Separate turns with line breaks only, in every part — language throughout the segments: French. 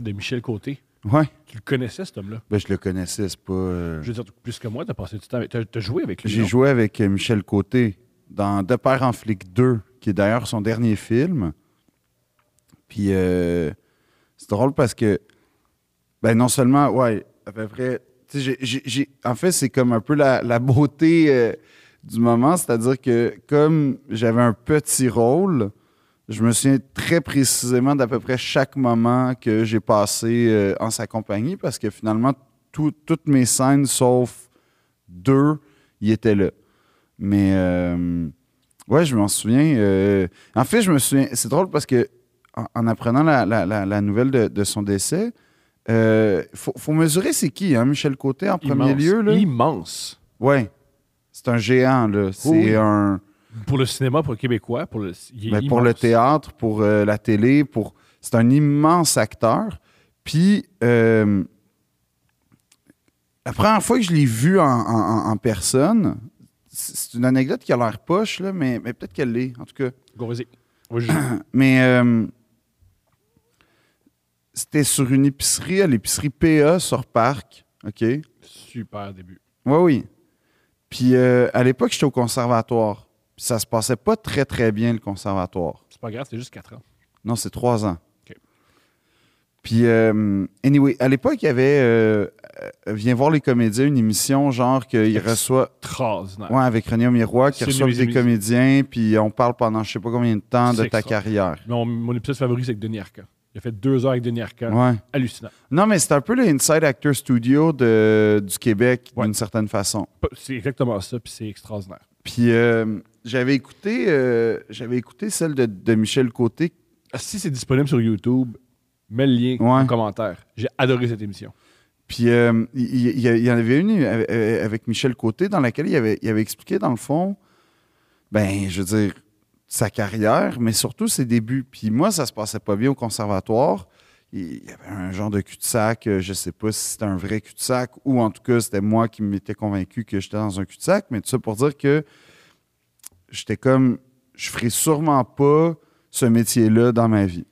Ben
Michel Côté.
Ouais.
Tu le connaissais, cet homme-là?
Ben, je le connaissais, c'est pas. euh,
Je veux dire, plus que moi, t'as passé du temps avec... T'as t'as joué avec lui,
J'ai
non?
joué avec euh, Michel Côté dans De Père en flic 2, qui est d'ailleurs son dernier film. Puis euh, c'est drôle parce que, ben non seulement, ouais, à peu près. tu sais, j'ai- j'ai- j'ai- en fait, c'est comme un peu la, la beauté euh, du moment, c'est-à-dire que comme j'avais un petit rôle, je me souviens très précisément d'à peu près chaque moment que j'ai passé euh, en sa compagnie parce que finalement, tout- toutes mes scènes, sauf deux, il était là. Mais euh, ouais, je m'en souviens. euh, en fait, je me souviens. C'est drôle parce que en, en apprenant la, la- la- la nouvelle de, de son décès, il faut, faut mesurer c'est qui, hein, Michel Côté en premier
Immense.
lieu. Là.
Immense.
Ouais. C'est un géant, là. C'est
oui.
un.
Pour le cinéma, pour le Québécois, pour le... il est
Ben, pour le
immense.
théâtre, pour euh, la télé, pour c'est un immense acteur. Puis euh, la première fois que je l'ai vu en, en- en- en personne, c'est c'est une anecdote qui a l'air poche là, mais, mais peut-être qu'elle l'est. En tout cas,
Go, vas-y. On va juger.
mais euh, c'était sur une épicerie, à l'épicerie PA sur Parc, ok.
Super début.
Oui, oui. Puis euh, à l'époque, j'étais au conservatoire. Puis ça se passait pas très très bien le conservatoire.
C'est pas grave, c'est juste 4 ans.
Non, c'est trois ans.
OK.
Puis, euh, anyway, à l'époque, il y avait euh, euh, Viens voir les comédiens, une émission genre qu'il
Ex-
reçoit.
Extraordinaire.
Ouais, avec René Miroir, qui
C'est une
reçoit
de mes
des
émissions.
comédiens, puis on parle pendant je sais pas combien de temps de
C'est
ta
extra.
carrière.
Mon, mon épisode favori, c'est avec Denis Arcand. Il a fait deux heures avec Denis Arcand.
Ouais.
Hallucinant.
Non, mais c'est un peu le Inside Actor Studio de- du Québec,
Ouais.
d'une certaine façon.
Pas- C'est exactement ça, puis c'est extraordinaire.
Puis, euh, j'avais écouté, euh, j'avais écouté celle de, de Michel Côté.
Si c'est disponible sur YouTube, mets le lien
Ouais.
en commentaire. J'ai adoré cette émission.
Puis, euh, il il- il y, en avait une avec- avec Michel Côté, dans laquelle il avait, il avait expliqué, dans le fond, ben, je veux dire, sa carrière, mais surtout ses débuts. Puis moi, ça se passait pas bien au conservatoire. Il y avait un genre de cul-de-sac, euh, je sais pas si c'était un vrai cul-de-sac, ou en tout cas, c'était moi qui m'étais convaincu que j'étais dans un cul-de-sac, mais tout ça pour dire que j'étais comme, je ferai sûrement pas ce métier-là dans ma vie.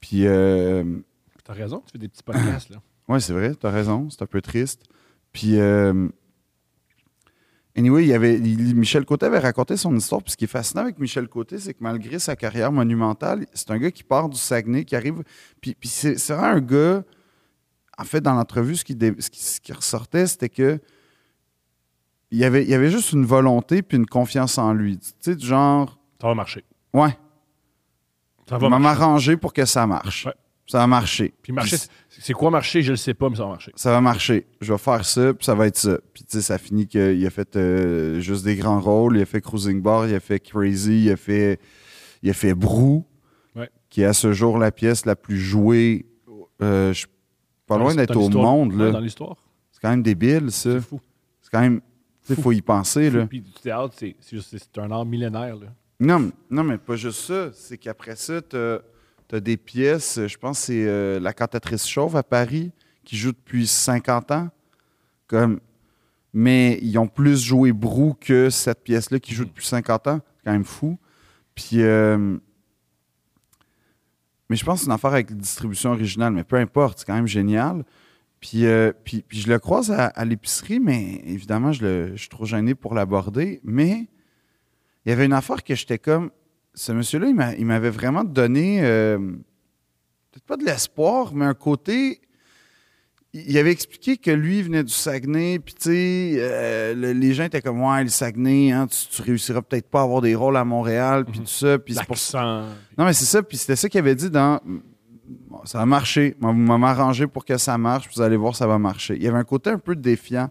Puis, euh,
T'as raison, tu fais des petits podcasts, là.
oui, c'est vrai, t'as raison, c'est un peu triste. Puis, euh, anyway, il y avait, il- Michel Côté avait raconté son histoire. Puis ce qui est fascinant avec Michel Côté, c'est que malgré sa carrière monumentale, c'est un gars qui part du Saguenay, qui arrive. Puis, puis c'est c'est vraiment un gars. En fait, dans l'entrevue, ce qui, dé- ce qui- ce qui ressortait, c'était que. Il y, avait, il y avait juste une volonté puis une confiance en lui. Tu sais, du genre,
Ça va marcher.
ouais,
Ça va
on va
marcher.
m'arranger pour que ça marche.
Ouais.
Ça va marcher.
Puis marcher, c'est- c'est quoi marcher? Je le sais pas, mais ça va marcher.
ça va marcher. Je vais faire ça, puis ça va être ça. Puis, tu sais, ça finit qu'il a fait euh, juste des grands rôles. Il a fait Cruising Bar, il a fait Crazy, il a fait, il a fait Brou,
Ouais.
qui est à ce jour la pièce la plus jouée. euh, je suis pas
Dans-
loin
dans
d'être au
l'histoire-
monde,
ouais,
là.
Dans l'histoire.
C'est quand même débile, ça.
C'est fou.
C'est quand même. Tu sais, faut y penser, là.
Puis du théâtre, c'est- c'est juste- c'est un art millénaire, là.
Non, mais- non, mais pas juste ça. C'est qu'après ça, t'as as des pièces. Je pense que c'est euh, la cantatrice chauve à Paris qui joue depuis 50 ans. Comme, mais ils ont plus joué Brou que cette pièce-là qui joue depuis 50 ans. C'est quand même fou. Puis. euh, mais je pense que c'est une affaire avec la distribution originale, mais peu importe, c'est quand même génial. Puis, euh, puis, puis je le croise à, à l'épicerie, mais évidemment, je, le- je suis trop gêné pour l'aborder. Mais il y avait une affaire que j'étais comme. Ce monsieur-là, il m'a- il m'avait vraiment donné. euh, Peut-être pas de l'espoir, mais un côté. Il il avait expliqué que lui, il venait du Saguenay, puis tu sais, euh, le- les gens étaient comme, ouais, le Saguenay, hein, tu, tu réussiras peut-être pas à avoir des rôles à Montréal, puis
Mhm.
tout ça. Puis c'est pour
L'accent.
non, mais c'est ça. Puis c'était ça qu'il avait dit dans. Bon, Ça a marché. Moi, Vous m'avez arrangé pour que ça marche. Vous allez voir, ça va marcher. Il y avait un côté un peu défiant.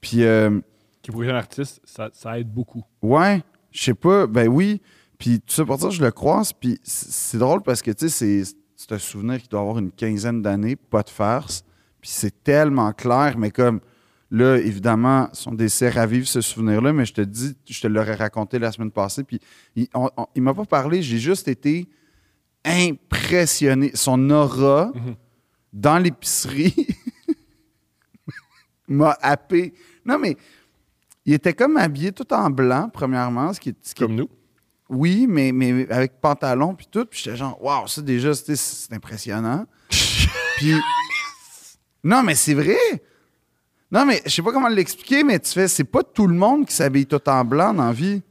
Puis, euh,
Qui pour un artiste, ça, ça aide beaucoup.
ouais, je sais pas. Ben oui. Puis tout ça pour dire, je le croise. Puis c'est c'est drôle parce que, tu sais, c'est- c'est un souvenir qui doit avoir une quinzaine d'années, pas de farce. Puis c'est tellement clair, mais comme. Là, évidemment, son décès ravive ce souvenir-là, mais je te dis, je te l'aurais raconté la semaine passée, puis il, on- on- il m'a pas parlé, j'ai juste été impressionné. Son aura
Mhm.
dans l'épicerie m'a happé. Non, mais il était comme habillé tout en blanc, premièrement, ce qui, est- ce qui est-
Comme nous.
Oui, mais, mais avec pantalon puis tout. Puis j'étais genre, waouh, ça déjà, c'était- c'est impressionnant. Puis. Non, mais c'est vrai! Non, mais je sais pas comment l'expliquer, mais tu fais, c'est pas tout le monde qui s'habille tout en blanc dans la vie.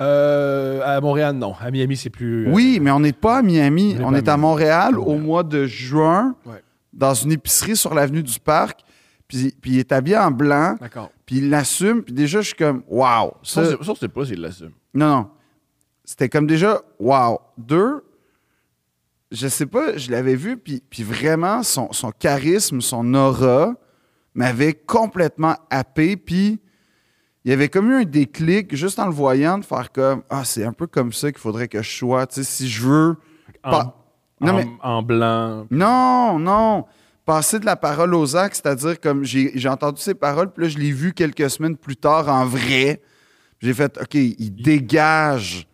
Euh, à Montréal, non. À Miami, c'est plus. euh,
Oui, mais on n'est pas à Miami.
On n'est
On
pas
est
à
à Montréal au
Montréal.
mois de juin,
Ouais.
dans une épicerie sur l'avenue du Parc. Puis, puis il est habillé en blanc,
D'accord.
puis il l'assume. Puis déjà, je suis comme, waouh!
Ça,
Ça,
c'est- ça, c'est pas s'il l'assume.
non, non. C'était comme déjà, waouh! Deux, je sais pas, je l'avais vu, puis, puis vraiment, son, son charisme, son aura m'avait complètement happé. Puis il y avait comme eu un déclic juste en le voyant de faire comme, ah, c'est un peu comme ça qu'il faudrait que je sois. Tu sais, si je veux.
En,
pas- Non,
en-
mais-
en blanc.
Non, non. Passer de la parole aux actes, c'est-à-dire comme j'ai j'ai entendu ses paroles, puis là, je l'ai vu quelques semaines plus tard en vrai. J'ai fait, OK, il dégage.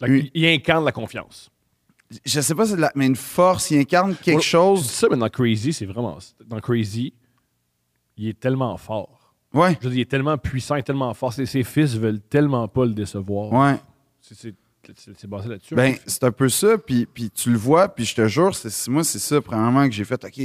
La-
Oui.
Il incarne la confiance.
Je sais pas, c'est de la- mais une force, il incarne quelque
Ouais, Tu dis
chose.
ça, mais dans Crazy, c'est vraiment. Dans Crazy, il est tellement fort.
Ouais,
Je veux dire, il est tellement puissant, il est tellement fort. Ses, ses fils veulent tellement pas le décevoir.
ouais.
C'est- C'est c'est- c'est basé là-dessus.
Ben,
hein.
c'est un peu ça, puis, puis tu le vois, puis je te jure, c'est- c'est- moi, c'est ça, premièrement, que j'ai fait, OK,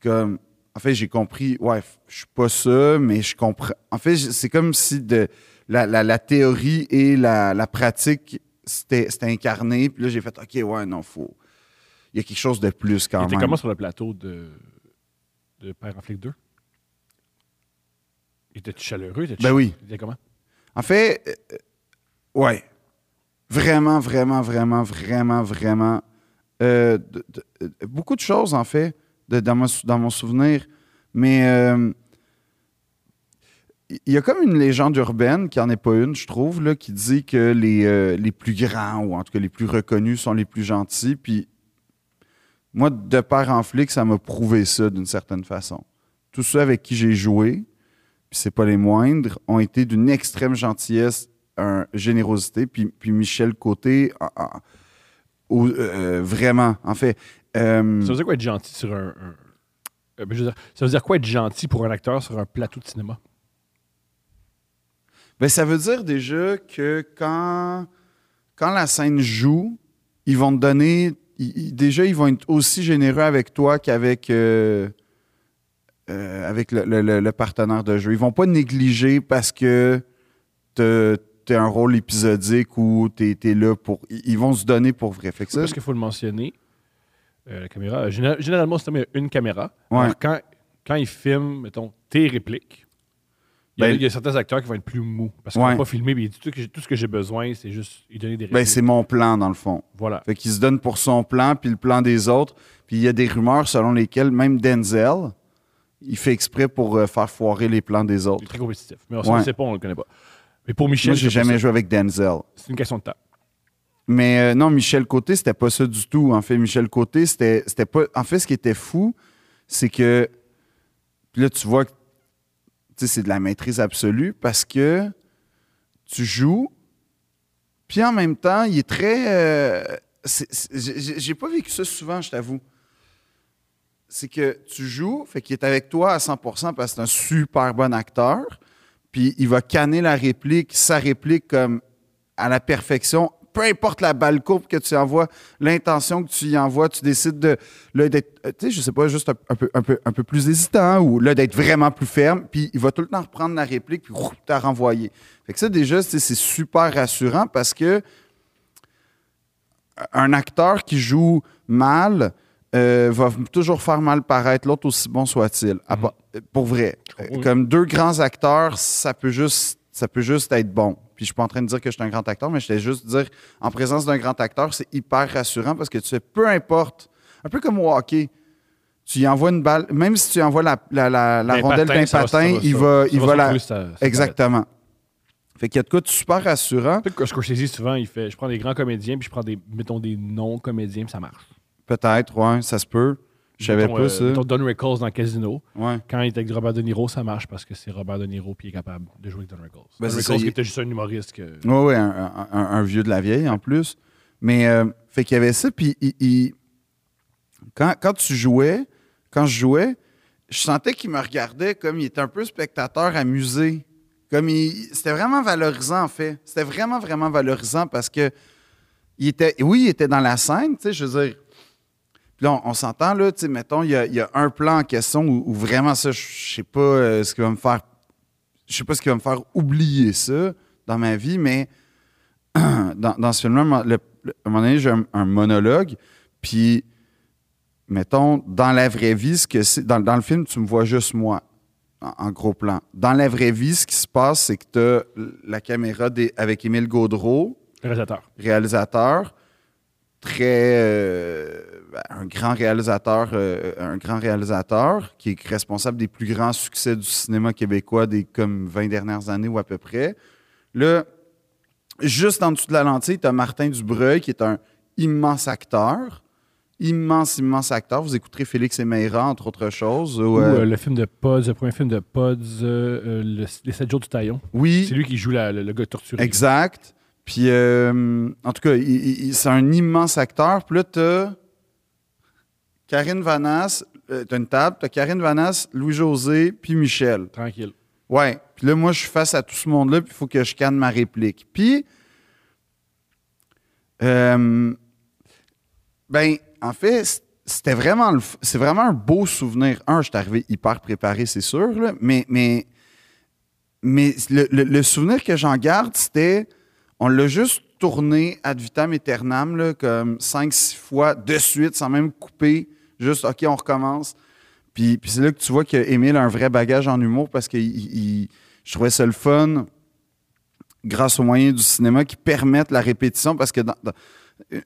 comme, en fait, j'ai compris, ouais, f- je suis pas ça, mais je comprends. En fait, j- c'est comme si de, la, la- la théorie et la, la pratique, c'était c'était incarné, puis là, j'ai fait, OK, ouais, non, faut. Il y a quelque chose de plus
il
quand
était
même.
comment sur le plateau de, de Père en flic 2? Il était chaleureux? était
Ben oui.
Il était comment?
En fait, euh, euh, ouais. Vraiment, vraiment, vraiment, vraiment, vraiment. Euh, de- de- euh, beaucoup de choses, en fait, de- dans, mon, sou- dans mon souvenir. Mais euh, il y a comme une légende urbaine, qui n'en est pas une, je trouve, là, qui dit que les, euh, les plus grands, ou en tout cas les plus reconnus, sont les plus gentils. Puis moi, de père en flic, ça m'a prouvé ça d'une certaine façon. Tous ceux avec qui j'ai joué, puis c'est pas les moindres, ont été d'une extrême gentillesse, un- générosité. Puis, puis Michel Côté, ah, ah, au- euh, vraiment, en fait. euh,
Ça veut dire quoi être gentil sur un. un- euh, ben, je veux dire, ça veut dire quoi être gentil pour un acteur sur un plateau de cinéma?
ben, ça veut dire déjà que quand, quand la scène joue, ils vont te donner. ils- ils- déjà, ils vont être aussi généreux avec toi qu'avec euh, euh, avec le, le- le- le partenaire de jeu. Ils vont pas négliger parce que t'as t'as un rôle épisodique ou t'es es là pour. Ils ils vont se donner pour vrai. Fait que ça,
Parce qu'il faut le mentionner, euh, la caméra. euh, général- généralement, c'est comme une caméra.
Ouais.
Alors, quand, quand ils filment, mettons, tes répliques, il y, a-
Ben-
il y a certains acteurs qui vont être plus mous parce qu'on
Ouais.
n'a pas filmé. puis ils disent, tout, ce que j'ai- tout ce que j'ai besoin, c'est juste y donner des
ben,
répliques.
c'est mon plan dans le fond.
voilà.
Fait qu'il se donne pour son plan, puis le plan des autres. Puis il y a des rumeurs selon lesquelles même Denzel, il fait exprès pour euh, faire foirer les plans des
Il est
autres.
très compétitif. Mais on
Ouais.
ne sait pas, on ne le connaît pas. Mais pour Michel,
Moi, j'ai
c'est pas
jamais
ça.
joué avec Denzel.
c'est une question de temps.
Mais euh, non, Michel Côté, c'était pas ça du tout. En fait, Michel Côté, c'était c'était pas. En fait, ce qui était fou, c'est que. puis là, tu vois que tu sais, c'est de la maîtrise absolue parce que tu joues, puis en même temps, il est très. euh, c'est- c'est- j'ai- j'ai j'ai pas vécu ça souvent, je t'avoue. C'est que tu joues, fait qu'il est avec toi à 100% parce que c'est un super bon acteur, puis il va canner la réplique, sa réplique comme à la perfection. Peu importe la balle courbe que tu envoies, l'intention que tu y envoies, tu décides de là d'être, euh, tu sais, je sais pas, juste un, un peu, un, peu, un peu plus hésitant ou là d'être vraiment plus ferme, puis il va tout le temps reprendre la réplique puis ouf, t'as renvoyé. Fait que ça déjà, tu sais, c'est super rassurant parce que un acteur qui joue mal euh, va toujours faire mal paraître l'autre aussi bon soit-il. À part- euh, Pour vrai,
Mhm. comprends.
Euh, comme deux grands acteurs, ça peut juste, ça peut juste être bon. Puis je suis pas en train de dire que je suis un grand acteur, mais je voulais juste dire, en présence d'un grand acteur, c'est hyper rassurant parce que tu fais peu importe, un peu comme au hockey. Tu y envoies une balle, même si tu y envoies la, la- la- la
D'un
rondelle d'un
ça ça
patin, il
ça-
va,
ça
il va la.
s'en trouver, ça- ça
Exactement. Fait qu'il y a de quoi de super rassurant.
Peut-être que Scorsese, souvent, il fait je prends des grands comédiens, puis je prends des, mettons, des non-comédiens, puis ça marche.
Peut-être, ouais, ça se peut. Je savais
Mettons,
pas
euh,
ça.
mettons Don Rickles dans Casino.
Ouais.
Quand il est avec Robert De Niro, ça marche parce que c'est Robert De Niro puis il est capable de jouer avec Don Rickles.
Ben,
Don
c'est
Rickles
ça, il-
qui était juste un humoriste. Que...
Oui, oui, un, un- un- un vieux de la vieille en plus. Mais euh, fait qu'il y avait ça, puis il- il- quand, quand tu jouais, quand je jouais, je sentais qu'il me regardait comme il était un peu spectateur amusé. Comme il- c'était vraiment valorisant en fait. C'était vraiment vraiment valorisant parce que il était, oui, il était dans la scène, tu sais, je veux dire. Puis là, on, on s'entend, là, tu sais, mettons, il y a, il y a un plan en question où, où vraiment ça, je sais pas euh, ce qui va me faire. Je sais pas ce qui va me faire oublier ça dans ma vie, mais dans, dans ce film-là, le- le- à un moment donné, j'ai un, un monologue, puis mettons, dans la vraie vie, ce que c'est. Dans, dans le film, tu me vois juste moi, en, en gros plan. Dans la vraie vie, ce qui se passe, c'est que tu la caméra des- avec Émile Gaudreau,
Réalisateur.
réalisateur, très. euh, ben, un grand réalisateur, euh, un grand réalisateur qui est responsable des plus grands succès du cinéma québécois des comme 20 dernières années ou à peu près. Là, juste en dessous de la lentille, tu as Martin Dubreuil qui est un immense acteur. Immense, immense acteur. Vous écouterez Félix et Meira, entre autres choses. ou,
Ou
euh,
euh, le film de Pods, le premier film de Pods, euh, euh, le- Les 7 jours du taillon.
oui.
C'est lui qui joue la- le, le gars torturé.
Exact. Puis, euh, en tout cas, il- il- il- c'est un immense acteur. Puis là, t'as Karine Vanasse, euh, t'as une table, t'as Karine Vanasse, Louis-José, puis Michel.
Tranquille.
Ouais. Puis là, moi, je suis face à tout ce monde-là, puis il faut que je canne ma réplique. Puis, euh, ben, en fait, c- c'était vraiment, le f- c'est vraiment un beau souvenir. Un, je suis arrivé hyper préparé, c'est sûr, là, mais, mais, mais le, le- le souvenir que j'en garde, c'était, on l'a juste tourné ad vitam aeternam, là, comme cinq, six fois de suite, sans même couper. Juste, OK, on recommence. Puis, puis c'est là que tu vois qu'Émile a un vrai bagage en humour parce que il- il- je trouvais ça le fun grâce aux moyens du cinéma qui permettent la répétition parce que dans, dans-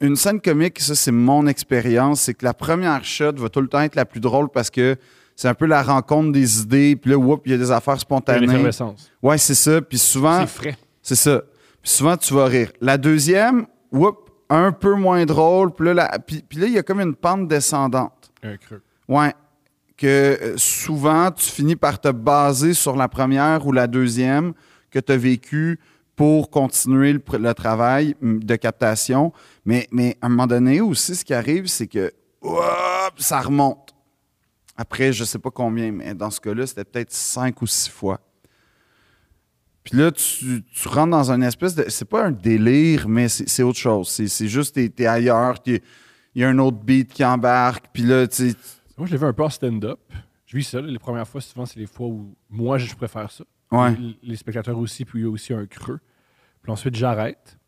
une scène comique, ça c'est mon expérience, c'est que la première shot va tout le temps être la plus drôle parce que c'est un peu la rencontre des idées, puis là, whoop, il y a des
Il y a
affaires
une
spontanées.
effervescence.
Ouais, c'est ça. Puis souvent,
C'est frais.
c'est ça. Puis souvent, tu vas rire. La deuxième, whoop, un peu moins drôle, puis là, la- puis- puis là, il y a comme une pente descendante.
Un creux.
Ouais. Que euh, souvent, tu finis par te baser sur la première ou la deuxième que tu as vécue pour continuer le, pr- le travail mm, de captation. Mais, mais à un moment donné aussi, ce qui arrive, c'est que hop, ça remonte. Après, je sais pas combien, mais dans ce cas-là, c'était peut-être cinq ou six fois. Puis là, tu, tu rentres dans un espèce de. C'est pas un délire, mais c'est c'est autre chose. C'est c'est juste, t'es t'es ailleurs, t'es- il y a un autre beat qui embarque, puis là, tu sais,
Moi, je l'ai vu un peu en stand-up. Je vis ça. là, Les premières fois, souvent, c'est les fois où moi, je préfère ça.
Ouais.
Les, les spectateurs aussi, puis il y a aussi un creux. Puis ensuite, j'arrête.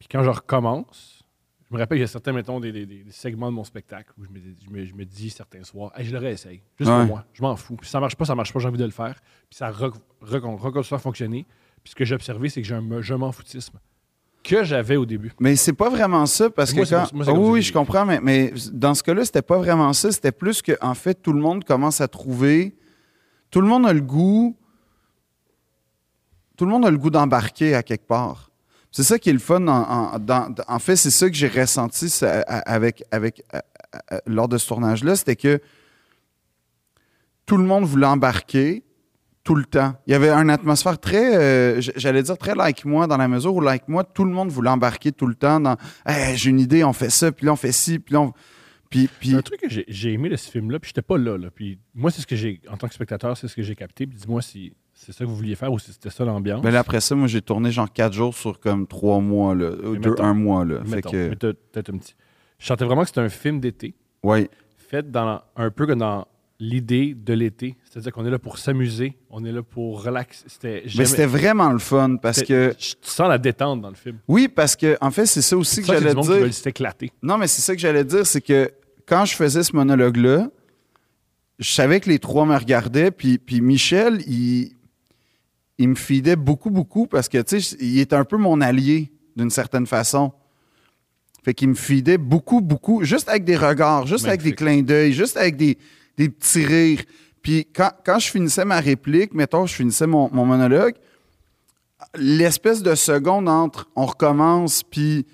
Puis quand je recommence, je me rappelle qu'il y a certains, mettons, des, des- des segments de mon spectacle où je me, dis- je me- je me dis certains soirs, Hey, je le réessaye. Juste
Ouais.
pour moi. Je m'en fous. Puis ça marche pas, ça marche pas, j'ai envie de le faire. Puis ça re- recon- reconstruit à fonctionner. Puis ce que j'ai observé, c'est que j'ai un me- je m'en foutisme que j'avais au début.
Mais c'est pas vraiment ça parce
Moi,
que
c'est
quand-
comme- moi, c'est
Ah
comme
oui,
ça
oui,
que
je comprends, mais, mais dans ce cas-là, c'était pas vraiment ça. C'était plus que en fait, tout le monde commence à trouver. Tout le monde a le goût. Tout le monde a le goût d'embarquer à quelque part. C'est ça qui est le fun. En, en- dans- en fait, c'est ça que j'ai ressenti ça- a- avec, avec, a- a- a- euh, lors de ce tournage-là, c'était que tout le monde voulait embarquer tout le temps. Il y avait une atmosphère très, euh, j- j'allais dire très like moi, dans la mesure où like moi, tout le monde voulait embarquer tout le temps dans Hey, j'ai une idée, on fait ça, puis là on fait ci, puis là on. Puis, puis
Un truc que j'ai j'ai aimé de ce film-là, puis j'étais pas là, là. Puis moi, c'est ce que j'ai, en tant que spectateur, c'est ce que j'ai capté. Puis dis-moi si c'est ça que vous vouliez faire ou si c'était ça l'ambiance.
ben là, après ça, moi j'ai tourné genre quatre jours sur comme trois mois, là, ou
Mais
deux,
mettons-
un mois. Là. Fait
Mettons,
que,
mais t'as- peut-être un petit. Je sentais vraiment que c'était un film d'été,
ouais,
fait dans, un peu comme dans l'idée de l'été. C'est-à-dire qu'on est là pour s'amuser, on est là pour relaxer. C'était.
mais
j'aimais-
c'était vraiment le fun parce
c'était-
que,
je- Tu sens la détente dans le film.
oui, parce que en fait, c'est ça aussi que
Ça, c'est
j'allais
du monde qui
dire.
veut s'éclater.
Non, mais c'est ça que j'allais dire, c'est que quand je faisais ce monologue-là, je savais que les trois me regardaient, puis, puis Michel, il, il me fidait beaucoup, beaucoup, parce que, tu sais, il est un peu mon allié, d'une certaine façon. Fait qu'il me fidait beaucoup, beaucoup, juste avec des regards, juste avec des
Magnifique.
clins d'œil, juste avec des, des petits rires. Puis quand, quand je finissais ma réplique, mettons, je finissais mon, mon monologue, l'espèce de seconde entre on recommence, puis.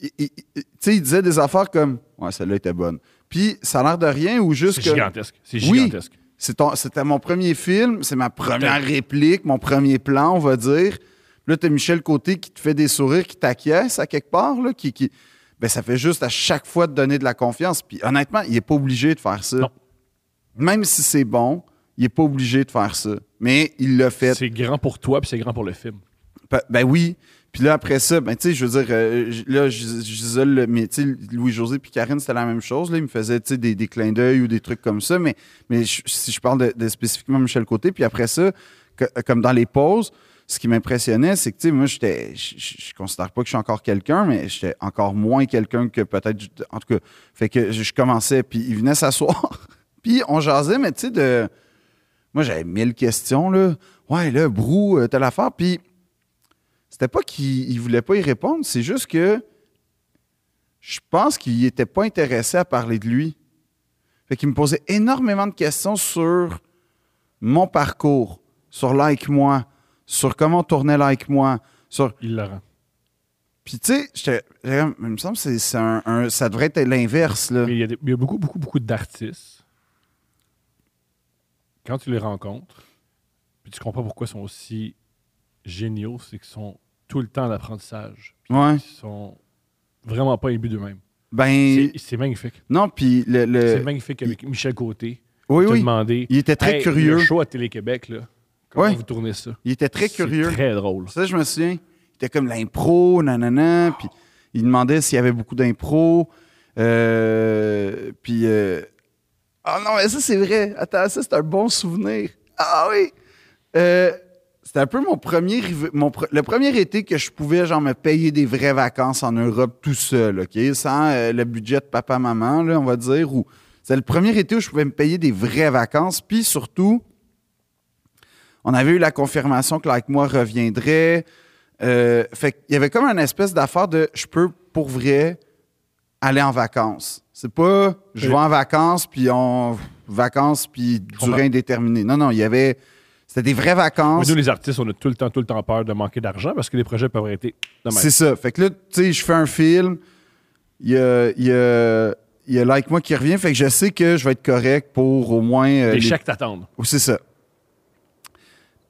il- il- il- Tu sais, il disait des affaires comme Ouais, celle-là était bonne. Puis ça a l'air de rien ou juste.
C'est
que-
gigantesque. C'est
Oui.
gigantesque.
c'est ton- C'était mon premier film, c'est ma première réplique, mon premier plan, on va dire. Là, t'as Michel Côté qui te fait des sourires, qui t'acquiesce à quelque part, là, qui, qui- Ben, ça fait juste à chaque fois de donner de la confiance. Puis honnêtement, il n'est pas obligé de faire ça.
Non.
Même si c'est bon, il n'est pas obligé de faire ça. Mais il l'a fait.
C'est grand pour toi, puis c'est grand pour le film.
Pa- Ben oui. Puis là, après ça, ben, tu sais, je veux dire, euh, j- là, j- j'isole, le- mais tu sais, Louis-José puis Karine, c'était la même chose. Là, ils me faisaient, tu sais, des, des clins d'œil ou des trucs comme ça. Mais, mais je- si je parle de, de spécifiquement Michel Côté, puis après ça, que- euh, comme dans les pauses, ce qui m'impressionnait, c'est que, tu sais, moi, j'étais, je- je je considère pas que je suis encore quelqu'un, mais j'étais encore moins quelqu'un que peut-être, j- en tout cas, fait que je je commençais, puis il venait s'asseoir, puis on jasait, mais tu sais, de... Moi, j'avais mille questions, là. Ouais, là, Brou, euh, telle affaire, puis c'était pas qu'il il voulait pas y répondre, c'est juste que je pense qu'il était pas intéressé à parler de lui. Fait qu'il me posait énormément de questions sur mon parcours, sur Like Moi, sur comment tourner Like Moi, sur...
Il le rend.
Puis tu sais, j'étais- j'étais comme, il me semble que c'est- c'est un- un- ça devrait être l'inverse, là.
Mais il y a, des- il y a beaucoup, beaucoup, beaucoup d'artistes. Quand tu les rencontres, puis tu comprends pourquoi ils sont aussi géniaux, c'est qu'ils sont tout le temps en apprentissage.
Ouais.
Ils sont vraiment pas imbus d'eux-mêmes.
Ben,
C'est c'est magnifique.
non, puis le... le-
c'est magnifique avec Michel Côté.
Euh, Oui,
Il t'a
oui,
demandé.
il était très
Hey,
curieux.
Le show à Télé-Québec, là. Comment
Ouais.
vous tournez ça?
Il était très
C'est
curieux.
Très drôle.
Ça, je me souviens. Il était comme l'impro, nanana. Puis il demandait s'il y avait beaucoup d'impro. Euh, puis. euh, Ah non, mais ça, c'est vrai. Attends, ça, c'est un bon souvenir. Ah oui! Euh, c'était un peu mon premier. riv- Mon, pr- le premier été que je pouvais, genre, me payer des vraies vacances en Europe tout seul, OK? Sans euh, le budget de papa-maman, là, on va dire. Ou. C'est le premier été où je pouvais me payer des vraies vacances. Puis surtout, on avait eu la confirmation que Like Moi reviendrait. Euh, fait qu'il y avait comme une espèce d'affaire de je peux pour vrai aller en vacances. C'est pas je vais en vacances puis on vacances puis
comprends.
durée indéterminée. Non non, il y avait c'était des vraies
Mais
vacances.
nous, les artistes, on a tout le temps, tout le temps peur de manquer d'argent parce que les projets peuvent arrêter. de même.
C'est ça. Fait que là, tu sais, je fais un film. Il y a, il y a- il y a Like Moi qui revient. Fait que je sais que je vais être correct pour au moins. euh,
Les
les-
chèques t'attendent.
Ou c'est ça.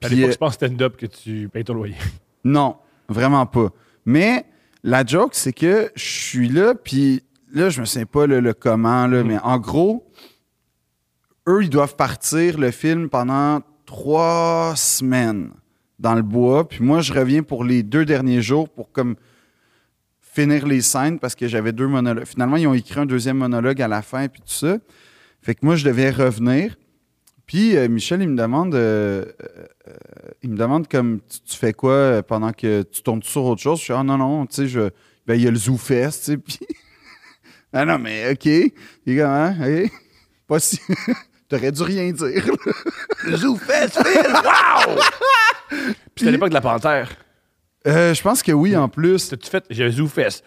À
Puis,
l'époque,
euh,
je pense stand-up que tu payes ton loyer.
Non, vraiment pas. Mais la joke, c'est que je suis là, puis là, je me souviens pas le, le comment, là, mais en gros, eux, ils doivent partir le film pendant trois semaines dans le bois. Puis moi, je reviens pour les deux derniers jours pour comme finir les scènes parce que j'avais deux monologues. Finalement, ils ont écrit un deuxième monologue à la fin, puis tout ça. Fait que moi, je devais revenir. Puis euh, Michel, il me demande, euh, euh, euh, il me demande comme tu, tu fais quoi euh, pendant que tu tournes sur autre chose. Je suis ah non non, tu sais, je, ben il y a le Zoo Fest, tu sais. Puis ah non mais ok, il est comme Hein, ok. pas si, t'aurais dû rien dire. le Zoo Fest,
Puis c'était à l'époque de la panthère.
Euh, je pense que oui en plus.
T'as-tu fait J'ai Zoufest.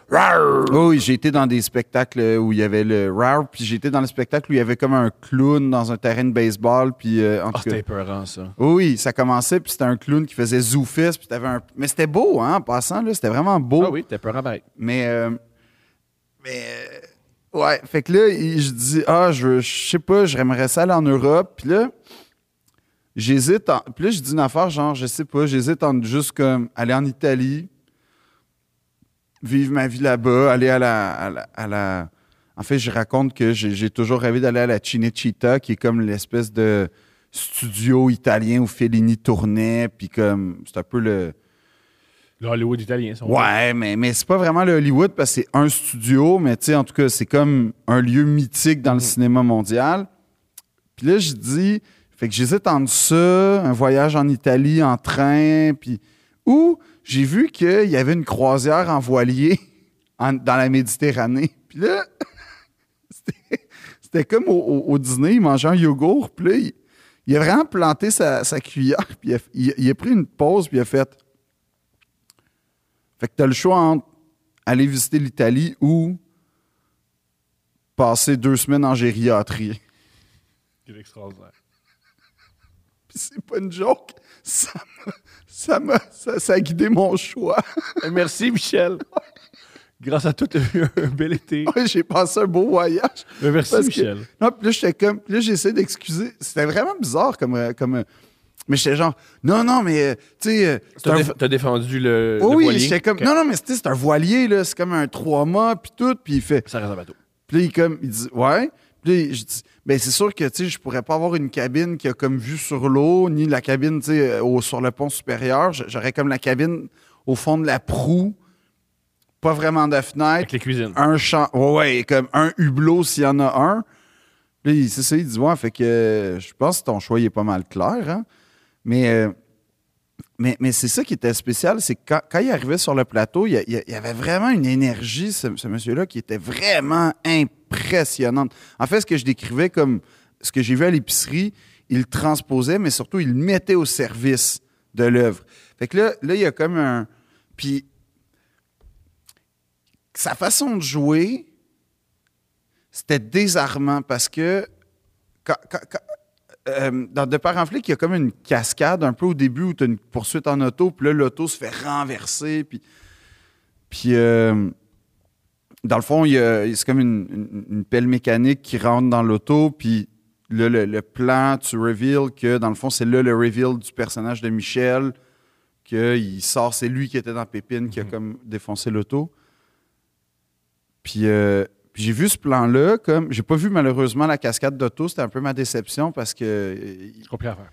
Oh, oui, j'ai été dans des spectacles euh, où il y avait le rare, puis j'ai été dans le spectacle où il y avait comme un clown dans un terrain de baseball, puis euh, en
Oh,
tout cas.
c'était épeurant, ça.
Oui, oui, ça commençait, puis c'était un clown qui faisait zoufest, puis t'avais un... Mais c'était beau, hein, en passant, là, c'était vraiment beau.
Ah oui, t'es peurant, ben.
Mais, euh, mais euh, ouais, fait que là, il- je dis, ah, je, veux- je sais pas, j'aimerais ça aller en Europe. Puis là, j'hésite. en- Puis là, je dis une affaire, genre, je sais pas, j'hésite entre juste comme aller en Italie, vivre ma vie là-bas, aller à la. à la- à la- en fait, je raconte que j'ai j'ai toujours rêvé d'aller à la Cinecittà, qui est comme l'espèce de studio italien où Fellini tournait, puis comme, c'est un peu le...
Le Hollywood italien, son
Ouais, mais, mais c'est pas vraiment le Hollywood parce que c'est un studio, mais tu sais, en tout cas, c'est comme un lieu mythique dans le cinéma mondial. Puis là, je dis, fait que j'hésite entre ça, un voyage en Italie en train, puis. Ou j'ai vu qu'il y avait une croisière en voilier en- dans la Méditerranée. Puis là, c'était- c'était comme au, au- au dîner, il mangeait un yogourt, puis là, il, il a vraiment planté sa, sa cuillère, puis il a- il- il a pris une pause, puis il a fait. Fait que t'as le choix entre aller visiter l'Italie ou passer deux semaines en gériatrie.
Il est extraordinaire.
Puis c'est pas une joke. Ça m'a- ça m'a- ça- ça a guidé mon choix.
Euh, Merci, Michel. Grâce à toi, t'as eu un bel été.
Ouais, J'ai passé un beau voyage.
Euh, Merci,
Parce que-
Michel.
Non, puis là, j'étais comme. puis là, j'essaie d'excuser. C'était vraiment bizarre comme. euh, comme euh, mais j'étais genre. Non, non, mais. euh, Tu sais. euh, c'est un-
T'as déf- t'as défendu le,
Oh
le
oui,
voilier.
j'étais comme.
Ok.
Non, non, mais tu sais, c'est un voilier, là. C'est comme un trois mâts, puis tout. Puis il fait.
Ça reste un bateau.
Puis là, il, comme, il dit Ouais. Puis là, je dis Ben, c'est sûr que tu sais, je pourrais pas avoir une cabine euh, qui a comme vue sur l'eau, ni la cabine tu sais, au- sur le pont supérieur. J- J'aurais comme la cabine au fond de la proue, pas vraiment de fenêtre,
Avec les cuisines.
un champ. Ouais, ouais, comme un hublot s'il y en a un. Là, il- c'est ça, il dit Ouais, fait que euh, je pense que ton choix il est pas mal clair. hein. Mais, euh, mais, mais c'est ça qui était spécial, c'est que quand, quand il arrivait sur le plateau, il y, a- il y a- il y avait vraiment une énergie, ce, ce monsieur-là, qui était vraiment impressionnante. En fait, ce que je décrivais comme ce que j'ai vu à l'épicerie, il le transposait, mais surtout, il le mettait au service de l'œuvre. Fait que là, là, il y a comme un. Puis sa façon de jouer, c'était désarmant parce que quand- quand- quand- euh, dans De part en flic, il y a comme une cascade un peu au début où tu as une poursuite en auto, puis là, l'auto se fait renverser. Puis, puis euh, dans le fond, il y a- c'est comme une, une- une pelle mécanique qui rentre dans l'auto, puis là, le, le plan, tu reveal que dans le fond, c'est là le reveal du personnage de Michel, qu'il sort, c'est lui qui était dans Pépine qui a
Mhm.
comme défoncé l'auto. Puis, euh, puis j'ai vu ce plan-là, comme j'ai pas vu malheureusement la cascade d'auto, c'était un peu ma déception parce que euh,
C'est compliqué à faire.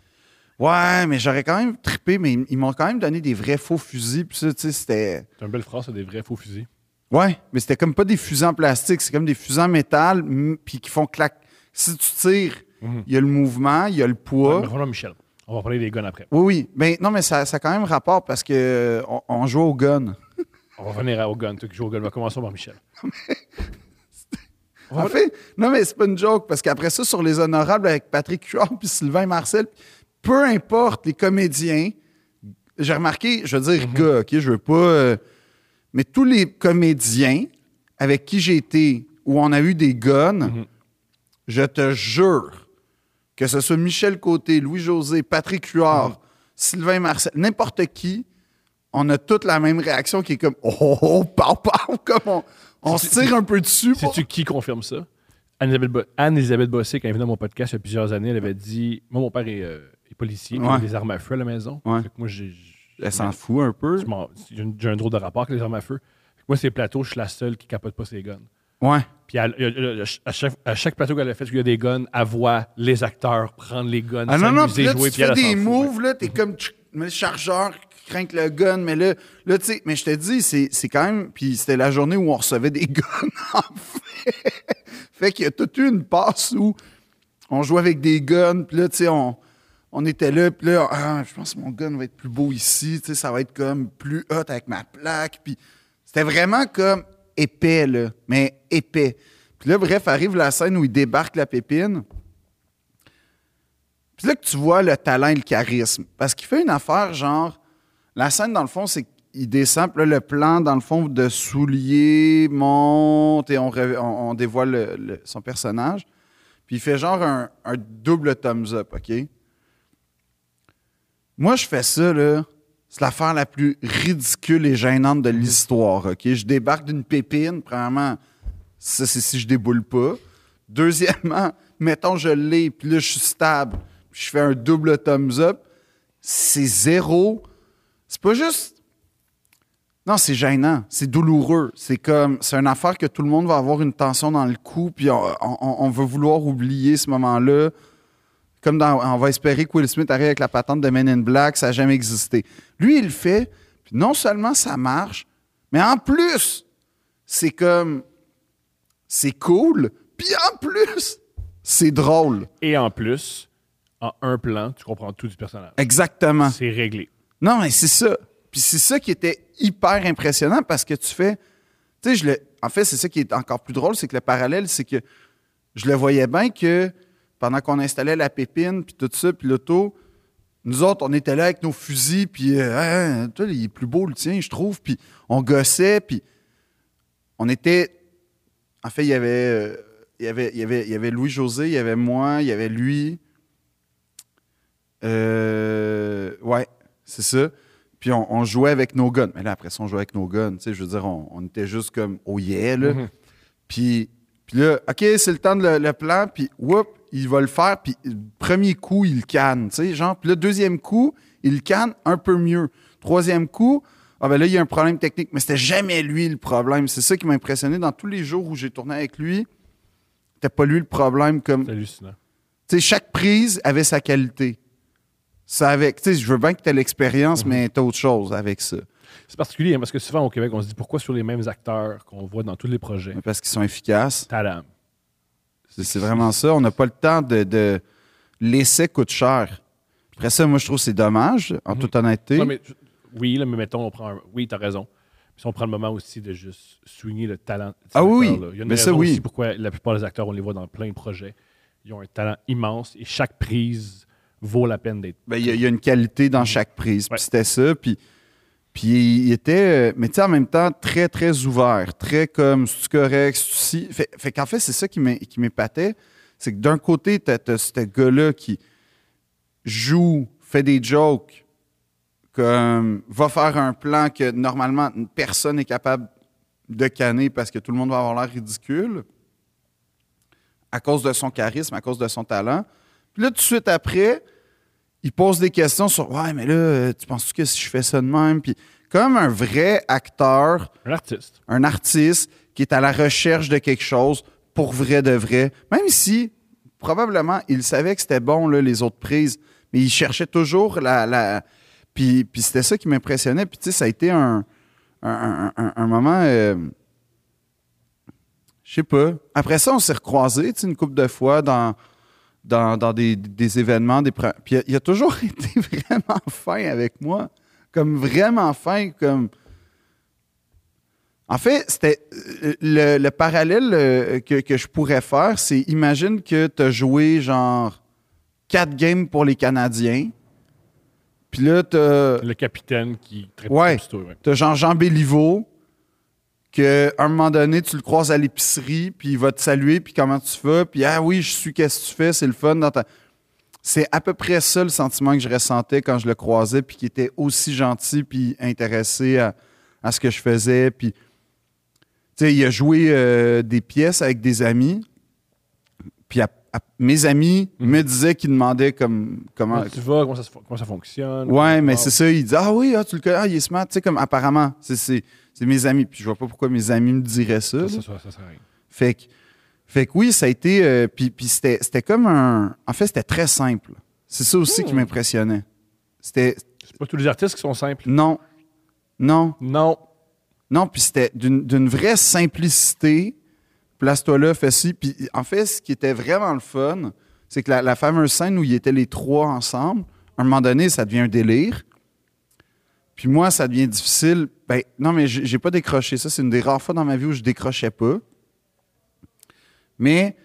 ouais, mais j'aurais quand même trippé, mais ils, ils m'ont quand même donné des vrais faux fusils, puis ça, tu sais, c'était
C'est une belle phrase, c'est des vrais faux fusils.
ouais, mais c'était comme pas des fusils en plastique, c'est comme des fusils en métal, m- puis qui font clac. Si tu tires,
Mhm.
il y a le mouvement, il y a le poids.
Mais revenons à Michel. On va parler des guns après.
Oui, oui, mais non, mais ça, ça a quand même rapport parce que euh, on, on joue au gun.
On va revenir à- au gun. Toi qui joues au gun, on va commencer par Michel.
Oh.
On va-
En fait, non, mais c'est pas une joke, parce qu'après ça, sur les honorables avec Patrick Huard puis Sylvain Marcel, peu importe les comédiens, j'ai remarqué, je veux dire, gars, OK, je veux pas. euh, mais tous les comédiens avec qui j'ai été, où on a eu des guns, je te jure, que ce soit Michel Côté, Louis-José, Patrick Huard, Sylvain Marcel, n'importe qui, on a toute la même réaction qui est comme Oh, oh, oh, pow, pow, comme on, on se
C'est-
tire un peu dessus. pour-
Sais-tu qui confirme ça? Anne-Elisabeth Bo- Anne-Elisabeth Bossé, quand elle est venue à mon podcast il y a plusieurs années, elle avait dit Moi, mon père est, euh, est policier, puis il a
Ouais.
des armes à feu à la maison.
Ouais.
Fait que moi, j'ai. j'ai-
Elle s'en fout un peu.
je m'en- J'ai une- j'ai un drôle de rapport avec les armes à feu. Fait que Moi, c'est plateau, je suis la seule qui capote pas ses guns.
Ouais.
Puis elle- elle- elle- à, chaque, à chaque plateau qu'elle a fait, où il y a des guns, elle voit les acteurs prendre les guns,
Ah non, non, puis là,
jouer,
tu
puis elle,
fais
elle s'en
des
fout.
moves, là, t'es comme tchou, mais le chargeur, craint que le gun, mais là, là tu sais, mais je te dis, c'est c'est quand même. Puis c'était la journée où on recevait des guns, en fait. Fait qu'il y a toute eu une passe où on jouait avec des guns, puis là, tu sais, on, on était là, puis là, Ah, je pense que mon gun va être plus beau ici, tu sais, ça va être comme plus hot avec ma plaque, puis c'était vraiment comme épais, là, mais épais. Puis là, bref, arrive la scène où il débarque la pépine. Puis là que tu vois le talent et le charisme. Parce qu'il fait une affaire genre. La scène, dans le fond, c'est qu'il descend, puis là, le plan, dans le fond, de soulier monte et on, re- on- on dévoile le- le- son personnage. Puis il fait genre un, un double thumbs up, OK? Moi, je fais ça, là. C'est l'affaire la plus ridicule et gênante de l'histoire, OK? Je débarque d'une pépine, premièrement, ça, c'est si je déboule pas. Deuxièmement, mettons, je l'ai, puis là, je suis stable, puis je fais un double thumbs up. C'est zéro. C'est pas juste. Non, c'est gênant, c'est douloureux. C'est comme. C'est une affaire que tout le monde va avoir une tension dans le cou, puis on, on- on veut vouloir oublier ce moment-là. Comme dans. On va espérer que Will Smith arrive avec la patente de Men in Black, ça n'a jamais existé. Lui, il le fait, puis non seulement ça marche, mais en plus, c'est comme c'est cool, puis en plus, c'est drôle.
Et en plus, en un plan, tu comprends tout du personnage.
Exactement.
C'est réglé.
Non, mais c'est ça. Puis c'est ça qui était hyper impressionnant parce que tu fais. Tu sais, je le. En fait, c'est ça qui est encore plus drôle, c'est que le parallèle, c'est que je le voyais bien que pendant qu'on installait la pépine, puis tout ça, puis l'auto, nous autres, on était là avec nos fusils, puis euh, Hein, toi, il est plus beau le tien, je trouve, puis on gossait, puis on était. En fait, il y avait. euh, il y avait, il y avait, il y avait Louis-José, il y avait moi, il y avait lui. Euh, ouais, c'est ça. Puis on, on jouait avec nos guns. Mais là, après ça, on jouait avec nos guns. Tu sais, je veux dire, on, on était juste comme oh yeah, là.
Mhm.
Puis, puis là, OK, c'est le temps de le, le plan. Puis, whoop, il va le faire. Puis, premier coup, il canne. Tu sais, genre. Puis là, deuxième coup, il canne un peu mieux. Troisième coup, ah ben là, il y a un problème technique. Mais c'était jamais lui le problème. C'est ça qui m'a impressionné dans tous les jours où j'ai tourné avec lui. C'était pas lui le problème comme
C'est hallucinant.
tu sais, chaque prise avait
Mhm.
sa qualité. Ça avec, tu sais, je veux bien que tu aies l'expérience, mais tu autre chose avec ça.
C'est particulier hein, parce que souvent au Québec, on se dit pourquoi sur les mêmes acteurs qu'on voit dans tous les projets.
Parce qu'ils sont efficaces.
Tadam.
C'est c'est vraiment ça. On n'a pas le temps de, de laisser coûte cher. Après ça, moi, je trouve que c'est dommage, en
Mhm.
toute honnêteté.
Ouais, mais, oui, là, mais mettons, on prend. un- Oui, t'as raison. Puis si on prend le moment aussi de juste souligner le talent. de ces
Ah oui,
acteurs-là. Il y a une
mais ça,
raison
oui.
aussi pourquoi la plupart des acteurs, on les voit dans plein de projets. Ils ont un talent immense et chaque prise vaut la peine d'être.
Ben, il y, a- il y a une qualité dans chaque prise.
Ouais.
Puis c'était ça. Puis, puis il était, euh, mais tu sais, en même temps, très, très ouvert. Très comme, c'est correct, si. Fait, fait qu'en fait, c'est ça qui m'é- qui m'épatait. C'est que d'un côté, t'as as ce gars-là qui joue, fait des jokes, comme, va faire un plan que normalement personne n'est capable de canner parce que tout le monde va avoir l'air ridicule à cause de son charisme, à cause de son talent. Puis là, tout de suite après, il pose des questions sur Ouais, mais là, euh, tu penses que si je fais ça de même? Puis, comme un vrai acteur,
Un artiste.
un artiste qui est à la recherche de quelque chose pour vrai de vrai, même si probablement il savait que c'était bon, là, les autres prises, mais il cherchait toujours la. la... Puis, puis c'était ça qui m'impressionnait. Puis, tu sais, ça a été un, un- un, un- un moment. euh, je sais pas. Après ça, on s'est recroisés tu sais, une couple de fois dans, dans, dans des, des événements. Des... pre- Puis il a- il a toujours été vraiment fin avec moi. Comme vraiment fin. Comme... En fait, c'était euh, le, le parallèle euh, que, que je pourrais faire, c'est imagine que tu as joué genre quatre games pour les Canadiens. Puis là, tu
Le capitaine qui traite
Ouais.
tout ouais.
T'as Jean-Jean Béliveau, que à un moment donné, tu le croises à l'épicerie, puis il va te saluer, puis comment tu vas, puis ah oui, je suis, qu'est-ce que tu fais, c'est le fun dans ta. C'est à peu près ça le sentiment que je ressentais quand je le croisais, puis qu'il était aussi gentil, puis intéressé à, à ce que je faisais. Puis, tu sais, il a joué euh, des pièces avec des amis, puis à- à- mes amis
Mhm.
me disaient qu'ils demandaient comme, comment,
Comment tu vas, comment ça, se fo- comment ça fonctionne.
Ouais, mais
Wow.
c'est ça. Il dit Ah oui, ah, tu le connais, ah, il est smart. Tu sais, comme apparemment, c'est- c'est c'est mes amis. Puis je vois pas pourquoi mes amis me diraient ça.
Ça, ça,
là.
ça, ça sert à rien.
Fait que, fait que oui, ça a été. euh, puis puis c'était c'était comme un. En fait, c'était très simple. C'est ça aussi qui
Hmm.
m'impressionnait. C'était.
C'est pas tous les artistes qui sont simples.
Non. Non.
Non.
Non, puis c'était d'une d'une vraie simplicité. Place-toi là, fais ci. Puis en fait, ce qui était vraiment le fun, c'est que la, la fameuse scène où ils étaient les trois ensemble, à un moment donné, ça devient un délire. Puis moi, ça devient difficile. Ben, non, mais j'ai j'ai pas décroché ça. C'est une des rares fois dans ma vie où je décrochais pas. Mais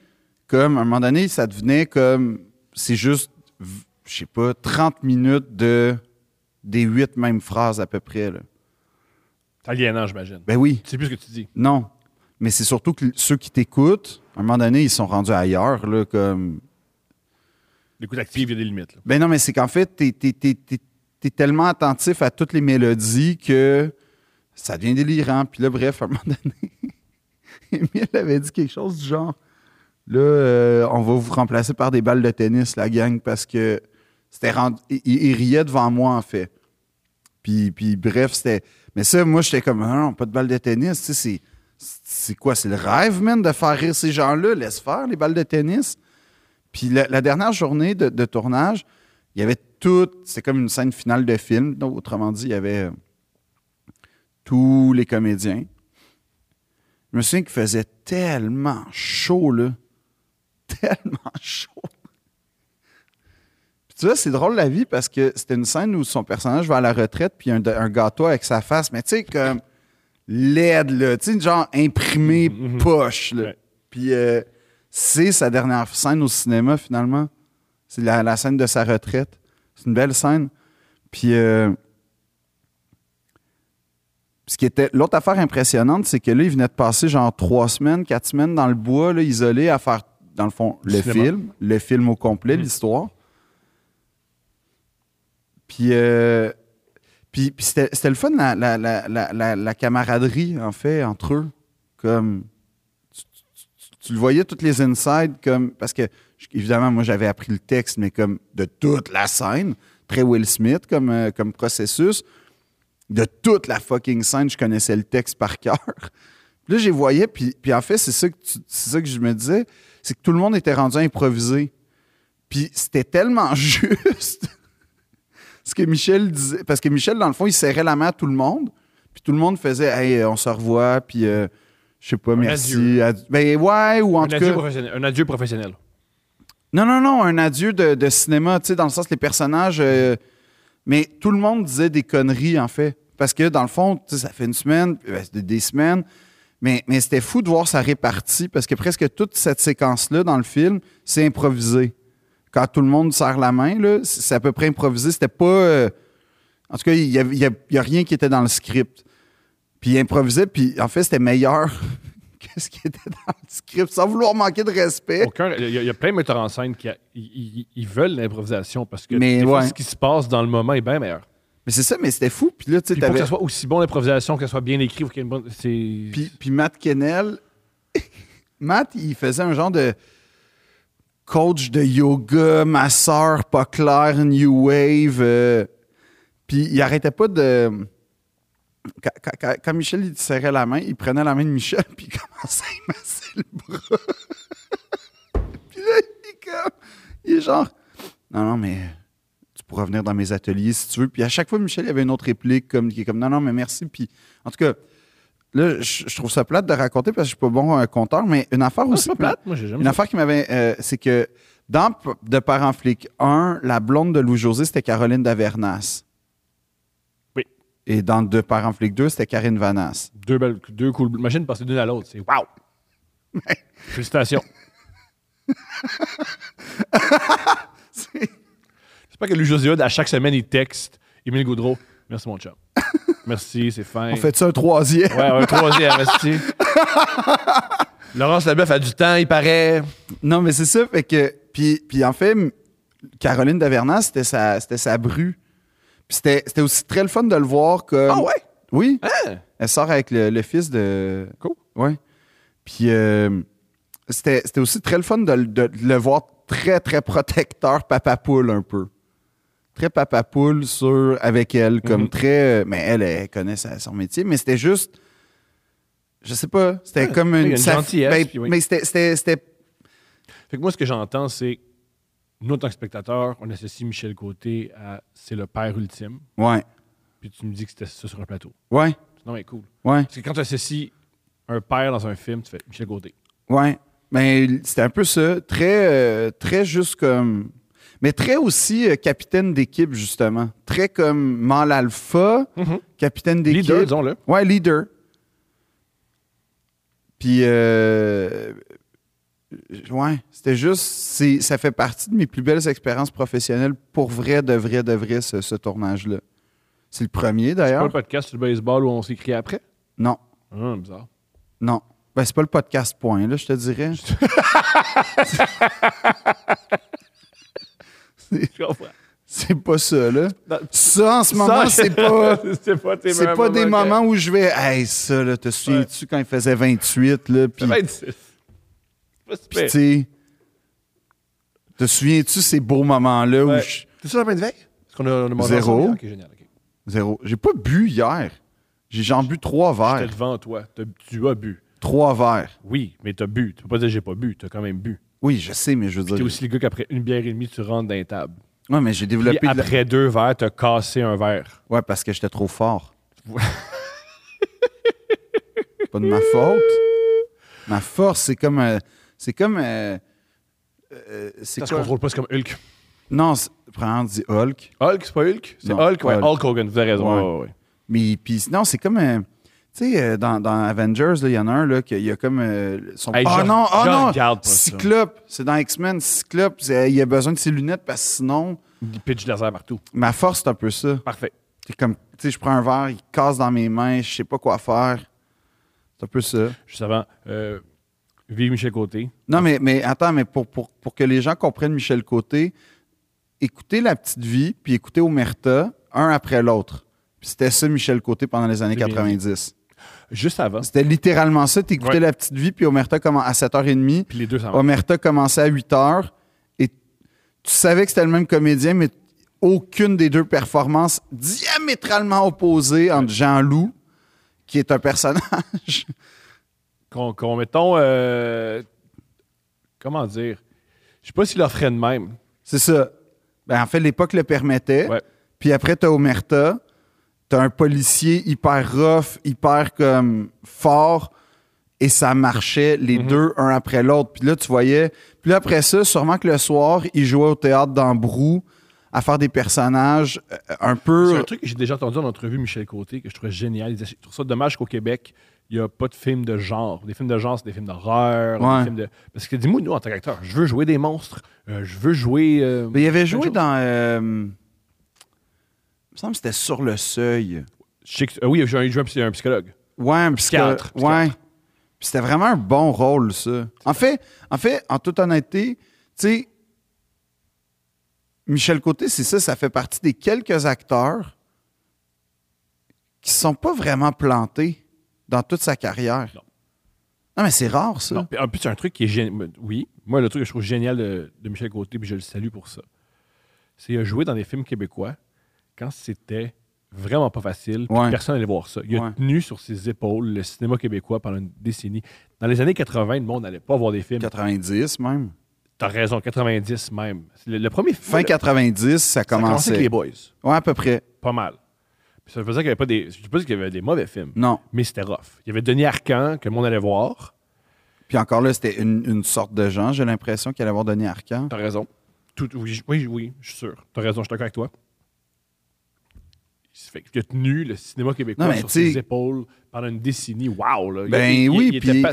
comme à un moment donné, ça devenait comme c'est juste, v- je sais pas, 30 minutes de des huit mêmes phrases à peu près. là.
C'est aliénant, j'imagine.
Ben oui.
Tu sais plus ce que tu dis.
Non. Mais c'est surtout que ceux qui t'écoutent, à un moment donné, ils sont rendus ailleurs. Là, comme...
L'écoute active, il y a des limites. là.
Ben non, mais c'est qu'en fait, t'es t'es- t'es- t'es- t'es tellement attentif à toutes les mélodies que ça devient délirant. Puis là, bref, à un moment donné, Emile avait dit quelque chose du genre Là, euh, on va vous remplacer par des balles de tennis, la gang, parce que c'était rendu. Il, il- il riait devant moi, en fait. Puis, puis bref, c'était. Mais ça, moi, j'étais comme Ah non, pas de balles de tennis. Tu sais, c'est. C'est quoi? C'est le rêve, man, de faire rire ces gens-là. Laisse faire les balles de tennis. Puis la, la dernière journée de, de tournage, il y avait tout. C'était comme une scène finale de film. Donc, autrement dit, il y avait euh, tous les comédiens. Je me souviens qu'il faisait tellement chaud, là. Tellement chaud. Puis tu vois, c'est drôle la vie parce que c'était une scène où son personnage va à la retraite, puis il y a un, un gâteau avec sa face. Mais tu sais, comme laide, là. Tu sais, genre imprimé
Mhm.
poche, là.
Ouais.
Puis euh, c'est sa dernière scène au cinéma, finalement. C'est la, la scène de sa retraite. C'est une belle scène. Puis euh, ce qui était l'autre affaire impressionnante, c'est que là, il venait de passer genre trois semaines, quatre semaines dans le bois, là, isolé, à faire, dans le fond,
Du
le
cinéma.
film, le film au complet,
Mhm.
l'histoire. Puis, euh, puis, puis c'était c'était le fun, la, la- la- la- la- la camaraderie, en fait, entre eux. Comme, tu, tu- tu- tu le voyais, toutes les insides, comme, parce que, j- évidemment, moi, j'avais appris le texte, mais comme de toute la scène, très Will Smith comme, euh, comme processus de toute la fucking scène, je connaissais le texte par cœur. Puis là, j'y voyais, puis, puis en fait, c'est ça, que tu- c'est ça que je me disais, c'est que tout le monde était rendu à improviser. Puis c'était tellement juste ce que Michel disait, parce que Michel, dans le fond, il serrait la main à tout le monde, Puis tout le monde faisait, hey, on se revoit, puis euh, je sais pas, merci.
adieu.
ad- Ben ouais, ou en
un,
tout
adieu
cas.
professionnel, un adieu professionnel.
Non, non, non, un adieu de, de cinéma, tu sais, dans le sens les personnages. euh, mais tout le monde disait des conneries, en fait. Parce que, dans le fond, tu sais, ça fait une semaine, puis, ben, c'était des semaines. Mais, mais c'était fou de voir ça réparti, parce que presque toute cette séquence-là dans le film, c'est improvisé. Quand tout le monde serre la main, là, c'est c'est à peu près improvisé. C'était pas. euh, en tout cas, il n'y a, il y a- il y a rien qui était dans le script. Puis il improvisait, puis en fait, c'était meilleur que ce qui était dans le script, sans vouloir manquer de respect.
Aucun- Il y, a- il y a plein de metteurs en scène qui a- ils- ils- ils veulent l'improvisation parce que
Mais
des fois,
ouais.
ce qui se passe dans le moment est bien meilleur.
Mais c'est ça, mais c'était fou. Puis là, tu sais,
Puis pour que
t'avais.
ça soit aussi bon l'improvisation, que ça soit bien écrit ou qu'il y ait une bonne. C'est.
Puis, puis Matt Kennel, Matt, il faisait un genre de coach de yoga, masseur, pas clair, new wave. euh, puis il arrêtait pas de. Quand, quand- quand- quand Michel il serrait la main, il prenait la main de Michel, puis il commençait à lui masser le bras. puis là, il est comme. Il est genre. Non, non, mais tu pourras venir dans mes ateliers si tu veux. Puis à chaque fois, Michel, il y avait une autre réplique comme, qui est comme Non, non, mais merci. Puis en tout cas, là, je, je trouve ça plate de raconter parce que je suis pas bon euh, conteur, mais une affaire
Non,
aussi.
Ah, c'est pas plate. Moi, j'ai jamais.
Une affaire qui m'avait. euh, c'est que dans P- De Parents Flic 1, la blonde de Louis-José, c'était Caroline Davernas.
Oui.
Et dans De Parents Flic 2, c'était Karine Vanasse.
Deux, belles, deux cool. Imagine passer d'une à l'autre. C'est wow! Félicitations. C'est pas que Louis José Hood, à chaque semaine, il texte Émile Goudreau. Merci, mon chum. Merci, c'est fin.
On fait ça un troisième.
Ouais, un troisième, merci. Laurence Leboeuf a du temps, il paraît.
Non, mais c'est ça. Fait que, puis, puis en fait, m- Caroline Davernas, c'était sa, c'était sa bru. Puis c'était, c'était aussi très le fun de le voir comme.
Ah ouais?
Oui.
Hein?
Elle sort avec le, le fils de.
Cool.
Ouais. Puis euh, c'était, c'était aussi très le fun de, le- de- de le voir très, très protecteur, papa poule un peu. Très papa poule sur, avec elle, comme
Mhm.
très. euh, Mais elle, elle connaît sa- son métier, mais c'était juste. Je sais pas. C'était
Ouais,
comme
il y a
une.
une
ça-
gentillesse,
ben,
puis oui.
Mais c'était- c'était- c'était
Fait que moi, ce que j'entends, c'est nous, en tant que spectateurs, on associe Michel Côté à c'est le père ultime.
ouais.
Puis tu me dis que c'était ça sur un plateau.
Ouais,
Non, mais cool.
ouais,
Parce que quand tu associes un père dans un film, tu fais Michel Côté.
ouais. Mais c'était un peu ça. Très, euh, très juste comme. Mais très aussi euh, capitaine d'équipe, justement. Très comme mal alpha,
Mm-hmm.
capitaine d'équipe.
Leader, disons-le.
Ouais, leader. Puis, euh, ouais, c'était juste, c'est- ça fait partie de mes plus belles expériences professionnelles pour vrai, de vrai, de vrai, ce, ce tournage-là. C'est le premier,
Pas
d'ailleurs.
le podcast sur le baseball où on s'écrit après.
Non,
Hum, bizarre.
non. Ben, c'est pas le podcast point, là, je te dirais.
Tu comprends?
C'est pas ça, là.
Dans-
Ça, en ce moment,
Ça,
c'est pas.
c'est pas, tes
C'est
meilleurs
pas des
que-
moments où je vais. Hey, ça, là, te souviens-tu quand il faisait 28, là? Puis,
Ça va être- c'est- c'est pas si
puis, tu
pire.
sais. Te souviens-tu ces beaux moments-là où
Ouais.
je.
T'es sur la main de veille? Est-ce qu'on a, on a mangé
Zéro.
ensemble hier? Ok, génial. ok.
Zéro. J'ai pas bu hier. J'ai j'en bu trois
J'étais
verres.
devant toi. T'as- tu as bu.
Trois verres.
Oui, mais t'as bu. Tu peux pas dire j'ai pas bu. T'as quand même bu.
Oui, je sais, mais je veux
T'es
dire.
aussi le gars qu'après une bière et demie, tu rentres dans les tables.
Ouais, mais j'ai développé.
Puis
de la-
après deux verres, t'as cassé un verre.
Ouais, parce que j'étais trop fort.
Ouais.
pas de ma faute. Ma force, c'est comme. euh, c'est comme. euh, euh, c'est
Ça se
quoi?
contrôle pas, c'est comme Hulk.
Non, c'est- premièrement, on dit Hulk.
Hulk, c'est pas Hulk? C'est
Non,
Hulk, ouais.
Hulk.
Hulk Hogan, vous avez raison.
Ouais.
ouais, ouais, ouais.
Mais puis sinon, c'est comme. euh, tu sais, euh, dans, dans Avengers, là, il y en a un, là, qu'il y a comme. euh, son...
Hey,
Ah
je-
non, ah
je
non!
regarde pas ça.
Cyclope! C'est dans X-Men, Cyclope. c'est- euh, Il a besoin de ses lunettes parce que sinon,
Il pitch du laser partout.
ma force, c'est un peu ça.
Parfait.
C'est comme, tu sais, je prends un verre, il casse dans mes mains, je sais pas quoi faire. C'est un peu ça.
Juste avant, euh, vive Michel Côté.
Non, mais, mais attends, mais pour, pour, pour que les gens comprennent Michel Côté, écoutez La Petite Vie, puis écoutez Omerta, un après l'autre. Puis c'était ça, Michel Côté, pendant les années
C'est bien
90.
Juste avant,
C'était littéralement ça. T'écoutais
Ouais.
La Petite Vie, puis Omerta commen- à 7h30.
puis les deux s'en vont.
Omerta commençait à 8h. Et tu savais que c'était le même comédien, mais aucune des deux performances diamétralement opposées entre Jean-Loup, qui est un personnage
Qu'on, qu'on, mettons, euh, comment dire, je sais pas s'il leur ferait de même.
C'est ça. Ben, en fait, l'époque le permettait.
Ouais.
Puis après, t'as Omerta, T'as un policier hyper rough, hyper comme fort, et ça marchait les
Mhm.
deux un après l'autre. Puis là, tu voyais. Puis là, après ça, sûrement que le soir, il jouait au théâtre d'Ambrou à faire des personnages euh, un
C'est
peu.
un truc que j'ai déjà entendu en entrevue Michel Côté que je trouvais génial. Il disait, je trouve ça dommage qu'au Québec, il n'y a pas de films de genre. Des films de genre, c'est des films d'horreur. des
Ouais.
films de- Parce que dis-moi, nous, en tant qu'acteur, je veux jouer des monstres. euh, je veux jouer. euh,
Mais il avait joué
chose.
dans. euh, il me semble que c'était sur le seuil.
Shakespeare- euh, oui, j'ai un- j'ai un psy- un psychologue.
Ouais, un psychiatre.
Psychiatre,
Ouais. Puis C'était vraiment un bon rôle, ça. En fait, en fait, en toute honnêteté, tu sais, Michel Côté, c'est ça, ça fait partie des quelques acteurs qui sont pas vraiment plantés dans toute sa carrière.
Non.
Non, mais c'est rare, ça.
Non, puis en plus, c'est un truc qui est génial. Oui, moi, le truc que je trouve génial de, de Michel Côté, puis je le salue pour ça, c'est qu'il a joué dans des films québécois quand c'était vraiment pas facile, puis
Ouais.
personne n'allait voir ça. Il a
Ouais.
tenu sur ses épaules le cinéma québécois pendant une décennie. Dans les années 80, le monde n'allait pas voir des films.
90 même.
T'as raison, 90 même. C'est Le, le premier film,
Fin
là,
90, ça
ça a commencé avec les
commençait.
Boys.
Ouais, à peu près.
Pas mal. Puis ça faisait qu'il y avait pas des. Je dis pas qu'il y avait des mauvais films,
Non.
mais c'était rough. Il y avait Denis Arcan que le monde allait voir.
Puis encore là, c'était une, une sorte de gens, j'ai l'impression, qu'il allait avoir donné Arcan.
T'as raison. Tout, oui, je- oui, oui, je suis sûr. T'as raison, je suis d'accord avec toi. Il se fait qu'il a tenu le cinéma québécois
Non, mais
sur
t'sais-
ses épaules pendant une décennie. Wow, là. Il-
Ben
il- il-
oui,
il était
puis
pas-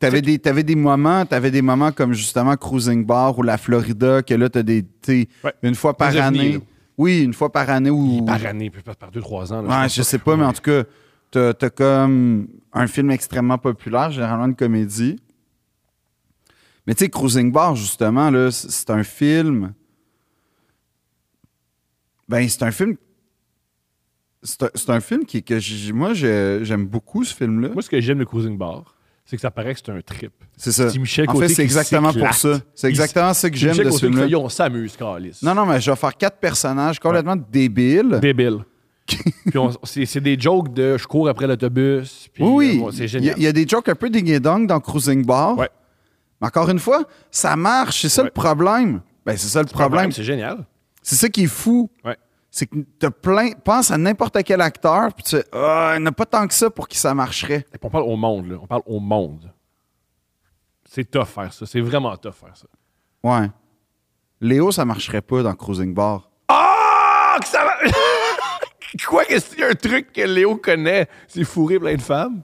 T'avais des, t'avais des moments, t'avais des moments comme justement Cruising Bar ou la Florida, que là, t'as des. t'sais,
Ouais.
Une fois par
Des ovnis,
année.
là.
Oui, une fois par année ou.
par année, puis par, par deux, trois ans. là,
Ouais,
pense
je sais pas, mais en tout cas, t'as, t'as comme un film extrêmement populaire, généralement une comédie. Mais tu sais, Cruising Bar, justement, là, c- c'est un film. Ben, c'est un film. C'est un, c'est un film qui, que j- moi, je- j'aime beaucoup, ce film-là.
Moi, ce que j'aime de Cruising Bar, c'est que ça paraît que c'est un trip.
C'est ça.
C'est Michel
en
Côté
fait,
qui
c'est exactement pour
s'éclate.
ça. C'est
Il-
exactement ça que j'aime
Michel
de
Côté
ce
qui fait,
film-là.
Yo, On s'amuse, Carlis.
Non, non, mais je vais faire quatre personnages complètement débiles.
Débile. puis on- c'est c'est des jokes de je cours après l'autobus. puis, euh,
oui,
bon,
oui.
c'est
Il y a-
génial.
il y, a des jokes un peu dingue-dong dans Cruising Bar.
Ouais.
Mais encore une fois, ça marche. C'est ça
Ouais.
le problème. Ben, c'est ça le problème.
C'est génial.
C'est ça qui est fou.
Ouais.
C'est que t'as plein. Pense à n'importe quel acteur, puis tu fais, Ah, il n'y en a pas tant que ça pour qui ça marcherait.
Et puis on parle au monde, là. On parle au monde. C'est tough faire ça. C'est vraiment tough faire ça.
Ouais. Léo, ça marcherait pas dans Cruising Bar.
Ah! que ça va... Quoi que c'est un truc que Léo connaît, c'est fourrer plein de femmes.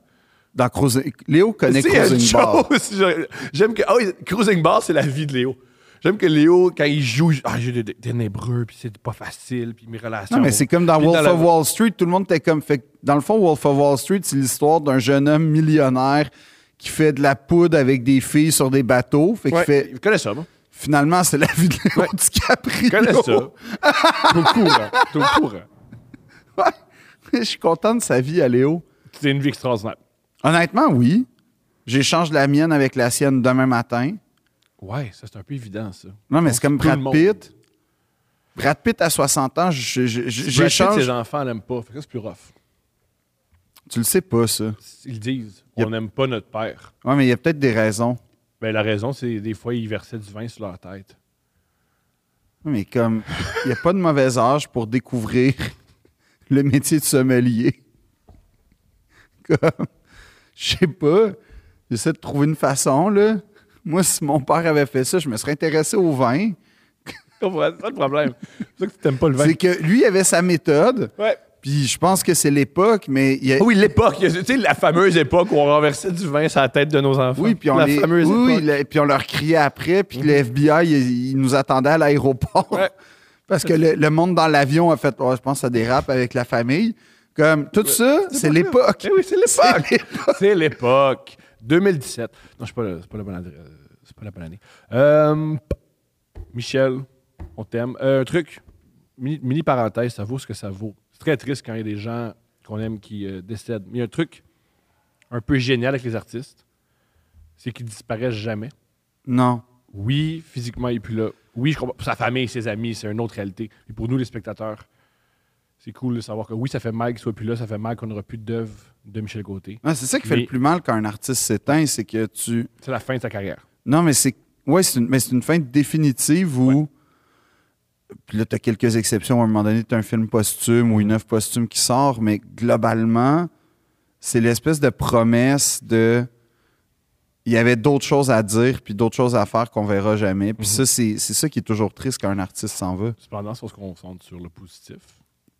Dans Cruising... Léo connaît
C'est une
Cruising Bar.
chose. je- J'aime que. oh, Cruising Bar, c'est la vie de Léo. J'aime que Léo, quand il joue, il- ah, j'ai des des- ténébreux, puis c'est pas facile, puis mes relations.
Non, mais c'est comme dans
Puis
Wolf
la-
of Wall Street, tout le monde était comme. Fait que dans le fond, Wolf of Wall Street, c'est l'histoire d'un jeune homme millionnaire qui fait de la poudre avec des filles sur des bateaux. Fait qu'il
Ouais,
fait.
Il connaît ça, moi.
Finalement, c'est la vie de Léo
Ouais.
DiCaprio.
Il connaît ça. T'es au courant. T'es au courant.
Ouais. Je suis content de sa vie à Léo.
C'est une vie extraordinaire.
Honnêtement, oui. J'échange la mienne avec la sienne demain matin.
Ouais, ça, c'est un peu évident, ça.
Non, mais c'est comme
Tout le
Brad
monde.
Pitt. Brad Pitt à 60 ans, je- je- je-
J'échange. Ses
j'échange.
enfants l'aiment pas. Fait que c'est plus rough.
Tu le sais pas, ça.
Ils disent,
Yep.
on n'aime pas notre père.
Ouais, mais il y a peut-être des raisons.
Ben, la raison, c'est des fois, ils versaient du vin sur leur tête.
Oui, Mais comme, il n'y a pas de mauvais âge pour découvrir le métier de sommelier. Comme, je sais pas, j'essaie de trouver une façon, là. Moi, si mon père avait fait ça, je me serais intéressé au vin.
C'est ça le problème. C'est pour ça que tu t'aimes pas le vin.
C'est que lui avait sa méthode,
Ouais.
puis je pense que c'est l'époque, mais il y a...
Ah Oui, l'époque. Tu sais, la fameuse époque où on renversait du vin sur la tête de nos enfants.
Oui, puis on,
La
les-
fameuse
oui,
époque. Mhm.
le- puis on leur criait après, puis le FBI, il, il nous attendait à l'aéroport.
Ouais.
Parce que le, le monde dans l'avion a fait, Oh, je pense que ça dérape avec la famille. Comme, tout ça, c'est l'époque.
Eh oui, c'est
C'est
l'époque.
l'époque.
C'est l'époque. 2017. Non, je pas, le- c'est pas la bonne adresse. C'est pas la bonne année. Euh, Michel, on t'aime. Euh, un truc, mini, mini parenthèse, ça vaut ce que ça vaut. C'est très triste quand il y a des gens qu'on aime qui euh, décèdent. Mais il y a un truc un peu génial avec les artistes, c'est qu'ils disparaissent jamais.
Non.
Oui, physiquement, il est plus là. Oui, je comprends. Pour sa famille, ses amis, c'est une autre réalité. Et pour nous, les spectateurs, c'est cool de savoir que oui, ça fait mal qu'il soit plus là, ça fait mal qu'on n'aura plus d'œuvre de Michel Côté.
Non, c'est ça qui fait
Mais-
le plus mal quand un artiste s'éteint, c'est que tu.
C'est la fin de sa carrière.
Non, mais c'est. Ouais, c'est une, mais c'est une fin définitive où Puis là, tu as quelques exceptions. À un moment donné, tu as un film posthume ou une œuvre posthume qui sort, mais globalement, c'est l'espèce de promesse de. Il y avait d'autres choses à dire, puis d'autres choses à faire qu'on verra jamais. Puis
Mhm.
ça, c'est c'est ça qui est toujours triste quand un artiste s'en va.
Cependant, si on se concentre sur le positif,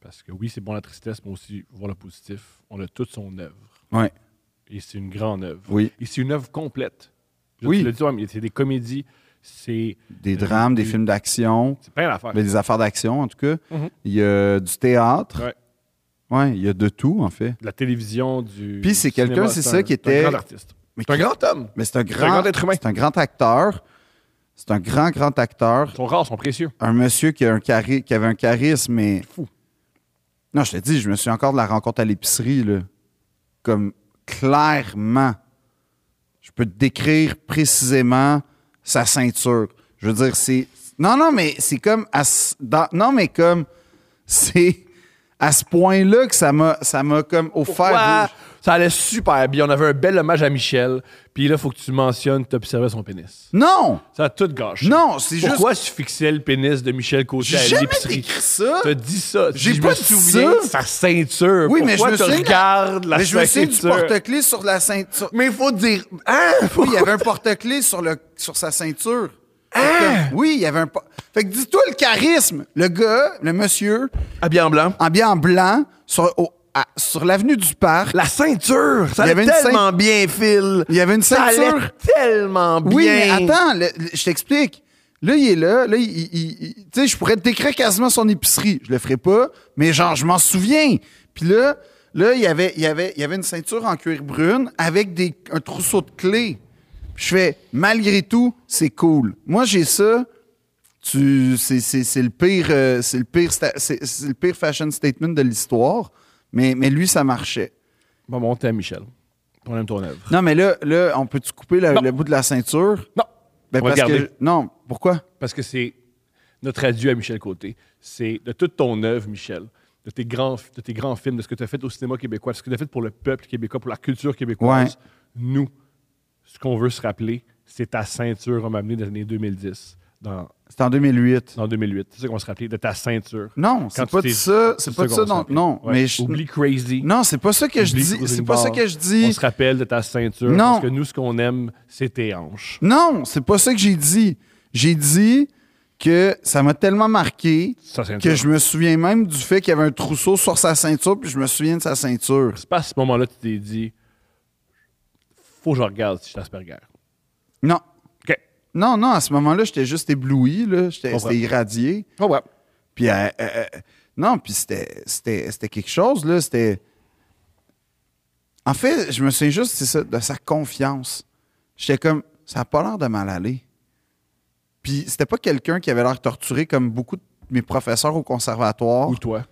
parce que oui, c'est bon la tristesse, mais aussi voir le positif, on a toute son œuvre.
Ouais.
Et c'est une grande œuvre.
Oui.
Et c'est une œuvre complète. Là,
Oui.
Tu l'as dit, ouais, mais c'est des comédies, c'est
Des drames, des films d'action,
c'est plein d'affaires.
ben, des affaires d'action en tout cas.
Mhm.
Il y a du théâtre.
Ouais.
Ouais, il y a de tout en fait.
De la télévision, du.
Puis c'est
du cinéma,
quelqu'un, c'est ça,
un-
qui
C'est
était-
un grand artiste.
Mais
C'est un
qui-
grand homme.
Mais c'est un
C'est un
grand,
grand être humain.
c'est un grand acteur. C'est un grand, grand acteur.
Ils sont rares, ils sont précieux.
un monsieur qui, a un chari- qui avait un charisme, mais.
Fou.
Non, je te dis, je me suis encore de la rencontre à l'épicerie, là. Comme clairement, je peux te décrire précisément sa ceinture. Je veux dire, c'est. Non, non, mais c'est comme. à ce- dans- Non, mais comme. C'est à ce point-là que ça m'a, ça m'a comme offert.
Pourquoi? Ça allait super bien. On avait un bel hommage à Michel. Puis là, il faut que tu mentionnes que tu observais son pénis.
Non!
Ça a tout gâché.
Non, c'est juste.
Pourquoi tu fixais le pénis de Michel Côté
J'ai
à
jamais
l'épicerie?
décrit ça!
T'as dit ça.
J'ai
Je
pas
me
dit
souviens
ça.
de sa ceinture.
Oui,
Pourquoi
mais je me
tu
souviens-
regardes la
mais je me
ceinture?
sais du porte-clés sur la ceinture.
Mais il faut dire. Hein?
Oui, il y avait un porte-clés sur, le- sur sa ceinture. Fait que- Oui, il y avait un. por- Fait que dis-toi le charisme. Le gars, le monsieur,
Habillé en blanc.
en bien en blanc, sur, au- à- sur l'avenue du parc.
La ceinture! Ça
Il
allait
y avait une
tellement bien, Phil!
Il y avait une
Ça
ceinture.
allait tellement bien!
Oui, mais attends, le- le- je t'explique. Là, il est là. Là, il- il- il- tu sais, je pourrais te décrire quasiment son épicerie. Je le ferai pas, mais genre, je m'en souviens. Puis là, là, il y avait, il y avait, il y avait une ceinture en cuir brune avec des, un trousseau de clés. Puis Je fais, malgré tout, c'est cool. Moi, j'ai ça. Tu, c'est, c'est- c'est le pire, euh, c'est le pire, sta- c'est, c'est le pire fashion statement de l'histoire. Mais, mais lui, ça marchait.
Bon, bon, t'es à Michel. On aime ton œuvre.
Non, mais là, là, on peut-tu couper la-
Non.
le bout de la ceinture?
Non!
Ben,
On va le
parce
garder.
que, non, pourquoi?
Parce que c'est notre adieu à Michel Côté. C'est de toute ton œuvre, Michel, de tes, grands, de tes grands films, de ce que tu as fait au cinéma québécois, de ce que tu as fait pour le peuple québécois, pour la culture québécoise.
Ouais.
Nous, ce qu'on veut se rappeler, c'est ta ceinture, on m'a amené dans les années 2010, dans,
C'était en 2008.
dans 2008. C'est ça qu'on va se rappeler, de ta ceinture.
Non,
Quand
c'est
tu
pas de
t'es-
ça. C'est pas de
qu'on
ça.
se
Non,
rappelle.
non,
Ouais.
mais je-
Oublie Crazy.
non, c'est pas ça que je
Oublie
dis.
Cruising
C'est pas ça
Bar.
que je
On
dis.
se rappelle de ta ceinture.
Non.
Parce que nous, ce qu'on aime, c'est tes hanches.
Non, c'est pas ça que j'ai dit. J'ai dit que ça m'a tellement marqué
Sa ceinture.
que je me souviens même du fait qu'il y avait un trousseau sur sa ceinture, puis je me souviens de sa ceinture.
C'est pas à ce moment-là que tu t'es dit Faut que je regarde si je suis Asperger.
Non.
OK.
Non, non, à ce moment-là, j'étais juste ébloui, là. J'étais
Comprends.
j'étais irradié.
Oh ouais.
Puis, euh, euh, euh, non, puis c'était, c'était, c'était quelque chose, là. C'était. En fait, je me souviens juste c'est ça, de sa confiance. J'étais comme, ça n'a pas l'air de mal aller. Puis, c'était pas quelqu'un qui avait l'air torturé comme beaucoup de mes professeurs au conservatoire,
Ou
ou,
toi.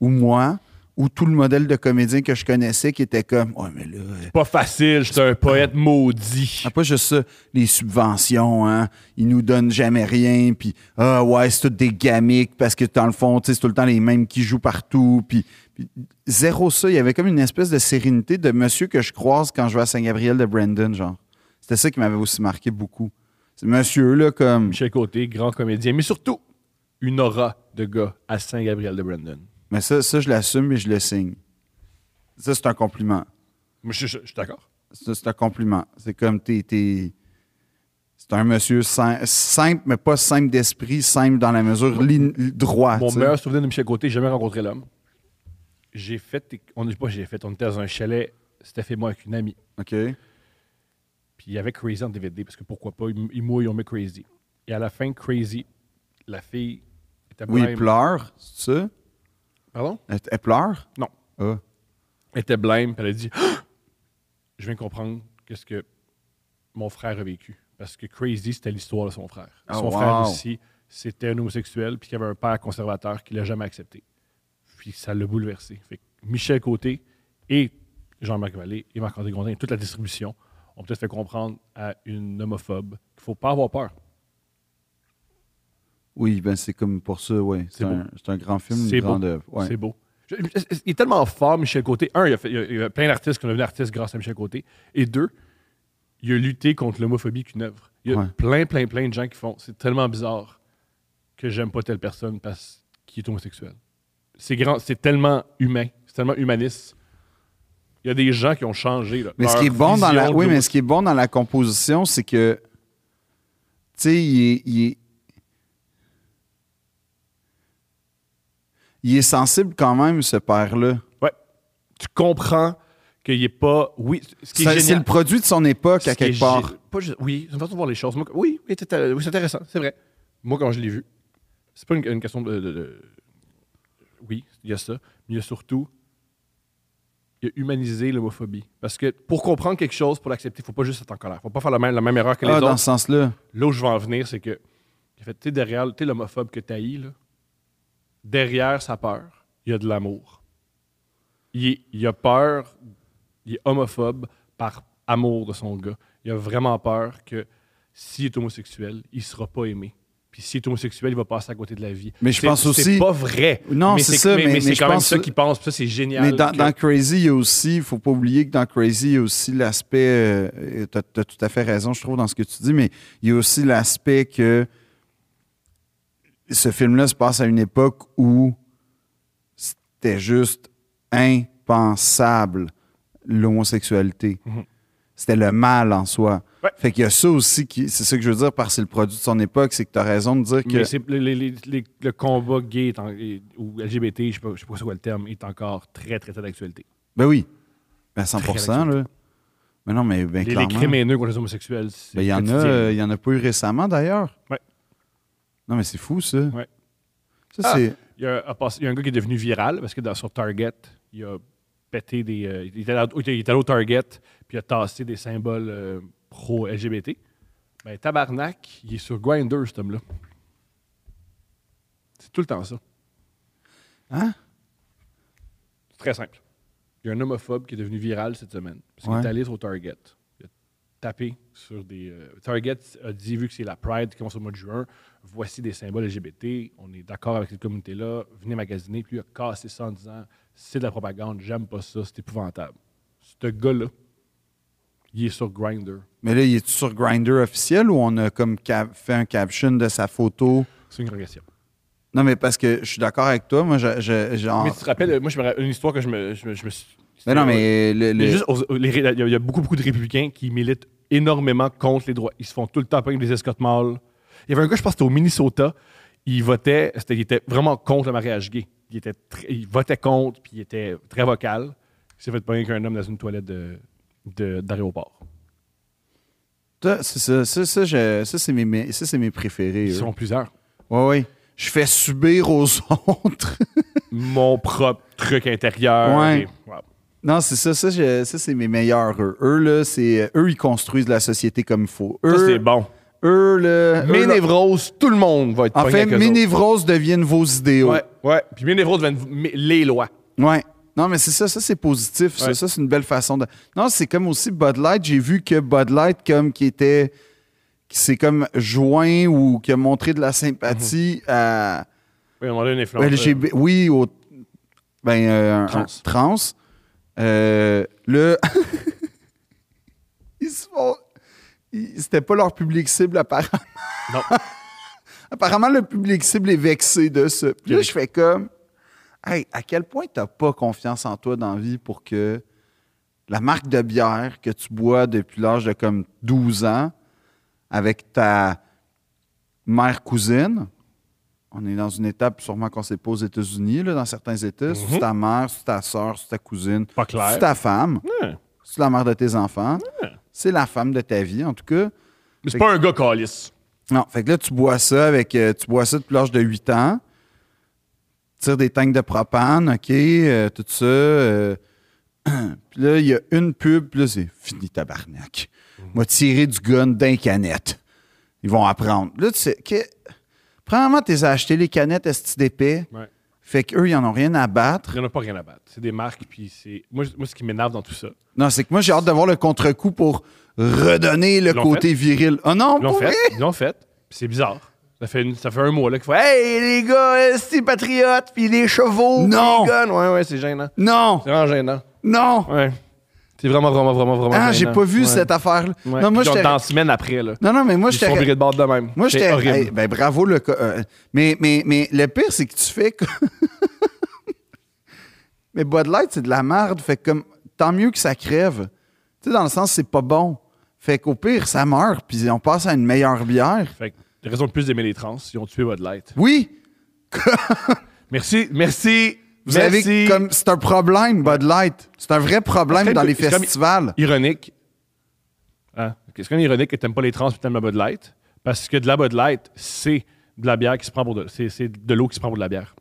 moi, ou tout le modèle de comédien que je connaissais qui était comme, ouais, mais là. euh,
Pas facile, j'étais un poète maudit.
Ah, pas juste ça, les subventions, hein, ils nous donnent jamais rien, puis ah ouais, c'est tout des gamiques parce que dans le fond, tu sais, c'est tout le temps les mêmes qui jouent partout, puis, puis zéro ça, il y avait comme une espèce de sérénité de monsieur que je croise quand je vais à Saint-Gabriel de Brandon, genre. C'était ça qui m'avait aussi marqué beaucoup. Ce monsieur là comme
Michel Côté, grand comédien, mais surtout une aura de gars à Saint-Gabriel de Brandon.
mais ça ça je l'assume et je le signe. Ça c'est un compliment.
Moi, je, je- je suis d'accord.
Ça, c'est un compliment. C'est comme t'es. t'es- C'est un monsieur sim- simple, mais pas simple d'esprit, simple dans la mesure ligne- droit.
Mon
tu sais.
meilleur souvenir de Michel Côté, j'ai jamais rencontré l'homme. J'ai fait, on n'est pas j'ai fait, on était dans un chalet, Steph et moi avec une amie.
OK.
Puis il y avait Crazy en DVD, parce que pourquoi pas, ils ils mouillent, on met Crazy. Et à la fin, Crazy, la fille était
Oui,
blême.
il pleure, c'est ça?
Pardon?
Elle, elle pleure?
Non.
Ah.
Elle était blême, puis elle a dit Ah! Je viens de comprendre qu'est-ce que mon frère a vécu. Parce que Crazy, c'était l'histoire de son frère.
Ah,
son
wow.
frère aussi, c'était un homosexuel, puis qu'il avait un père conservateur qui l'a jamais accepté. Puis ça l'a bouleversé. Fait que Michel Côté et Jean-Marc Vallée et Marc-André Gondin, toute la distribution, ont peut-être fait comprendre à une homophobe qu'il faut pas avoir peur.
Oui, ben c'est comme pour ça, oui. C'est
C'est
un, c'est un grand film,
C'est
une grande
beau.
œuvre. ouais.
C'est beau. Je- je- il est tellement fort, Michel Côté. Un, il a, fait- il a- il a plein d'artistes qui sont devenus artistes grâce à Michel Côté. Et deux, il a lutté contre l'homophobie qu'une œuvre. Il y a
Ouais.
plein, plein, plein de gens qui font. C'est tellement bizarre que j'aime pas telle personne parce qu'il est homosexuel. C'est grand, c'est tellement humain, c'est tellement humaniste. Il y a des gens qui ont changé. là,
Mais ce
leur
qui est bon dans la,
vision
oui,
de
mais ce qui est bon dans la composition, c'est que, tu sais, il est, il est- il est sensible quand même ce père là.
Ouais. Tu comprends qu'il n'est pas. Oui, ce qui est
C'est c'est
génial.
le produit de son époque
ce
à
qui est
quelque part.
gé- pas juste- oui, c'est une façon de voir les choses. Moi, oui, oui, c'est euh, oui, c'est intéressant, c'est vrai. Moi, quand je l'ai vu, c'est pas une, une question de, de- de- Oui, il y a ça, mais il y a surtout. Il a humanisé l'homophobie. Parce que pour comprendre quelque chose, pour l'accepter, il faut pas juste être en colère. faut pas faire la même, la même erreur que les
Ah, dans
autres.
ce sens-là.
Là où je veux en venir, c'est que, en fait, tu sais, derrière, tu sais, l'homophobe que t'haïs, là, derrière sa peur, il y a de l'amour. Il, est- il a peur, il est homophobe par amour de son gars. Il a vraiment peur que s'il est homosexuel, il sera pas aimé. Puis s'il est homosexuel, il va passer à côté de la vie.
Mais je
C'est-
pense
C'est
aussi-
pas vrai.
Non, c'est ça, mais- mais
c'est
je
quand même
pense-
ça qu'il pense. puis Ça, c'est génial.
Mais dans,
que-
dans Crazy, il y a aussi, il faut pas oublier que dans Crazy, il y a aussi l'aspect, euh, tu as, tout à fait raison, je trouve, dans ce que tu dis, mais il y a aussi l'aspect que ce film-là se passe à une époque où c'était juste impensable l'homosexualité.
Mhm.
C'était le mal en soi.
Ouais.
Fait qu'il y a ça aussi, qui, c'est ça que je veux dire, parce que c'est le produit de son époque, c'est que tu as raison de dire que...
Mais c'est- les- les- les- les- le combat gay est en- est- ou LGBT, je ne sais pas, je sais pas c'est quoi le terme, est encore très, très, très d'actualité.
Ben oui, Ben, 100
Très
là. Mais non, mais ben,
Les, les
clairement.
crimes haineux contre les homosexuels, c'est
Ben, il y en a,
quotidien.
euh, il y en a pas eu récemment d'ailleurs.
Ouais.
Non, mais c'est fou ça.
Ouais.
Ça
Ah!
c'est.
Il y, a, un pass- il y a un gars qui est devenu viral parce que dans, sur Target, il a pété des. euh, il, est allé, au- il est allé au Target, puis il a tassé des symboles euh, pro-LGBT. Ben, tabarnak, il est sur Grindr, cet homme-là. C'est tout le temps ça.
Hein?
C'est très simple. Il y a un homophobe qui est devenu viral cette semaine. Parce qu'il
Ouais.
est allé sur Target. Il a tapé sur des. euh, Target a dit, vu que c'est la Pride qui commence au mois de juin, voici des symboles LGBT. On est d'accord avec cette communauté-là. Venez magasiner. Puis lui a cassé ça en disant c'est de la propagande, j'aime pas ça, c'est épouvantable. Ce gars-là, il est sur Grindr.
Mais là, il est sur Grinder officiel ou on a comme cap- fait un caption de sa photo?
C'est une régression.
Non, mais parce que je suis d'accord avec toi. Moi, je, je- genre.
Mais tu te rappelles, euh, moi, je me ra- une histoire que je me, je me- je me suis.
Mais Ah. Ben non, mais le-
Il y,
le-
a juste aux- les ré- il y a- il y a beaucoup, beaucoup de républicains qui militent énormément contre les droits. Ils se font tout le temps peindre des escottes mâles. Il y avait un gars, je pense, que c'était au Minnesota. Il votait, c'était- il était vraiment contre le mariage gay. Il, était tr- il votait contre, puis il était très vocal. Il s'est fait peindre qu'un homme dans une toilette de- de- d'aéroport.
ça, c'est ça, ça, ça, je- ça, c'est mes, mes- ça, c'est mes préférés.
Ils sont plusieurs.
Oui, oui. Je fais subir aux autres.
Mon propre truc intérieur.
Ouais.
Et- wow.
non, c'est ça, ça, je- ça, c'est mes meilleurs. Eux, eux là, c'est eux, ils construisent la société comme il faut. Eux,
Ça, c'est bon.
eux, là,
Mes
eux, là-
névroses, tout le monde va être
En
pogné
fait,
avec eux
mes
autres.
névroses deviennent vos idéaux.
Ouais, ouais. Puis mes névroses deviennent mes- les lois.
Ouais. Non, mais c'est ça, ça c'est positif. Ça,
Ouais.
ça c'est une belle façon de. Non, c'est comme aussi Bud Light. J'ai vu que Bud Light, comme qui était. qui s'est comme joint ou qui a montré de la sympathie
Mm-hmm.
à.
Oui, on a une
au
influence. euh,
LGB Oui, au. Ben, euh, un-
Trans.
un trans. Euh, le. Ils se font. ils- C'était pas leur public cible, apparemment.
Non.
Apparemment, le public cible est vexé de ça. Puis là,
Quel-
je fais comme, hey, à quel point t'as pas confiance en toi dans la vie pour que la marque de bière que tu bois depuis l'âge de comme 12 ans avec ta mère-cousine, on est dans une étape sûrement qu'on s'est pas aux États-Unis, là, dans certains États, c'est
Mhm.
ta mère, c'est ta soeur, c'est ta cousine,
Pas clair.
c'est ta femme,
Ouais.
c'est la mère de tes enfants, c'est la femme de ta vie, en tout cas.
Mais c'est pas un gars calice.
Non, fait que là, tu bois ça avec. euh, tu bois ça depuis l'âge de 8 ans. Tire des tanks de propane, OK, euh, tout ça. euh, puis là, il y a une pub, puis là, c'est fini, tabarnak. M'a tiré du gun d'un canette. Ils vont apprendre. Là, tu sais, que. Premièrement, t'es acheté les canettes ST d'épais.
Ouais.
Fait qu'eux, ils en ont rien à
Il
battre.
n'y en a pas rien à battre. C'est des marques, puis c'est. Moi, je- moi, ce qui m'énerve dans tout ça,
Non, c'est que moi, j'ai hâte d'avoir le contre-coup pour redonner le
l'ont
côté viril. Oh non,
ils l'ont
pour vrai?
fait. Ils l'ont fait. puis c'est bizarre. Ça fait, une- ça fait un mois là qu'il faut Hey, les gars, c'est patriote, puis les chevaux, puis
Non.
les guns. Ouais, ouais, c'est gênant.
Non!
C'est vraiment gênant.
Non!
Ouais. C'est vraiment, vraiment, vraiment, vraiment.
Ah, j'ai
gênant.
pas vu
Ouais.
cette affaire-là.
Ouais.
Non, moi,
Puis genre,
j'étais-
dans la semaine après, là.
Non, non, mais moi,
Ils se font
j'étais.
virer de bord de même.
Moi,
C'est
j'étais.
horrible.
hey, ben, bravo, le. co- euh, mais, mais, mais le pire, c'est que tu fais. que- mais Bud Light, c'est de la merde. Fait que comme. Tant mieux que ça crève. Tu sais, dans le sens, c'est pas bon. Fait qu'au pire, ça meurt, puis on passe à une meilleure bière.
Fait que, la raison de plus d'aimer les trans, ils ont tué Bud Light.
Oui,
Merci, merci,
vous
merci.
avez comme. C'est un problème, Bud Light. C'est un vrai problème
Peut-être
dans
que-
les
c'est comme-
festivals.
Ironique. Hein? Ok, C'est quand même ironique que t'aimes pas les trans, puis t'aimes la Bud Light. Parce que de la Bud Light, c'est de la bière qui se prend pour de... C'est c'est de l'eau qui se prend pour de la bière.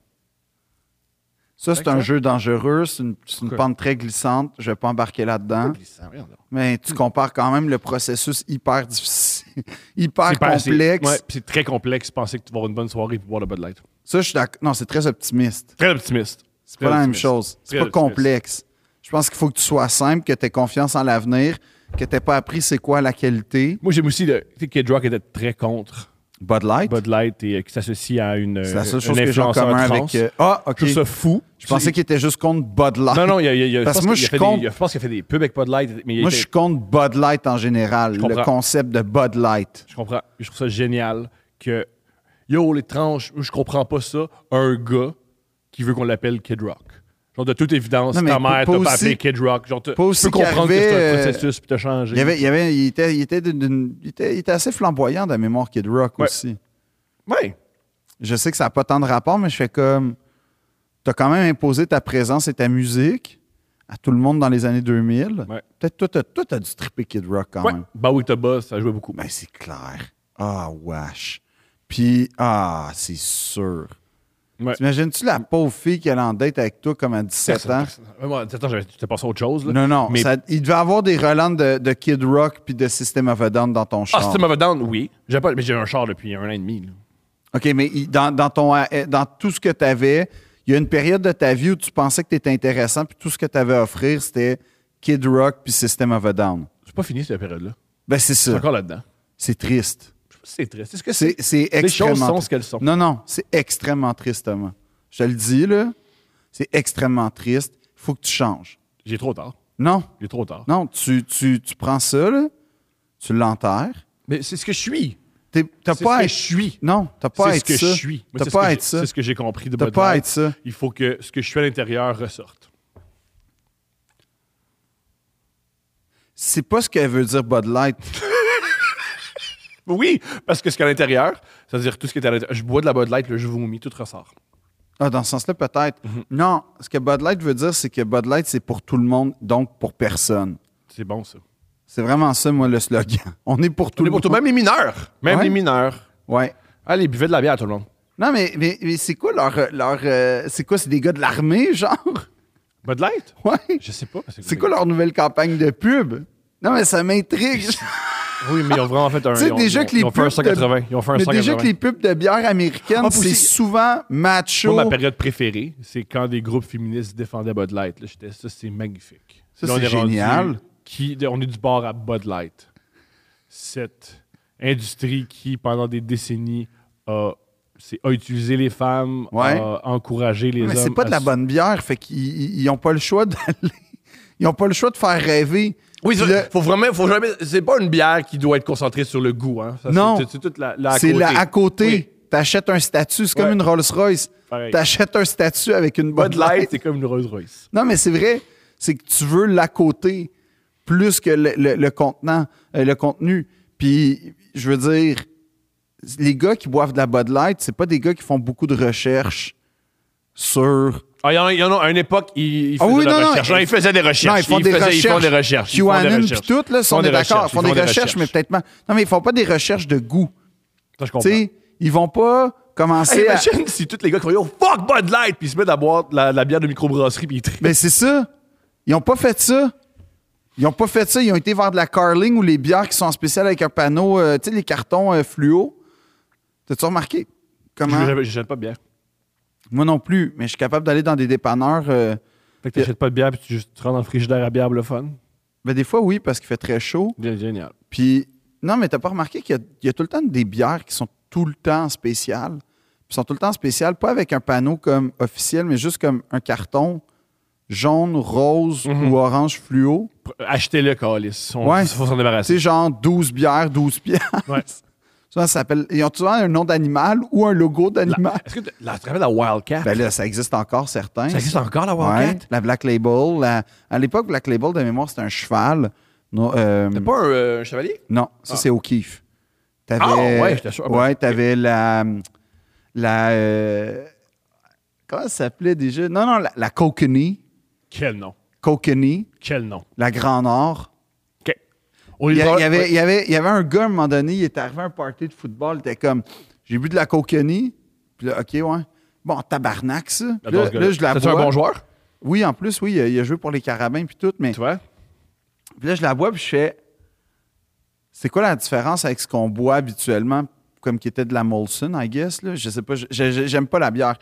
Ça, c'est
Fait que
un
ça-
jeu dangereux. C'est une, c'est une
Pourquoi?
pente très glissante. Je vais pas embarquer là-dedans.
Glissant, voyons donc.
Mais tu compares quand même le processus hyper difficile, hyper
C'est pas assez-
Ah, complexe.
Ouais, puis c'est très complexe. Penser que tu vas avoir une bonne soirée et boire de Bud Light.
Ça, je suis d'accord. Non, c'est très optimiste.
Très optimiste.
C'est pas la même
optimiste.
chose. C'est
Très
pas
optimiste.
complexe. Je pense qu'il faut que tu sois simple, que tu aies confiance en l'avenir, que tu pas appris c'est quoi la qualité.
Moi, j'aime aussi le. Tu sais, Kid Rock était très contre
Bud Light,
Bud Light et euh, qui s'associe à une.
c'est la
euh,
seule chose
un
que j'ai en
influenceur
commun
trans.
avec. euh, Ah,
Je
OK.
trouve ça fou.
Je pensais qu'il était juste contre Bud Light.
Non, non, il y a. il y a- il y a-
Parce
je
que moi,
pense qu'il
je
a fait des-
compte-
il a- Je pense qu'il a fait des pubs avec Bud Light. Mais il
Moi,
était-
je suis contre Bud Light en général,
Je
le
comprends.
concept de Bud Light.
Je comprends. Je trouve ça génial que. Yo, les tranches, je comprends pas ça. Un gars qui veut qu'on l'appelle Kid Rock. Genre, de toute évidence,
Non, mais
ta
pas-
mère t'a
pas
pas
aussi-
appelé Kid Rock. Genre, tu tu
pas aussi
peux comprendre que
qu'arrivait,
c'est un
euh,
processus puis t'as changé.
Il, y avait, il, y avait, il, était, il, était d'une- d'une- il était- il était assez flamboyant dans la mémoire Kid Rock
Ouais.
aussi.
Ouais.
je sais que ça n'a pas tant de rapport, mais je fais comme. Tu as quand même imposé ta présence et ta musique à tout le monde dans les années 2000.
Ouais.
Peut-être toi, t'as- toi, tu as dû stripper Kid Rock quand
Ouais.
même.
Bah oui, t'as boss, ça jouait beaucoup.
Ben, c'est clair. Ah, wesh. Puis, ah, c'est sûr.
Ouais.
T'imagines-tu la pauvre fille qui allait en date avec toi comme à 17 ans?
Ouais, moi, attends, j'avais- tu t'es passé à autre chose. Là.
Non, non.
Mais...
ça- il devait avoir des relents de, de Kid Rock puis de System of a Down dans ton
Ah,
char.
System of a Down, oui. J'ai pas... Mais j'ai un char depuis un an et demi. là.
OK, mais il- dans, dans ton, euh, dans tout ce que tu avais, il y a une période de ta vie où tu pensais que tu étais intéressant, puis tout ce que tu avais à offrir, c'était Kid Rock puis System of a Down.
C'est pas fini, cette période-là.
Ben, c'est
C'est
ça.
encore là-dedans.
C'est triste.
Je sais pas si C'est triste. C'est ce que c'est.
C'est c'est
Les choses
extrêmement.
sont
tri-
ce qu'elles sont.
Non, non, c'est extrêmement triste, Thomas. Je te le dis, là. C'est extrêmement triste. Il faut que tu changes.
J'ai trop tard.
Non,
J'ai trop tard.
non, tu, tu, tu prends ça, là, tu l'enterres.
Mais c'est ce que je suis.
T'es- T'as
C'est
pas
ce
à
que
être.
je suis.
Non, t'as pas à
C'est ce
être
que
ça.
je suis. Moi,
T'as
c'est ce
pas
que
à
j'ai-
être ça.
C'est ce que j'ai compris de
T'as
Bud
pas à
Light.
être ça.
Il faut que ce que je suis à l'intérieur ressorte.
C'est pas ce qu'elle veut dire Bud Light.
Oui, parce que ce qu'il y a à l'intérieur, c'est-à-dire tout ce qui est à l'intérieur. Je bois de la Bud Light, là, je vomis, tout ressort.
Ah, dans ce sens-là, peut-être.
Mhm.
Non, ce que Bud Light veut dire, c'est que Bud Light, c'est pour tout le monde, donc pour personne.
C'est bon, ça.
C'est vraiment ça, moi, le slogan. On est pour tout
Tout
le
pour tout,
monde.
même les mineurs. Même
Ouais.
les mineurs.
Ouais.
Allez, buvez de la bière, tout le monde.
Non, mais, mais, mais c'est quoi leur. euh, leur euh, c'est quoi, c'est des gars de l'armée, genre?
Bud Light?
Ouais.
Je sais pas.
C'est quoi leur nouvelle campagne de pub? Non, mais ça m'intrigue.
Oui, mais ils ont vraiment fait un.
Tu sais,
ils ont-
déjà
ils ont-
que les
Ils ont fait un
pubs de-
180. Ils ont fait un
mais déjà
180.
que les pubs de bière américaine,
Ah, puis
c'est
aussi-
souvent macho.
Moi, ma période préférée, c'est quand des groupes féministes défendaient Bud Light. là. J'étais, ça, c'est magnifique.
Ça,
Là, on
c'est
est rendu-
génial.
qui, de- on est du bord à Bud Light. Cette industrie qui, pendant des décennies, a, c'est- a utilisé les femmes,
Ouais.
a encouragé les
Mais
hommes.
c'est pas de
à
la
se-
bonne bière, fait qu'ils n'ont pas le choix d'aller. Ils n'ont pas le choix de faire rêver.
Oui, ça-
Puis le-
faut vraiment, faut jamais. C'est pas une bière qui doit être concentrée sur le goût. Hein. Ça, c'est-
Non.
c'est, c'est toute la, la à
C'est
côté.
la à
Oui.
côté. T'achètes un statut, c'est comme
Ouais.
une Rolls Royce.
Pareil.
T'achètes un statut avec une bonne
Bud Light,
light.
c'est comme une Rolls Royce.
Non, mais c'est vrai, c'est que tu veux l'à côté plus que le, le- le contenant, euh, le contenu. Puis, je veux dire, les gars qui boivent de la Bud Light, c'est pas des gars qui font beaucoup de recherches sur.
Ah, il y en a, il y en a à une époque, ils, ils
Ah
faisaient
oui,
des
non, non,
recherches.
ils-
ils faisaient des recherches.
Non, ils font des
faisaient-
recherches.
Ils font des recherches. Ils font des
QAnon, puis
recherches.
tout, là,
Ils
si
font
on
des
est d'accord, ils
recherches,
font des recherches, mais peut-être pas. Non, mais ils font pas des recherches de goût.
Ça, je comprends.
Tu sais, ils vont pas commencer
Hey,
à.
imagine si tous les gars qui ont fuck Bud Light puis ils se mettent à boire de la, de la bière de microbrasserie puis ils trient.
Ben c'est ça. Ils n'ont pas fait ça. Ils n'ont pas fait ça. Ils ont été vers de la carling ou les bières qui sont en spécial avec un panneau, euh, tu sais, les cartons euh, fluo. T'as-tu remarqué? Comment?
Je J'achète pas de bière.
Moi non plus, mais je suis capable d'aller dans des dépanneurs. euh,
Fait que t'achètes pas de bière puis tu juste tu rentres dans le frigidaire à bière pour le fun.
ben des fois, oui, parce qu'il fait très chaud.
Bien, Génial.
Puis, non, mais t'as pas remarqué qu'il y a- il y, a tout le temps des bières qui sont tout le temps spéciales. Puis sont tout le temps spéciales, pas avec un panneau comme officiel, mais juste comme un carton jaune, rose
Mhm. Ah,
ou orange fluo.
Achetez-le, Calis. On
Ouais.
faut s'en
Tu sais,
débarrasser.
genre 12 bières, 12 piastres.
Ouais.
Ça, ça s'appelle. Ils ont souvent un nom d'animal ou un logo
La-
d'animal.
Est-ce que tu la- tu te rappelles la Wildcat?
Ben là, ça existe encore certains.
ça existe encore, la Wildcat?
Ouais, Mm. la Black Label. la- À l'époque, Black Label, de mémoire, c'était un cheval. Non, euh,
T'es pas un, euh, un chevalier?
non ça,
Ah.
c'est O'Keeffe. T'avais,
Ah, ouais, j'étais sûr. Ah, ben,
Ouais, t'avais la. la euh, comment ça s'appelait déjà? Non, non, la, la Kokanee.
Quel nom?
Kokanee,
Quel nom?
la Grand Nord.
OK. Au
Il y, a-
lieu-
il y avait, il y avait- il y avait un gars, à un moment donné, il est arrivé à un party de football, il était comme J'ai bu de la Kokanee. Puis là, OK, ouais. Bon, tabarnak, ça. Là,
J'adore ce
là,
gars-là.
je la
C'est-tu
bois.
un Ah, bon joueur?
Oui, en plus, oui, il a, il a joué pour les Carabins puis tout, mais
Tu vois?
puis là, je la bois puis je fais C'est quoi la différence avec ce qu'on boit habituellement, comme qui était de la Molson, I guess, là? Je sais pas, je- je- j'aime pas la bière.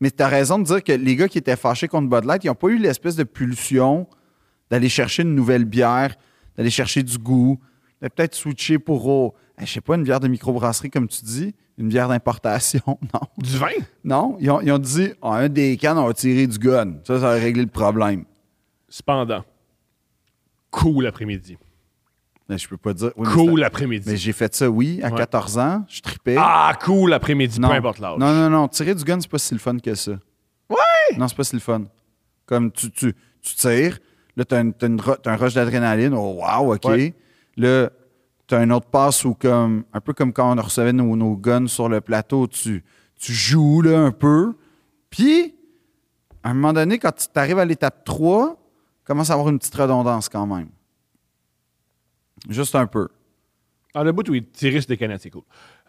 Mais t'as raison de dire que les gars qui étaient fâchés contre Bud Light, ils ont pas eu l'espèce de pulsion d'aller chercher une nouvelle bière, d'aller chercher du goût, de peut-être switcher pour, oh, eh, je sais pas, une bière de microbrasserie, comme tu dis, une bière d'importation, non.
Du vin?
Non, ils ont, ils ont dit, Ah, un des cannes, on va tirer du gun. Ça, ça va régler le problème.
Cependant, cool après-midi.
Mais je peux pas dire. oui, mais c'est-
Cool
Mais
après-midi.
j'ai fait ça, oui, à
Ouais.
14 ans. Je tripais.
Ah, cool après-midi, peu
non.
importe l'âge.
Non, non, non. Tirer du gun, c'est pas si le fun que ça. Ouais! Non, c'est pas si le fun. Comme tu, tu, tu tires, là, t'as, une- t'as une ro- t'as un rush d'adrénaline. Oh, wow, OK.
Ouais.
Là, t'as une autre passe où, comme, un peu comme quand on recevait nos, nos guns sur le plateau, tu, tu joues, là, un peu. Puis, à un moment donné, quand tu arrives à l'étape 3, commence à avoir une petite redondance quand même. Juste un peu.
Ah, le bout où il tirait sur des canettes, c'est cool.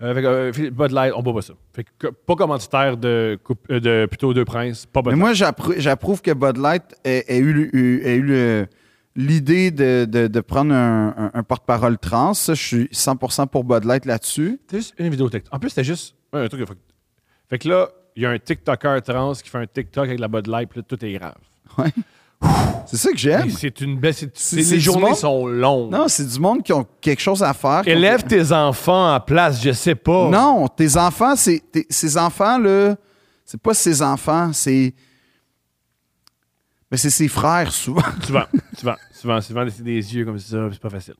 Euh, fait que, euh, Phil- Bud Light, on boit pas ça. Fait que, que- pas commanditaire de, coupe- euh, de plutôt deux princes, pas Bud
Mais
Light.
moi, j'approu- j'approuve que Bud Light ait, ait eu, le- eu- ait eu le- l'idée de, de- de prendre un, un- un porte-parole trans. Ça, je suis 100% pour Bud Light là-dessus.
C'était juste une vidéo TikTok. En plus, c'était juste ouais, un truc. de fuck. Fait que là, il y a un TikToker trans qui fait un TikTok avec de la Bud Light, puis là, tout est grave.
C'est ça
Ben,
que
Mais
j'aime.
C'est une baisse. c'est-
C'est-
c'est-
c'est
Les
du
journées
monde.
sont longues.
Non, c'est du monde qui ont quelque chose à faire. qui ont-
Élève tes enfants en place, je sais pas.
Non, tes enfants, c'est tes- ces enfants là, c'est pas ses enfants, c'est mais c'est ses frères souvent.
Souvent, souvent, souvent, souvent, des, des yeux comme ça, c'est pas facile.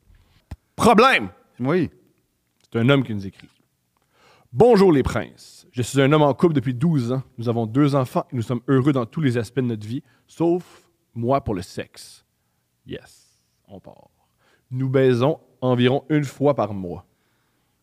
Problème!
Oui.
C'est un homme qui nous écrit. Bonjour les princes. Je suis un homme en couple depuis 12 ans. Nous avons deux enfants et nous sommes heureux dans tous les aspects de notre vie, sauf moi pour le sexe. Yes, on part. Nous baisons environ une fois par mois,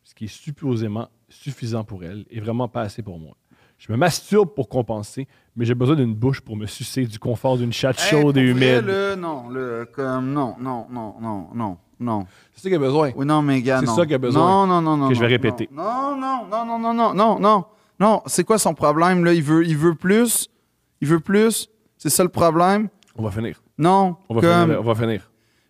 ce qui est supposément suffisant pour elle et vraiment pas assez pour moi. Je me masturbe pour compenser, mais j'ai besoin d'une bouche pour me sucer du confort d'une chatte chaude et humide.
non, le, comme non, non, non, non, non, non.
C'est ça qu'il a besoin.
Oui, non, mais gars,
C'est
non.
ça qu'il y a besoin.
Non, non, non, non.
Que je vais
non,
répéter.
Non, non, non, non, non, non, non, non. Non, c'est quoi son problème, là? Il veut, il veut plus? Il veut plus? C'est ça le problème?
On va finir.
Non.
On va
comme,
finir. On va finir.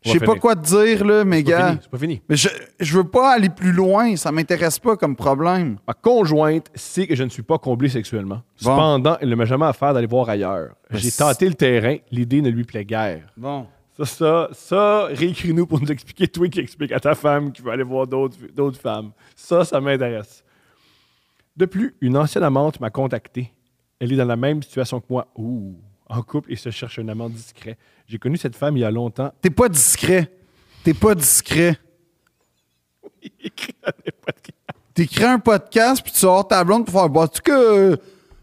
On va
je sais pas
finir.
quoi te dire, là, mes
C'est pas
gars.
fini, C'est pas fini.
Mais je, je veux pas aller plus loin. Ça m'intéresse pas comme problème.
Ma conjointe sait que je ne suis pas comblé sexuellement.
Bon.
Cependant, elle ne m'a jamais affaire d'aller voir ailleurs.
Ben,
J'ai
c'est-
tenté le terrain, l'idée ne lui plaît guère.
Bon.
Ça, ça, ça, réécris-nous pour nous expliquer, toi qui explique à ta femme qui veut aller voir d'autres d'autres femmes. Ça, ça m'intéresse. De plus, une ancienne amante m'a contacté. Elle est dans la même situation que moi. Ouh, en couple et se cherche un amant discret. J'ai connu cette femme il y a longtemps.
T'es pas discret. T'es pas discret. T'écris un podcast, puis tu sors ta blonde pour faire. Bah, tu que.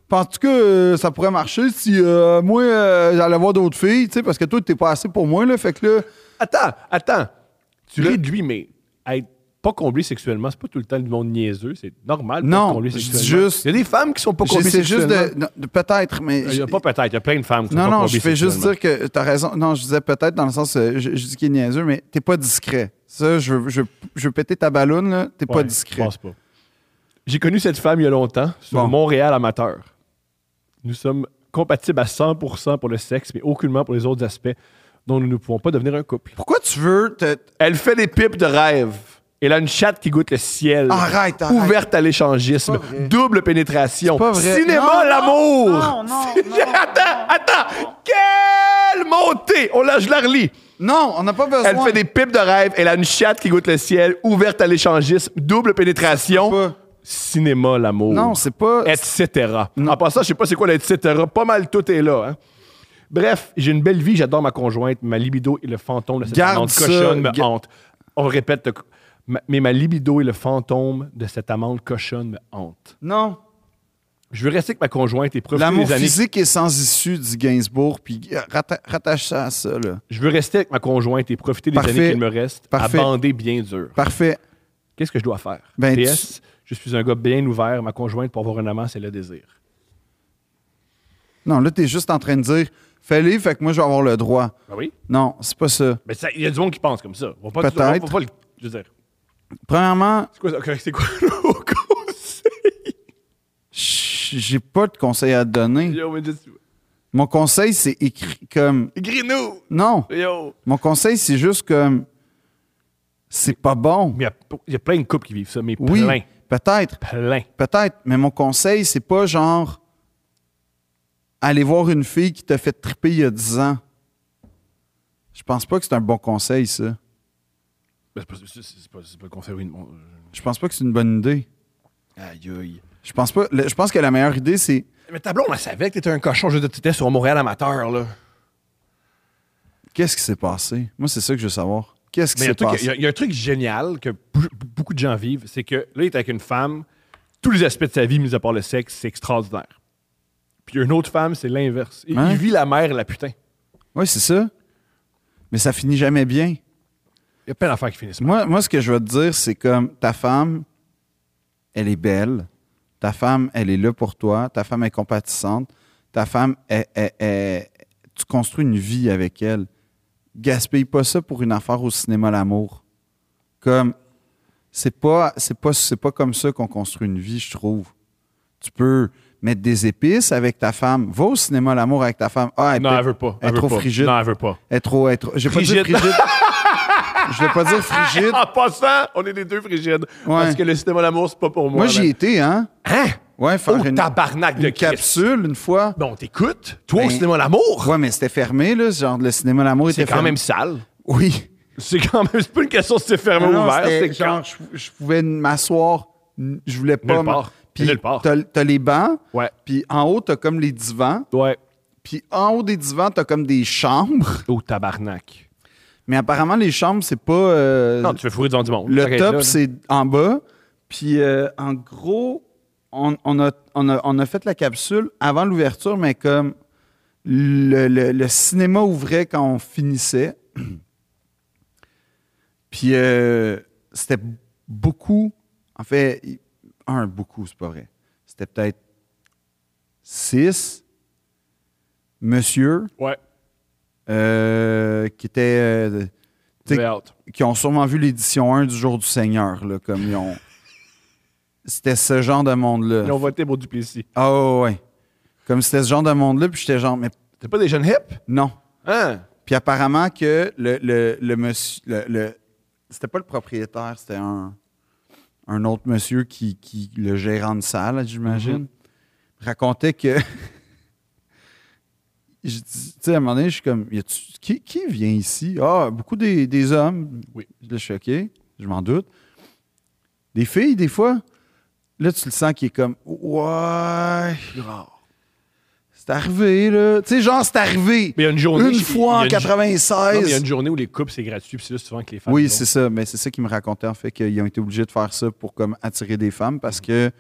Penses-tu que euh, ça pourrait marcher si euh, moi, euh, j'allais voir d'autres filles, tu sais, parce que toi, t'es pas assez pour moi, là. Fait que là.
Attends, attends. Tu
Le-
ris de lui, mais être pas comblé sexuellement, c'est pas tout le temps du monde niaiseux. C'est normal. de
Non,
pas comblé
je dis
sexuellement.
juste-
Il y a des femmes qui sont pas comblées
J'essaie juste
sexuellement. Euh,
de. non, de- Peut-être, mais.
hein? Il y a pas peut-être. Il y a plein de femmes qui
non,
sont pas
non,
comblées
je fais juste
sexuellement.
dire que t'as raison. Non, je disais peut-être dans le sens. euh, Je, je dis qu'il est niaiseux, mais t'es pas discret. Ça, je veux, je, veux- je veux péter ta ballonne, là. T'es
Ouais,
pas
Je
discret.
pense pas. J'ai connu cette femme il y a longtemps, sur
Bon.
Montréal amateur. Nous sommes compatibles à 100% pour le sexe, mais aucunement pour les autres aspects dont nous ne pouvons pas devenir un couple.
Pourquoi tu veux. te-
Elle fait des pipes de rêve. Elle a une chatte qui goûte le ciel.
Arrête, arrête.
Ouverte à l'échangisme.
C'est pas vrai.
Double pénétration.
C'est pas vrai.
Cinéma,
Non,
l'amour.
non, non, non,
attends, attends. Quelle montée. On la, je la relis.
Non, on n'a pas besoin.
Elle fait des pipes de rêve. Elle a une chatte qui goûte le ciel. Ouverte à l'échangisme. Double pénétration.
C'est pas-
Cinéma, l'amour
Non, c'est pas.
etc. En passant, je sais pas c'est quoi le etc. Pas mal tout est là. hein. Bref, j'ai une belle vie, j'adore ma conjointe, ma libido et le fantôme de cette
Garde
amante
ça,
cochonne me
ga-
hante. On répète, le co- ma- mais ma libido et le fantôme de cette amante cochonne me hante.
Non.
Je veux rester avec ma conjointe et profiter
L'amour
des années.
physique est sans issue, dit Gainsbourg, puis euh, ratta- rattache ça à ça, là.
Je veux rester avec ma conjointe et profiter des
Parfait.
années qu'il me reste,
Parfait.
abandé bien dur.
Parfait.
Qu'est-ce que je dois faire?
Ben,
PS, je suis un gars bien ouvert, ma conjointe pour avoir un amant, c'est le désir.
Non, là, t'es juste en train de dire, fais-le, fait que moi, je vais avoir le droit.
Ben oui.
Non, c'est pas ça.
Mais Ben, ça- il y a du monde qui pense comme ça. On va pas,
Peut-être.
on va- on va pas le- je veux dire,
Premièrement,
c'est quoi, ça- c'est quoi le conseil?
j- j'ai pas de conseil à te donner.
Yo, mais just-
Mon conseil, c'est écrit comme.
Grinou!
Non,
Yo!
mon conseil, c'est juste comme. C'est pas bon.
Mais il y a- il y, a plein de couples qui vivent ça, mais
Oui,
plein.
peut-être,
Plein.
peut-être, mais mon conseil, c'est pas genre. Aller voir une fille qui t'a fait triper il y a 10 ans. Je pense pas que c'est un bon conseil, ça.
Ben, c'est pas, c'est- c'est pas- c'est pas le conseil. oui, bon, euh,
Je pense pas que c'est une bonne idée.
Aïe, aïe.
Je pense pas. le- Je pense que la meilleure idée, c'est.
Mais ta blonde, elle savait que t'étais un cochon. Je veux dire, t'étais sur Montréal amateur, là.
Qu'est-ce qui s'est passé? Moi, c'est ça que je veux savoir. Qu'est-ce qui
Mais il y a
s'est
un truc-
passé?
il y, a- il y a un truc génial que bou- beaucoup de gens vivent, c'est que là, il est avec une femme, tous les aspects de sa vie, mis à part le sexe, c'est extraordinaire. Puis une autre femme, c'est l'inverse. Il,
Hein?
il vit la mère, la putain.
Oui, c'est ça. Mais ça finit jamais bien.
Il y a plein d'affaires qui finissent mal.
Moi, moi, ce que je vais te dire, c'est comme ta femme, elle est belle. Ta femme, elle est là pour toi. Ta femme est compatissante. Ta femme, elle- elle- elle- tu construis une vie avec elle. Gaspille pas ça pour une affaire au cinéma l'amour. Comme c'est pas c'est pas c'est pas comme ça qu'on construit une vie, je trouve. Tu peux mettre des épices avec ta femme. Va au cinéma l'amour avec ta femme. Ah, elle
non,
peut-
elle veut pas.
elle
Elle
est
veut
trop
pas.
frigide.
Non, elle veut pas.
Elle est trop, elle est trop- J'ai pas dit
Frigide. Ah,
frigide. Je vais pas dire frigide.
En passant, on est les deux frigides. Parce que le cinéma d'amour, c'est pas pour moi.
Moi, j'y ai été, hein?
Hein?
Ouais, faire
Oh,
une,
tabarnak de
une
Christ.
capsule une fois.
Bon, t'écoutes. Toi, au
Ben,
cinéma l'amour,
Ouais, mais c'était fermé, là. Genre, le cinéma L'amour était
c'est quand
fermé.
même sale.
Oui.
C'est quand même. C'est pas une question de se fermer ou
Non, non,
ouvert.
c'était
C'est
genre,
quand.
je, je pouvais m'asseoir. n- Je voulais pas.
Nulle
m'a-
part.
Puis,
Nulle part.
t'as t'as les bancs.
Ouais.
Puis, en haut, t'as comme les divans.
Ouais.
Puis, en haut des divans, t'as comme des chambres.
Oh, tabarnak.
Mais apparemment, les chambres, c'est pas. euh,
Non, tu fais fourrer devant du monde.
Le
T'arrêtes là,
top,
là.
c'est en bas. Puis, euh, en gros, on, on a, on a- on a fait la capsule avant l'ouverture, mais comme le, le- le cinéma ouvrait quand on finissait. Puis, euh, c'était beaucoup. En fait, il- un, beaucoup, c'est pas vrai. C'était peut-être six monsieur
Ouais.
euh, qui étaient. euh, T'sais-
Way out.
qui ont sûrement vu l'édition 1 du Jour du Seigneur, là, comme ils ont. C'était ce genre de
Ils ont
monde-là.
voté pour Duplessis.
Ah ouais, ouais. Comme c'était ce genre de monde-là, puis j'étais genre, mais
T'es pas des jeunes hip?
non.
Hein?
Puis apparemment que le, le, le monsieur. le- le- c'était pas le propriétaire, c'était un, un autre monsieur qui, qui. le gérant de salle, j'imagine, racontait que. je dis- tu sais, à un moment donné, je suis comme. Y a-tu- qui, qui vient ici? Ah, beaucoup des, des hommes.
Oui.
Là, je suis OK, je m'en doute. Des filles, des fois. Là, tu le sens qui est comme. Ouais. C'est arrivé, là. Tu sais, genre, c'est arrivé.
Mais il y a une journée.
Une fois en
il y a une- Non, mais il y a
96.
une journée où les couples, c'est gratuit, puis c'est là souvent que les femmes.
Oui,
l'ont.
c'est ça. Mais c'est ça qu'ils me racontaient, en fait, qu'ils ont été obligés de faire ça pour comme attirer des femmes parce que.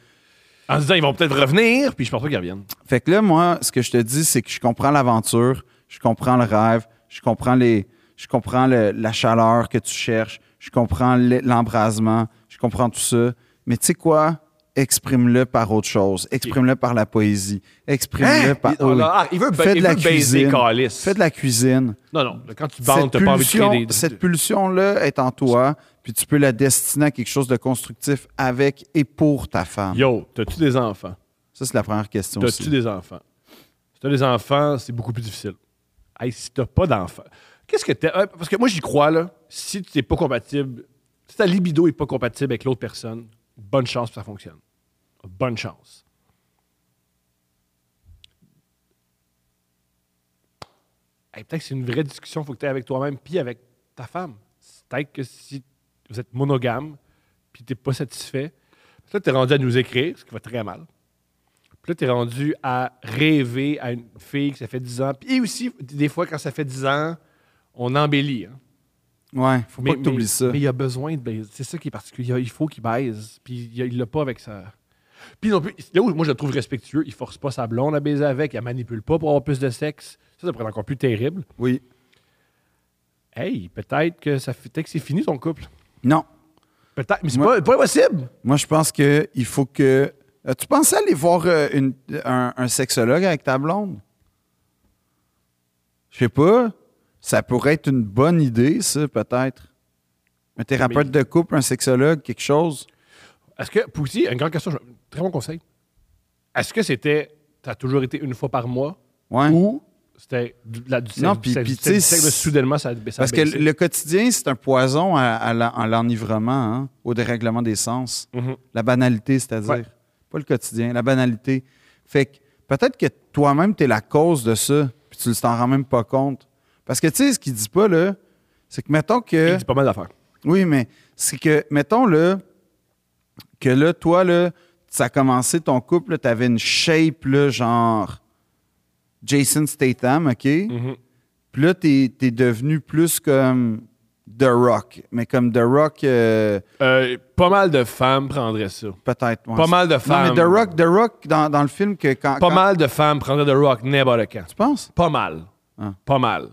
En se disant, ils vont peut-être revenir, puis je pense pas qu'ils reviennent.
Fait que là, moi, ce que je te dis, c'est que je comprends l'aventure, je comprends le rêve, je comprends les. Je comprends le- la chaleur que tu cherches, je comprends le- l'embrasement, je comprends tout ça. Mais tu sais quoi? Exprime-le par autre chose. Exprime-le par la poésie. Exprime-le
Hein?
par.
Il- oh là, ah, il veut ba-
Fais
il
de
veut
la
baiser,
cuisine.
calice.
Fais de la cuisine.
Non, non. là, Quand tu bandes,
cette
t'as pas envie de
pulsion,
créer des.
cette pulsion-là est en toi, puis tu peux la destiner à quelque chose de constructif avec et pour ta femme.
Yo, t'as-tu des enfants?
Ça, c'est la première question.
T'as-tu
aussi.
des enfants? Si t'as des enfants, c'est beaucoup plus difficile. Hey, si t'as pas d'enfants, qu'est-ce que t'es. euh, Parce que moi, j'y crois, là. Si tu n'es pas compatible, si ta libido est pas compatible avec l'autre personne, bonne chance que ça fonctionne. Bonne chance. Hey, peut-être que c'est une vraie discussion, faut que tu aies avec toi-même puis avec ta femme. C'est Peut-être que si vous êtes monogame puis t'es pas satisfait, peut-être que t'es rendu à nous écrire, ce qui va très mal. Puis là, t'es rendu à rêver à une fille que ça fait 10 ans. Puis aussi, des fois, quand ça fait 10 ans, on embellit. hein.
Ouais, faut
Mais-
pas que t'oublies
mais-
ça.
Mais il a besoin de baiser. C'est ça qui est particulier. Il a- Il faut qu'il baise. Puis il a- il l'a pas avec sa. Puis non plus, là où moi je le trouve respectueux, il force pas sa blonde à baiser avec, il la manipule pas pour avoir plus de sexe. Ça, ça pourrait être encore plus terrible.
Oui.
Hey, peut-être que ça fait peut-être que c'est fini ton couple.
Non.
Peut-être, mais c'est
Moi-
pas, pas impossible.
Moi, je pense que il faut que. Euh, Tu pensais aller voir euh, une- un, un sexologue avec ta blonde? Je sais pas. Ça pourrait être une bonne idée, ça, peut-être. Un thérapeute de couple, un sexologue, quelque chose.
Est-ce que, puis aussi, une grande question, je- très bon conseil. Est-ce que c'était, t'as toujours été une fois par mois
Ouais.
ou c'était du, la, du
Non,
du
puis- puis,
du
tu sais,
sexe,
c'est-
soudainement ça, ça
Parce que
baissait.
le quotidien, c'est un poison à, à la- à l'enivrement, hein, au dérèglement des sens.
Mhm.
La banalité, c'est-à-dire.
Ouais.
Pas le quotidien, la banalité. Fait que peut-être que toi-même, tu es la cause de ça, puis tu ne t'en rends même pas compte. Parce que tu sais, ce qu'il dit pas, là, c'est que mettons que.
Il dit pas mal d'affaires.
Oui, mais c'est que, mettons là, que là, toi, là, ça a commencé ton couple, tu avais une shape, là, genre Jason Statham, OK?
Mhm.
Puis là, t'es es devenu plus comme The Rock, mais comme The Rock, euh,
Euh, pas mal de femmes prendraient ça.
peut-être. ouais.
Pas mal de femmes.
Non, mais The Rock, The Rock, dans, dans le film, que quand.
Pas
quand-
mal de femmes prendraient de rock n'importe quand.
Tu penses?
Pas mal.
Ah.
Pas mal.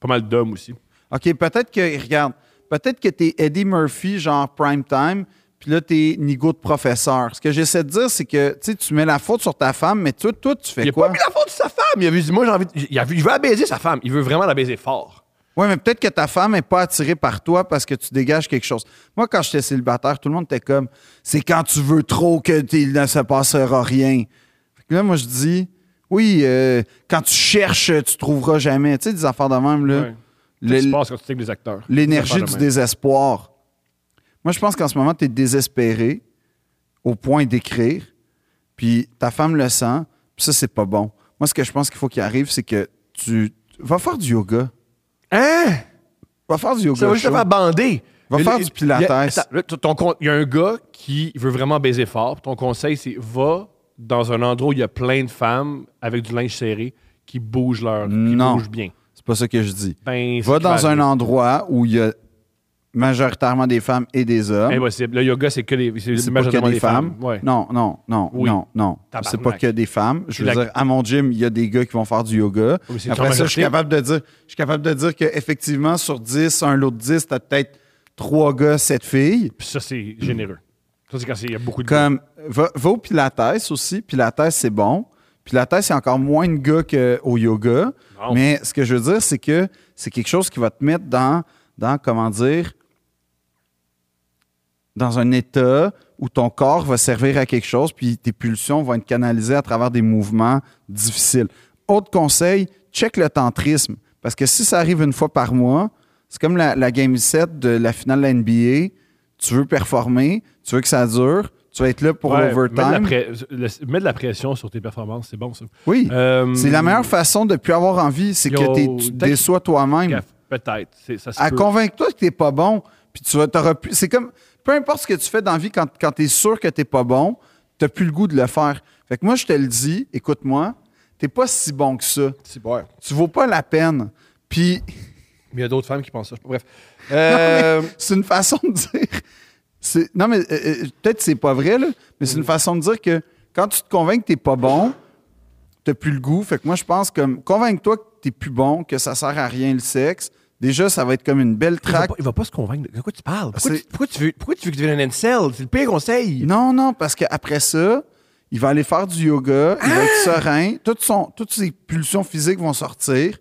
Pas mal d'hommes aussi.
OK, peut-être que, regarde, peut-être que t'es Eddie Murphy, genre prime time, puis là, t'es Nigo de professeur. Ce que j'essaie de dire, c'est que, tu sais, tu mets la faute sur ta femme, mais toi, toi tu fais
Il a
quoi?
pas mis la faute de sa femme. Il a vu, moi, j'ai envie. de- Il, a vu, il veut la baiser, sa femme. Il veut vraiment la baiser fort.
Oui, mais peut-être que ta femme n'est pas attirée par toi parce que tu dégages quelque chose. Moi, quand j'étais célibataire, tout le monde était comme c'est quand tu veux trop que t'es- il ne se passera rien. Fait que là, moi, je dis oui, euh, quand tu cherches, tu trouveras jamais. Tu sais, des affaires de même, là.
Ouais.
Le-
Ça se passe quand tu sais que des acteurs.
L'énergie
Des
du
affaires de même.
désespoir. Moi, je pense qu'en ce moment, tu es désespéré au point d'écrire, puis ta femme le sent, puis ça, c'est pas bon. Moi, ce que je pense qu'il faut qu'il arrive, c'est que tu. Va faire du yoga.
Hein?
Va faire du yoga.
Ça va juste te
chaud.
faire bander.
Va
Mais
faire
le-
du pilates.
Il y a, attends, là, ton- ton con- il y a un gars qui veut vraiment baiser fort. Ton conseil, c'est va dans un endroit où il y a plein de femmes avec du linge serré qui bougent leur. qui
Non.
bougent bien.
C'est pas ça que je dis.
Ben,
Va dans un endroit où il y a majoritairement des femmes et des hommes.
Impossible. Le yoga, c'est que des.
C'est pas que
majoritairement
des femmes.
Ouais.
Non, non, non,
Oui.
non, non.
Tabarnak.
C'est pas que des femmes. Je
C'est
veux
la-
dire, à mon gym, il y a des gars qui vont faire du yoga.
Oui, mais c'est
Après
la
ça, je
majorité.
suis capable de dire, je suis capable de dire qu'effectivement, sur 10, un lot de 10, t'as peut-être trois gars, sept filles.
Puis ça, c'est généreux. Ça, c'est quand c'est- il y a beaucoup de.
Comme, va, va au Pilates aussi. Pilates, c'est bon. Pilates, c'est encore moins de gars qu'au yoga.
Non.
Mais ce que je veux dire, c'est que c'est quelque chose qui va te mettre dans, dans, comment dire, dans un état où ton corps va servir à quelque chose, puis tes pulsions vont être canalisées à travers des mouvements difficiles. Autre conseil, check le tantrisme. Parce que si ça arrive une fois par mois, c'est comme la, la game 7 de la finale de la NBA. Tu veux performer, tu veux que ça dure, tu vas être là pour
Ouais, Mets de, la
l'overtime.
pré- le- mets de la pression sur tes performances, c'est bon ça.
Oui,
Euh,
c'est la meilleure façon de ne plus avoir envie, c'est
Yo,
que t'es- tu te
t'as-
déçois toi-même.
gaffe, Peut-être. c'est- Ça se
à
peut.
convaincre-toi que t'es pas bon, puis tu vas, t'auras plus. C'est comme, peu importe ce que tu fais dans la vie, quand, quand t'es sûr que t'es pas bon, t'as plus le goût de le faire. Fait que moi, je te le dis, écoute-moi, t'es pas si bon que ça.
C'est- ouais.
Tu vaux pas la peine. Puis,
Mais il y a d'autres femmes qui pensent ça. je- Bref. Euh,
non, mais c'est une façon de dire. c'est- non, mais euh, euh, peut-être que c'est pas vrai, là, mais c'est une façon de dire que quand tu te convaincs que t'es pas bon, t'as plus le goût. Fait que moi, je pense comme, convainque-toi que t'es plus bon, que ça sert à rien le sexe. Déjà, ça va être comme une belle
il, va
traque.
pas, il va pas se convaincre. De de quoi tu parles? Pourquoi
C'est-
tu, pourquoi tu veux, pourquoi tu veux que tu deviennes un incel? C'est le pire conseil.
Non, non, parce qu'après ça, il va aller faire du yoga, il va être
Ah!
serein, toutes, son, toutes ses pulsions physiques vont sortir.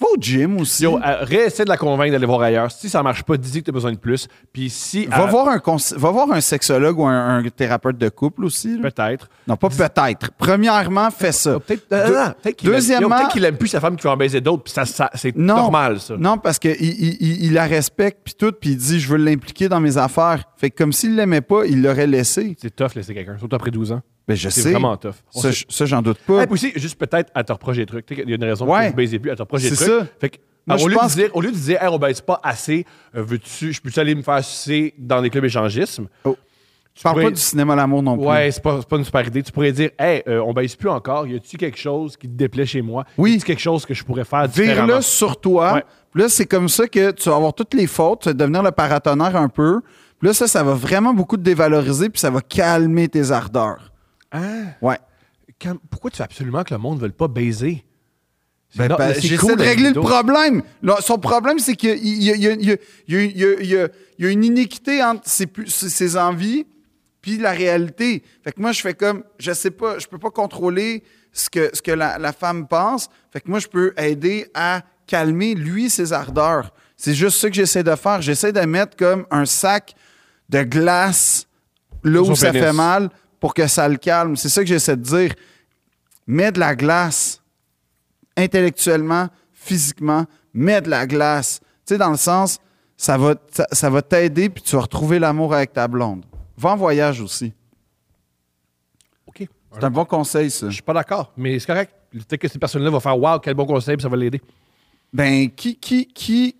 Va au gym aussi.
Yo, euh, réessaie de la convaincre d'aller voir ailleurs. Si ça marche pas, dis que tu as besoin de plus. Puis si.
va,
euh,
voir un conse- va voir un sexologue ou un, un thérapeute de couple aussi. là.
Peut-être.
Non, pas peut-être. Premièrement, fais ça.
Peut-être euh, non, non, non, peut-être qu'il aime-
deuxièmement-
Yo, peut-être qu'il aime plus sa femme qui va en baiser d'autres. Puis ça, ça- c'est
Non.
normal, ça.
Non, parce qu'il il, il- il la respecte, puis tout, puis il dit Je veux l'impliquer dans mes affaires. Fait que comme s'il l'aimait pas, il l'aurait laissé.
C'est tough laisser quelqu'un, surtout après 12 ans.
Ben, je
C'est
sais.
vraiment tough. On
Ça,
sait-
je- ça, j'en doute pas.
Ah, puis aussi, juste peut-être, à te reprocher des trucs. Tu sais, Il y a une raison pour
Ouais.
que vous baisez plus, à te reprocher des
C'est
trucs.
ça.
Fait que,
Moi,
alors,
je
au, lieu de
pense
dire, au lieu de dire, Hey, on baise pas assez, euh, veux-tu, je peux-tu aller me faire sucer dans des clubs échangisme?
Oh.
tu
Je parle
pourrais-
pas du cinéma l'amour non plus.
Ouais, c'est pas, c'est pas une super idée. Tu pourrais dire, hey, euh, on baisse plus encore. Y a-tu quelque chose qui te déplaît chez moi?
Oui.
Y a-tu quelque chose que je pourrais faire différemment?
Vire-le sur toi.
Ouais.
Puis là, c'est comme ça que tu vas avoir toutes les fautes, tu vas devenir le paratonnerre un peu. Puis là, ça, ça va vraiment beaucoup te dévaloriser, puis ça va calmer tes ardeurs.
Hein?
Ouais.
Quand- pourquoi tu veux absolument que le monde ne veuille pas baiser? C'est
Ben,
no-
parce-
c'est
J'essaie
cool,
de régler le
Davido.
problème. Là, son problème, c'est qu'il y, a- il y a- il y a- il y a- il y a- il y a- il y a une iniquité entre ses, pu- ses- ses envies puis la réalité. Fait que moi, je fais comme, je sais pas, je peux pas contrôler ce que, ce que la, la femme pense. Fait que moi, je peux aider à calmer, lui, ses ardeurs. C'est juste ce que j'essaie de faire. J'essaie de mettre comme un sac de glace là
Sur
où
son
ça
pénis.
fait mal pour que ça le calme. C'est ça que j'essaie de dire. Mets de la glace intellectuellement, physiquement, mets de la glace. Tu sais, dans le sens, ça va, ça, ça va t'aider puis tu vas retrouver l'amour avec ta blonde. Va en voyage aussi.
OK.
C'est un bon conseil, ça.
Je suis pas d'accord, mais c'est correct. Peut-être que ces personnes-là vont faire Waouh, quel bon conseil, puis ça va l'aider.
Ben, qui, qui, qui.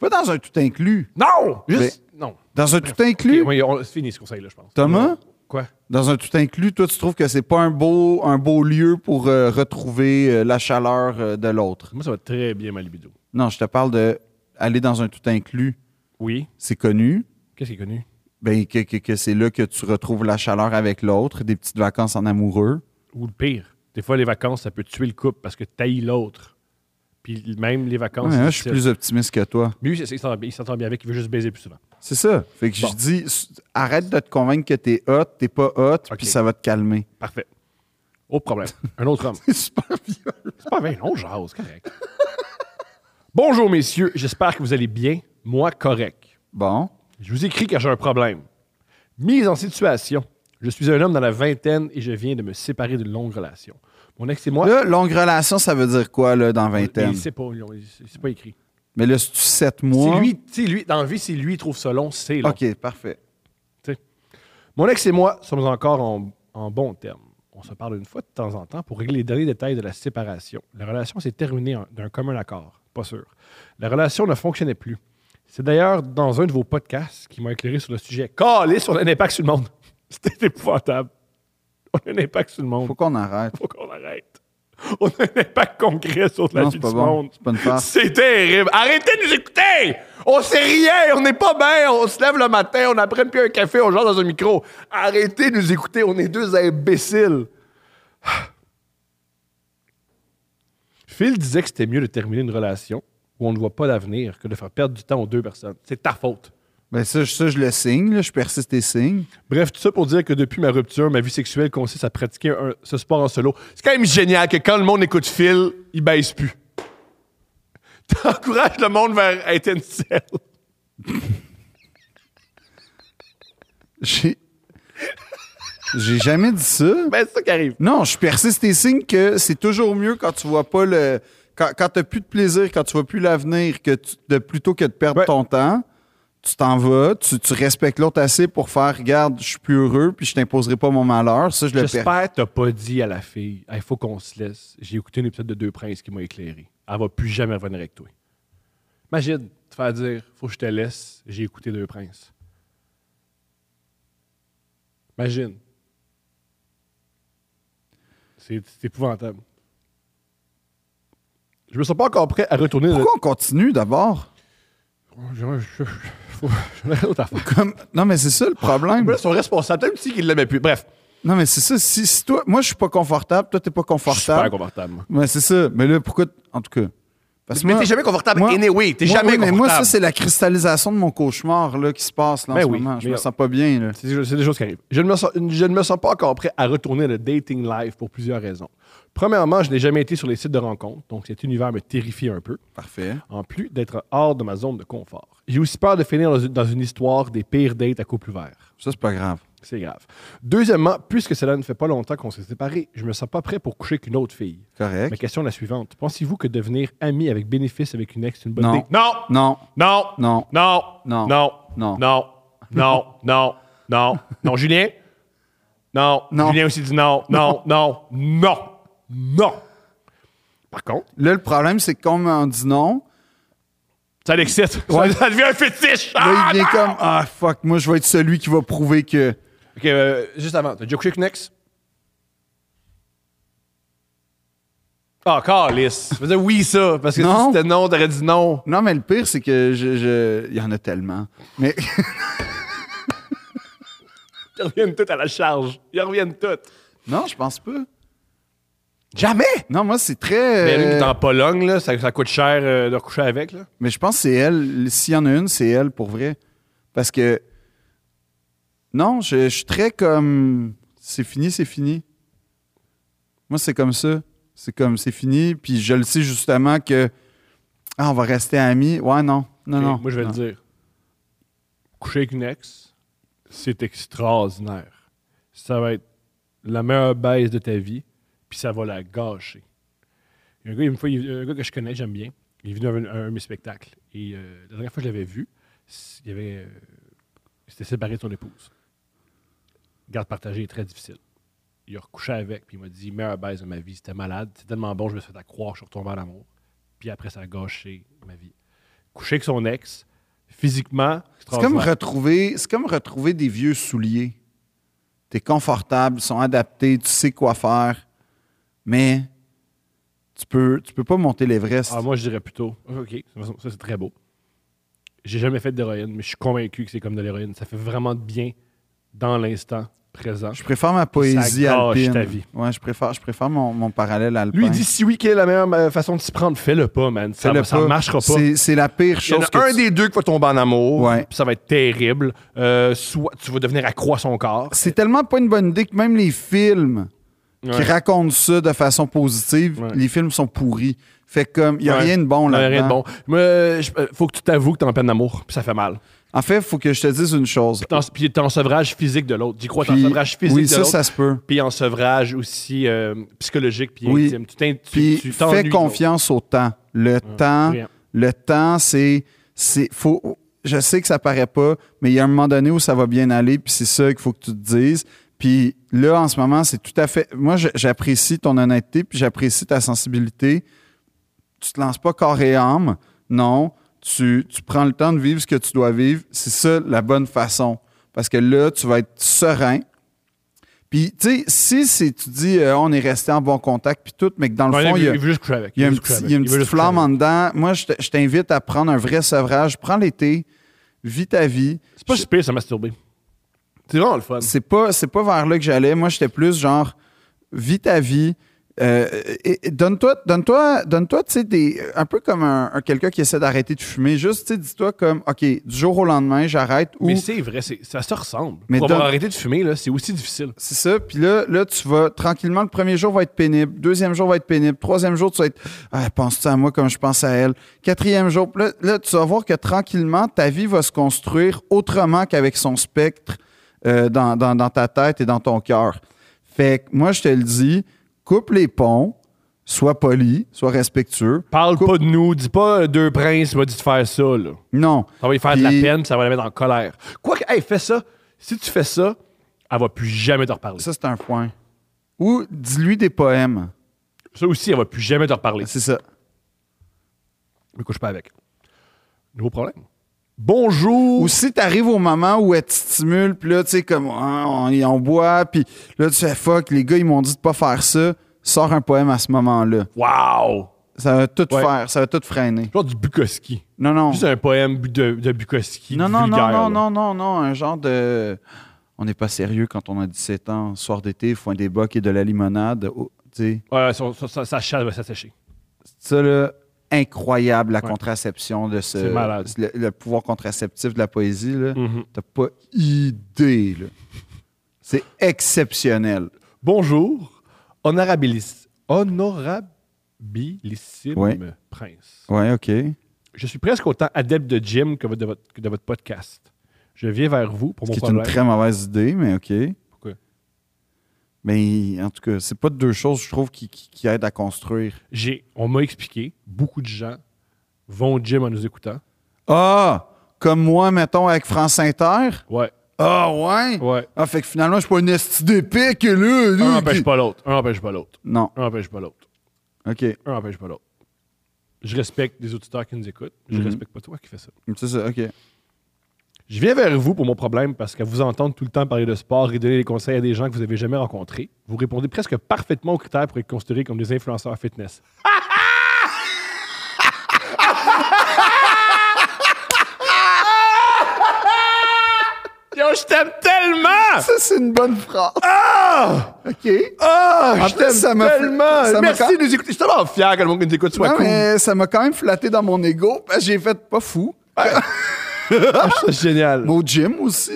Va dans un tout inclus.
Non! Juste. Non.
Dans un tout
Ok,
inclus,
oui, on- c'est fini ce conseil-là, je pense.
Thomas?
Quoi?
dans un tout inclus, toi, tu trouves que c'est pas un beau, un beau lieu pour euh, retrouver euh, la chaleur euh, de l'autre.
Moi, ça va très bien, ma libido.
Non, je te parle de aller dans un tout inclus,
Oui.
c'est connu.
Qu'est-ce qui est connu?
Ben, que, que- que c'est là que tu retrouves la chaleur avec l'autre, des petites vacances en amoureux.
Ou le pire, des fois, les vacances, ça peut tuer le couple parce que t'haïs l'autre. Puis même les vacances.
Ouais, hein,
Ah, c'est
je suis
difficile.
plus optimiste que toi.
Mais lui, c'est- il s'entend bien- il s'entend bien avec, il veut juste baiser plus souvent.
C'est ça. Fait que
Bon.
je dis, s- arrête de te convaincre que t'es hot, t'es pas hot, puis ça va te calmer.
Parfait. Autre problème. Un autre homme.
C'est super violent.
C'est pas bien, on jase, correct. Bonjour, messieurs. J'espère que vous allez bien. Moi, correct.
Bon.
Je vous écris car j'ai un problème. Mise en situation. Je suis un homme dans la vingtaine et je viens de me séparer d'une longue relation. Mon ex et moi.
Là, longue relation, ça veut dire quoi, là, dans vingtaine?
il sait pas, ils ont- c'est c'est pas écrit.
Mais là, c'est-tu 7 mois?
C'est lui, tu sais, lui, dans la vie, c'est lui qui trouve ça long, c'est long.
OK, parfait.
Mon ex et moi sommes encore en, en bons termes. On se parle une fois de temps en temps pour régler les derniers détails de la séparation. La relation s'est terminée en- d'un commun accord, pas sûr. La relation ne fonctionnait plus. C'est d'ailleurs dans un de vos podcasts qui m'a éclairé sur le sujet. Calé, on a un impact sur le monde. C'était épouvantable. On a un impact sur le monde.
Faut qu'on arrête.
Faut qu'on arrête. On a un impact concret sur la
Non,
vie
c'est
du
pas bon.
monde.
C'est pas une farce.
C'est terrible. Arrêtez de nous écouter! On sait rien, on n'est pas bien, on se lève le matin, on apprend puis un café, on jase dans un micro. Arrêtez de nous écouter, on est deux imbéciles. Phil disait que c'était mieux de terminer une relation où on ne voit pas l'avenir que de faire perdre du temps aux deux personnes. C'est ta faute.
Ben ça, je- ça, je le signe, là, je persiste et signe.
Bref, tout ça pour dire que depuis ma rupture, ma vie sexuelle consiste à pratiquer un- ce sport en solo. C'est quand même génial que quand le monde écoute Phil, il baisse plus. T'encourages le monde vers être une selle.
J'ai... J'ai jamais dit ça.
Ben, c'est ça qui arrive.
Non, je persiste et signe que c'est toujours mieux quand tu vois pas le. Quand, quand t'as plus de plaisir, quand tu vois plus l'avenir, que tu- de, plutôt que de perdre
Ouais.
ton temps, tu t'en vas, tu, tu respectes l'autre assez pour faire Regarde, je suis plus heureux, puis je t'imposerai pas mon malheur. Ça, je le perds.
J'espère que t'as pas dit à la fille, il faut qu'on se laisse. J'ai écouté un épisode de Deux Princes qui m'a éclairé. Elle va plus jamais revenir avec toi. Imagine, te faire dire, faut que je te laisse, j'ai écouté Deux Princes. Imagine. C'est c'est épouvantable. Je me sens pas encore prêt à retourner. dans le-
Pourquoi on continue d'abord?
J'en ai- faut- j'en ai rien d'autre à faire.
Comme... Non, mais c'est ça le problème.
Ils sont responsables. Peut-être aussi qu'ils l'aimaient plus. Bref.
Non, mais c'est ça. Si, si toi, moi, je suis pas confortable, toi, t'es pas
Je suis super
confortable.
confortable. moi.
Mais c'est ça. Mais là, pourquoi. t- En tout cas. Parce que
Mais
moi-
t'es jamais confortable.
moi-
anyway, t'es
moi,
jamais
oui, mais
confortable.
moi, ça, c'est la cristallisation de mon cauchemar là, qui se passe là, en
Ben
ce
oui,
moment. Je
mais-
me sens pas bien. Là.
C'est des, c'est des choses qui arrivent. Je ne, me sens, je ne me sens pas encore prêt à retourner le dating life pour plusieurs raisons. Premièrement, je n'ai jamais été sur les sites de rencontres, donc cet univers me terrifie un peu,
Parfait.
en plus d'être hors de ma zone de confort. J'ai aussi peur de finir dans une, dans une histoire des pires dates à couple ouvert.
Ça, c'est pas grave.
C'est grave. Deuxièmement, puisque cela ne fait pas longtemps qu'on s'est séparés, je me sens pas prêt pour coucher qu'une autre fille. Ma
Correct.
question est la suivante. Pensez-vous que devenir ami avec bénéfice avec une ex, c'est une bonne
Non.
idée? Non!
Non,
Non!
non.
Non. Non.
Non. Non.
Non. Non. Non. Non. Non. Julien? Non.
Non.
Julien aussi dit non. Non. Non. Non. Non. Par contre,
Là, le problème, c'est qu'on m'en dit non.
ça l'excite.
Ouais.
Ça, ça devient un fétiche.
Là,
Ah,
il vient
non!
comme Ah, fuck, moi, je vais être celui qui va prouver que.
Fait que, euh, juste avant, t'as déjà couché avec une ex? Ah, calice! Je dire oui, ça, parce que
Non.
si c'était non, t'aurais dit non.
Non, mais le pire, c'est que je, je- il y en a tellement. Mais
Ils reviennent toutes à la charge. Ils reviennent toutes.
non, je pense pas.
Jamais!
Non, moi, c'est très.
Mais une qui
euh,
Ben, est en Pologne, là, ça, ça coûte cher euh, de coucher avec. Là.
Mais je pense que c'est elle. S'il y en a une, c'est elle pour vrai. Parce que. Non, je, je suis très comme. C'est fini, c'est fini. Moi, c'est comme ça. C'est comme, c'est fini. Puis je le sais justement que. Ah, on va rester amis. Ouais, non. Non,
Ok,
non.
Moi, je vais
non.
le dire. Coucher avec une ex, c'est extraordinaire. Ça va être la meilleure baisse de ta vie, puis ça va la gâcher. Il y a un gars, une fois, il- un gars que je connais, j'aime bien, il est venu à un, à un de mes spectacles. Et euh, la dernière fois que je l'avais vu, s- il, avait, euh, il s'était séparé de son épouse. Garde partagée est très difficile. Il a recouché avec, puis il m'a dit meilleure baisse de ma vie, c'était malade, c'était tellement bon, je me suis fait accroire, je suis retombé à l'amour. Puis après, ça a gâché ma vie coucher avec son ex, physiquement,
C'est comme,
extraordinaire.
retrouver, c'est comme retrouver des vieux souliers. T'es confortable, ils sont adaptés, tu sais quoi faire, mais tu peux, tu peux pas monter l'Everest.
Ah, moi, je dirais plutôt, OK, ça, ça, c'est très beau. J'ai jamais fait d'héroïne, mais je suis convaincu que c'est comme de l'héroïne. Ça fait vraiment de bien dans l'instant présent.
je préfère ma poésie
Ça gâche
alpine.
ta vie.
Ouais, je préfère, je préfère mon, mon parallèle alpin.
Lui, il dit si oui, quelle est la meilleure euh, façon de s'y prendre Fais-le pas, man. Ça,
Fais-le
ça
pas.
marchera pas.
C'est, c'est la pire
Il y en
chose
a un
que tu-
des deux qui va tomber en amour,
Ouais.
puis ça va être terrible. Euh, soit tu vas devenir accro à son corps.
C'est tellement pas une bonne idée que même les films qui
Ouais.
racontent ça de façon positive,
Ouais.
les films sont pourris. Fait que, comme, il n'y a
Ouais.
rien de bon
Non,
là
rien de bon. Mais, euh, je- euh, faut que tu t'avoues que t'es en peine d'amour, puis ça fait mal.
En fait, il faut que je te dise une chose.
T'en- Puis t'es en sevrage physique de l'autre. J'y crois, t'es en
Puis-
sevrage physique
oui,
de
ça,
l'autre.
ça se peut.
puis en sevrage aussi euh, psychologique puis
Oui.
intime. Tu t'in- tu-
Puis
tu t'ennuies
fais
de l'autre.
confiance au temps. Le temps,
brillant.
le temps, c'est, c'est, faut, je sais que ça paraît pas, mais il y a un moment donné où ça va bien aller, puis c'est ça qu'il faut que tu te dises. Puis là, en ce moment, c'est tout à fait. Moi, je- j'apprécie ton honnêteté, puis j'apprécie ta sensibilité. Tu te lances pas corps et âme, non. Tu, tu prends le temps de vivre ce que tu dois vivre. C'est ça la bonne façon. Parce que là, tu vas être serein. Puis, tu sais, si c'est- tu dis euh, on est resté en bon contact, puis tout, mais que dans le
Ouais,
fond,
il,
il y a.
veut- il veut juste coucher avec.
Il y a, un
veut juste
petit-
coucher
il y a une
avec. veut
petite
juste coucher
flamme
avec.
en dedans. Moi, je te- je t'invite à prendre un vrai sevrage. Prends l'été, vis ta vie.
C'est pas
Je-
si pire, ça masturber. C'est vraiment le fun.
C'est pas, c'est pas vers là que j'allais. Moi, j'étais plus genre, vis ta vie. Euh, et- et donne-toi, donne-toi, donne-toi, tu sais, des- un peu comme un, un quelqu'un qui essaie d'arrêter de fumer. Juste, tu sais, dis-toi comme, OK, du jour au lendemain, j'arrête ou
Mais c'est vrai, c'est- ça se ressemble.
Mais
Pour avoir
donne-
arrêté de fumer, là, c'est aussi difficile.
C'est ça. Puis là, là, tu vas tranquillement, le premier jour va être pénible. Deuxième jour va être pénible. Troisième jour, tu vas être ah, Pense-tu à moi comme je pense à elle? Quatrième jour, puis là, là, tu vas voir que tranquillement, ta vie va se construire autrement qu'avec son spectre euh, dans, dans- dans ta tête et dans ton cœur. Fait que moi, je te le dis, coupe les ponts, sois poli, sois respectueux.
Parle
Coupe-
pas de nous, dis pas euh, deux princes m'a dit de faire ça. Là.
Non.
Ça va lui faire de
Puis-
la peine, ça va la mettre en colère. Quoi que, hey, fais ça. Si tu fais ça, elle va plus jamais te reparler. Ça,
Ça, c'est un point. Ou dis-lui des poèmes.
aussi, elle va plus jamais te reparler.
C'est ça.
Ne couche pas avec. Nouveau problème. Bonjour.
Ou si t'arrives au moment où elle te stimule, puis là, tu sais, comme Ah, on, on boit, puis là, tu fais fuck, les gars, ils m'ont dit de pas faire ça, sors un poème à ce moment-là.
Wow.
Ça va tout
Ouais.
faire, ça va tout freiner.
Genre du Bukowski.
Non, non.
Juste un poème bu- de, de Bukowski.
Non, non,
vulgaire,
non, non,
là.
non, non, non, un genre de. On n'est pas sérieux quand on a 17 ans, soir d'été, il faut un débat qui est de la limonade. Oh, tu sais,
Ouais, ça, ça, ça, ça chasse, va s'assécher.
ça, là, incroyable, la
Ouais.
contraception de ce.
C'est malade. Mm.
Le, le pouvoir contraceptif de la poésie, là.
Mhm.
T'as pas idée, là. C'est exceptionnel.
Bonjour, honorabilis, honorabilissime
Ouais.
prince.
Ouais, OK.
Je suis presque autant adepte de gym que de votre, que de votre podcast. Je viens vers vous pour
Ce
mon
qui est une
problème.
très mauvaise idée, mais OK.
Pourquoi?
Mais en tout cas, c'est pas deux choses, je trouve, qui, qui- qui aident à construire.
J'ai, on m'a expliqué, beaucoup de gens vont au gym en nous écoutant.
Ah! Comme moi, mettons, avec France Inter.
Ouais,
Ah, ouais?
ouais.
Ah, fait que finalement, je suis pas une esti d'épée que là.
Un
là,
n'empêche
qui-
ben, pas l'autre. Un n'empêche pas l'autre.
Non,
Un n'empêche pas l'autre.
OK.
Un n'empêche pas l'autre. Je respecte les auditeurs qui nous écoutent. Je
Mhm.
respecte pas toi qui fais ça.
C'est ça, OK.
Je viens vers vous pour mon problème parce qu'à vous entendre tout le temps parler de sport et donner des conseils à des gens que vous n'avez jamais rencontrés, vous répondez presque parfaitement aux critères pour être considérés comme des influenceurs fitness. Yo, je t'aime tellement!
Ça, c'est une bonne phrase.
Ah!
OK.
Ah!
En
je
plus,
t'aime
ça m'a fait-
tellement!
ça m'a
Merci
quand-
de nous écouter. Je suis tellement fier que le monde qui nous écoute soit
Non,
cool.
mais ça m'a quand même flatté dans mon ego. parce que J'ai fait pas fou.
Ah, je trouve ça génial.
Au gym aussi.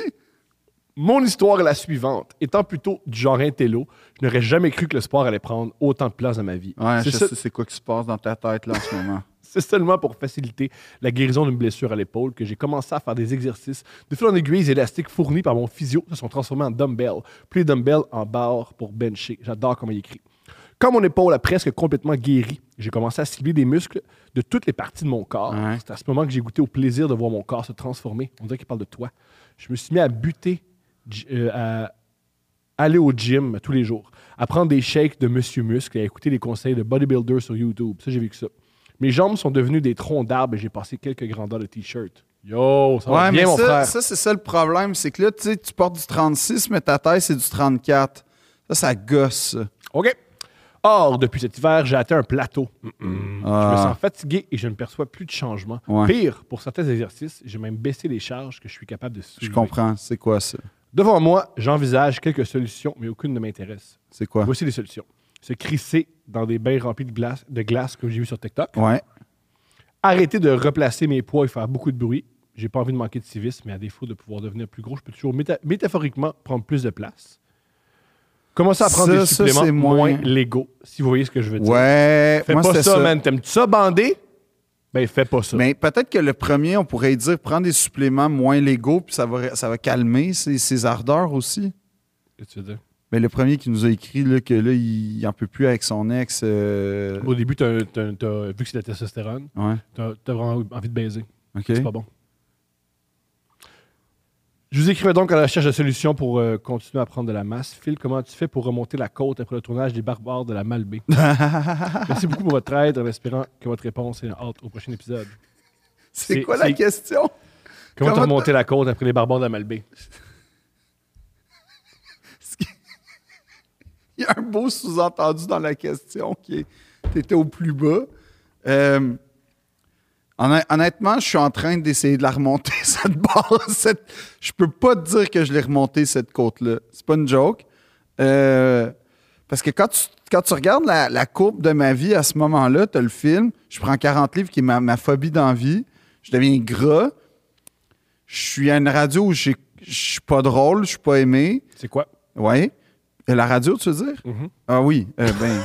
Mon histoire est la suivante. Étant plutôt du genre intello, je n'aurais jamais cru que le sport allait prendre autant de place dans ma vie.
Ouais,
c'est,
je
se-
sais c'est quoi qui se passe dans ta tête là en ce moment.
c'est seulement pour faciliter la guérison d'une blessure à l'épaule que j'ai commencé à faire des exercices. De fil en aiguille, les élastiques fournis par mon physio se sont transformés en dumbbells, puis les dumbbells en barres pour bencher. J'adore comment il écrit. Quand mon épaule a presque complètement guéri, j'ai commencé à cibler des muscles de toutes les parties de mon corps.
Ouais.
C'est à ce moment que j'ai goûté au plaisir de voir mon corps se transformer. On dirait qu'il parle de toi. Je me suis mis à buter, j- euh, à aller au gym tous les jours, à prendre des shakes de Monsieur Muscle et à écouter les conseils de bodybuilders sur YouTube. Ça, j'ai vécu ça. Mes jambes sont devenues des troncs d'arbres et j'ai passé quelques grandeurs de t-shirt. Yo, ça va
Ouais,
bien,
mais
mon
ça,
frère.
ça, c'est ça le problème. C'est que là, tu sais, tu portes du 36, mais ta taille, c'est du 34. Ça, ça gosse. ça.
OK. Or, depuis cet hiver, j'ai atteint un plateau. Je me
Ah.
sens fatigué et je ne perçois plus de changement.
Ouais.
Pire, pour certains exercices, j'ai même baissé les charges que je suis capable de soulever.
Je comprends. C'est quoi ça?
Devant moi, j'envisage quelques solutions, mais aucune ne m'intéresse.
C'est quoi?
Voici les solutions. Se crisser dans des bains remplis de glace, de glace que j'ai vu sur TikTok.
Ouais.
Arrêter de replacer mes poids et faire beaucoup de bruit. J'ai pas envie de manquer de civisme, mais à défaut de pouvoir devenir plus gros, je peux toujours méta- métaphoriquement prendre plus de place. Commencer à prendre
Ça,
des
ça,
suppléments
c'est moins-
moins légaux, si vous voyez ce que je veux dire.
Ouais.
Fais
Moi,
pas
c'était
ça,
ça.
man. T'aimes-tu ça, bandé? Ben, fais pas ça.
Mais peut-être que le premier, on pourrait dire prendre des suppléments moins légaux, puis ça va, ça va calmer ses, ses ardeurs aussi.
Qu'est-ce que tu veux dire?
Mais le premier qui nous a écrit là, que là, il n'en peut plus avec son ex. euh,
Au début, t'as, t'as- t'as- vu que c'est la testostérone,
Ouais.
t'as, t'as vraiment envie de baiser.
OK.
C'est pas bon. Je vous écrivais donc à la recherche de solutions pour euh, continuer à prendre de la masse. Phil, comment tu fais pour remonter la côte après le tournage des barbares de la Malbaie? Merci beaucoup pour votre aide en espérant que votre réponse est en hâte au prochain épisode.
C'est
C'est-
quoi la
c'est-
question?
Comment,
Comment
t'as remonté la côte après les barbares de la Malbaie?
Il y a un beau sous-entendu dans la question qui est T'étais au plus bas. Euh, honn- honnêtement, je suis en train d'essayer de la remonter, cette barre. Cette... Je peux pas te dire que je l'ai remontée, cette côte-là. C'est pas une joke. Euh, parce que quand tu, quand tu regardes la, la courbe de ma vie à ce moment-là, tu le film, je prends 40 livres qui est ma, ma phobie d'envie, je deviens gras, je suis à une radio où j'ai- je suis pas drôle, je suis pas aimé.
C'est quoi?
Oui. Euh, La radio, tu veux dire?
Mhm.
Ah oui, euh, ben.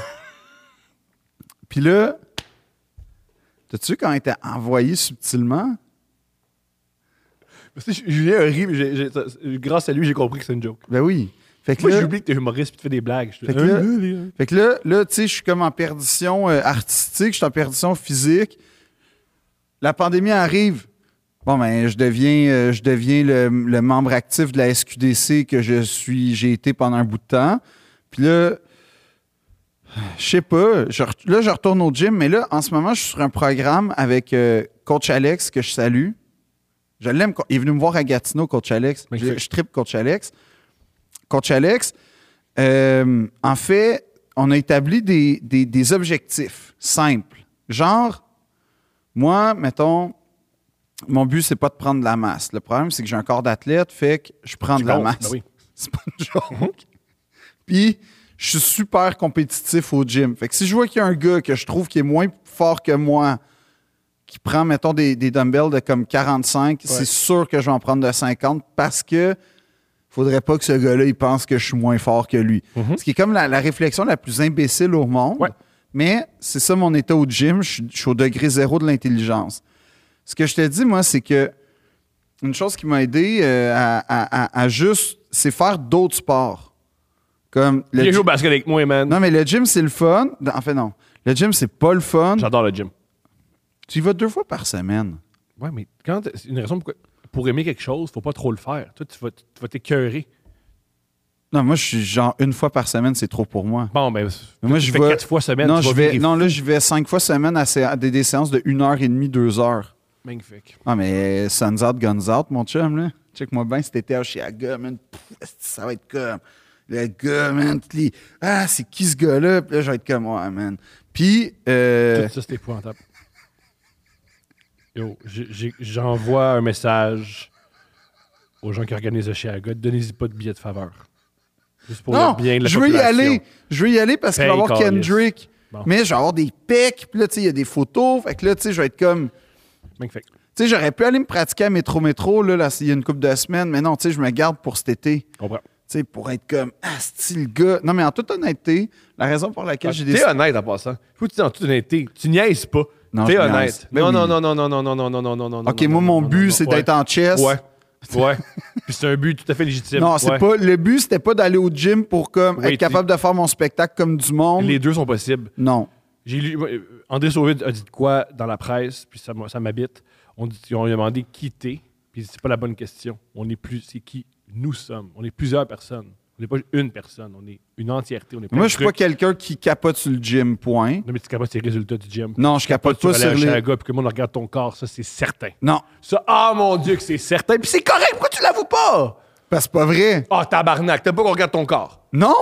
Puis là, t'as-tu vu quand elle était envoyé subtilement?
Parce que Julien a ri, mais j'ai- j'ai- ça- grâce à lui, j'ai compris que c'est une joke.
Ben oui. Fait que
Moi,
là,
j'oublie que t'es humoriste et tu fais des blagues. Je te-
Fait que là-
Mhm.
fait que là, là, tu sais, je suis comme en perdition euh, artistique, je suis en perdition physique. La pandémie arrive. Bon, ben, je deviens, euh, je deviens le, le membre actif de la SQDC que je suis, j'ai été pendant un bout de temps. Puis là, je sais pas. je re- là, je retourne au gym, mais là, en ce moment, je suis sur un programme avec euh, Coach Alex que je salue. Je l'aime. co- Il est venu me voir à Gatineau, Coach Alex. Je,
Magnifique.
je tripe Coach Alex. Coach Alex, euh, en fait, on a établi des, des- des objectifs simples. Genre, moi, mettons, mon but, c'est pas de prendre de la masse. Le problème, c'est que j'ai un corps d'athlète, fait que je prends
Tu
de la
comptes,
masse.
ben oui.
C'est pas une joke. Puis, je suis super compétitif au gym. Fait que si je vois qu'il y a un gars que je trouve qui est moins fort que moi, qui prend, mettons, des, des dumbbells de comme 45, c'est sûr que je vais en prendre de 50 parce que faudrait pas que ce gars-là, il pense que je suis moins fort que lui. Ce qui est comme la, la réflexion la plus imbécile au monde.
Ouais.
Mais c'est ça mon état au gym. Je suis- je suis au degré zéro de l'intelligence. Ce que je te dis, moi, c'est que une chose qui m'a aidé euh, à, à- à- à juste, c'est faire d'autres sports. Comme le
Viens
gy-
jouer au basket avec moi, man.
Non, mais le gym, c'est le fun. En fait, non. Le gym, c'est pas le fun.
J'adore le gym.
Tu y vas deux fois par semaine.
Ouais, mais quand t'as- c'est une raison pourquoi pour aimer quelque chose, faut pas trop le faire. Toi, tu vas, tu vas t'écœurer.
Non, moi, je suis genre une fois par semaine, c'est trop pour moi.
Bon, ben,
Mais moi,
tu
je
fais
vais-
quatre fois semaine.
non,
tu vas
je vais,
virer
non,
fou.
là, je vais cinq fois semaine à, sé- à des, des séances de une heure et demie, deux heures.
Magnifique.
Ah, mais euh, Suns Out, Guns Out, mon chum, là. Check-moi bien si t'étais à Chicago, man. Pff, esti, ça va être comme. Le gars, man. li- Ah, c'est qui ce gars-là? Puis là, je vais être comme, ouais, man. Puis, euh,
Tout ça, c'est épouvantable. Yo, j'ai- j'ai- j'envoie un message aux gens qui organisent le Chiaga. Donnez-y pas de billets de faveur. Juste pour
non,
le bien de la
je veux y
population.
aller. Je veux y aller parce qu'il va y
Paye,
avoir
câlisse.
Kendrick.
Bon.
Mais je vais avoir des pics. Puis là, tu sais, il y a des photos. Fait que là, tu sais, je vais être comme.
Magnifique.
Tu sais, j'aurais pu aller me pratiquer à Métro Métro, là, là, il y a une couple de semaines. Mais non, tu sais, je me garde pour cet été.
Comprends.
Tu sais, pour être comme, ah, c'est le gars. Non, mais en toute honnêteté, la raison pour laquelle j'ai
Ah,
décidé.
T'es honnête en passant. Faut que tu dis en toute honnêteté. Tu niaises pas.
Non,
T'es
je
honnête.
niaise. Ben
non,
oui.
non, non, non, non, non, non, non, non, non, non, non.
OK,
non,
moi,
non,
mon
non,
but,
non,
c'est
ouais.
d'être en chess.
Ouais. Ouais. Puis c'est un but tout à fait légitime.
Non, c'est
Ouais.
pas. Le but, c'était pas d'aller au gym pour comme
Oui,
être capable de faire mon spectacle comme du monde.
Les deux sont possibles.
Non.
J'ai lu. euh, André Sauvé a dit de quoi dans la presse, puis ça, m'a- ça m'habite. On, dit- on lui a demandé qui t'es, puis c'est pas la bonne question. On est plus. C'est qui nous sommes. On est plusieurs personnes. On n'est pas une personne. On est une entièreté. On est plein
Moi,
de
je suis pas
trucs.
quelqu'un qui capote sur le gym, point.
Non, mais tu capotes tes résultats du gym.
Non, je capote pas
tu vas
sur
aller à
les.
Chaga, puis que le monde regarde ton corps, ça, c'est certain.
Non,
Ça, ah mon Dieu, que c'est certain. Puis c'est correct, pourquoi tu l'avoues pas?
parce que c'est pas vrai.
Ah, tabarnak, t'as pas qu'on regarde ton corps.
Non!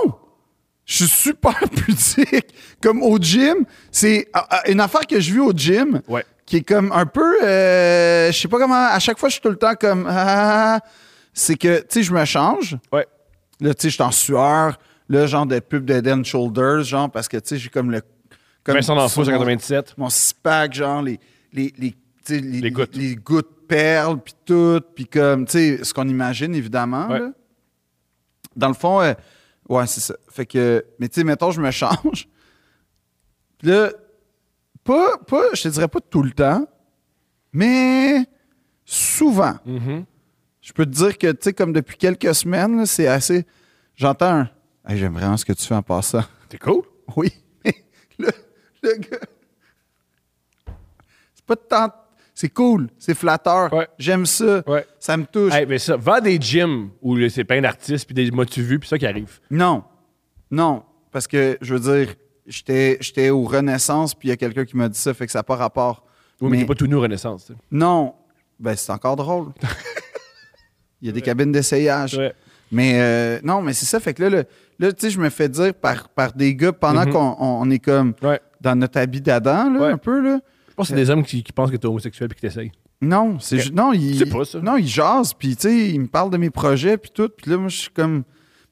Je suis super pudique. Comme au gym, c'est ah, ah, une affaire que je vis au gym
Ouais.
qui est comme un peu. euh, je sais pas comment. À chaque fois, je suis tout le temps comme. Ah, c'est que, tu sais, je me change.
Ouais.
Là, tu sais, je suis en sueur. Là, genre de pub de Dead Shoulders, genre, parce que, tu sais, j'ai comme le. Comme
Vincent D'Anfos,
mon-
97.
Mon six-pack, genre, les, les, les, tu sais, les,
Les gouttes.
les gouttes perles, puis tout, puis comme, tu sais, ce qu'on imagine, évidemment.
Ouais.
là. Dans le fond, euh, ouais, c'est ça. Fait que, mais tu sais, mettons, je me change. Puis là, pas, pas, je te dirais pas tout le temps, mais souvent.
Mm-hmm.
Je peux te dire que, tu sais, comme depuis quelques semaines, là, c'est assez. J'entends un. Hey, j'aime vraiment ce que tu fais en passant.
C'est cool.
Oui, mais le, le gars. C'est pas de tant. C'est cool, c'est flatteur.
Ouais.
J'aime ça.
Ouais.
Ça me touche.
Hey, mais ça, va à des gyms où là, c'est plein d'artistes, puis des motus vus, puis ça qui arrive.
Non. Non. Parce que, je veux dire, j'étais j'étais au Renaissance, puis il y a quelqu'un qui m'a dit ça, fait que ça n'a pas rapport.
Oui, mais, t'es pas tout nous Renaissance. tu sais.
Non. Ben, c'est encore drôle. Il y a des cabines d'essayage.
Ouais.
Mais euh, non, mais c'est ça. Fait que là, le- là tu sais, je me fais dire par, par des gars pendant
Mhm.
qu'on on- on est comme
Ouais.
dans notre habit d'Adam, là,
Ouais.
un peu. Là.
Je pense que c'est des hommes qui, qui pensent que t'es homosexuel puis qui t'essayent.
Non, c'est
Ok.
ju- non, il,
C'est pas ça.
Non, il jase, puis tu sais, il me parle de mes projets, puis tout. Puis là, moi, je suis comme.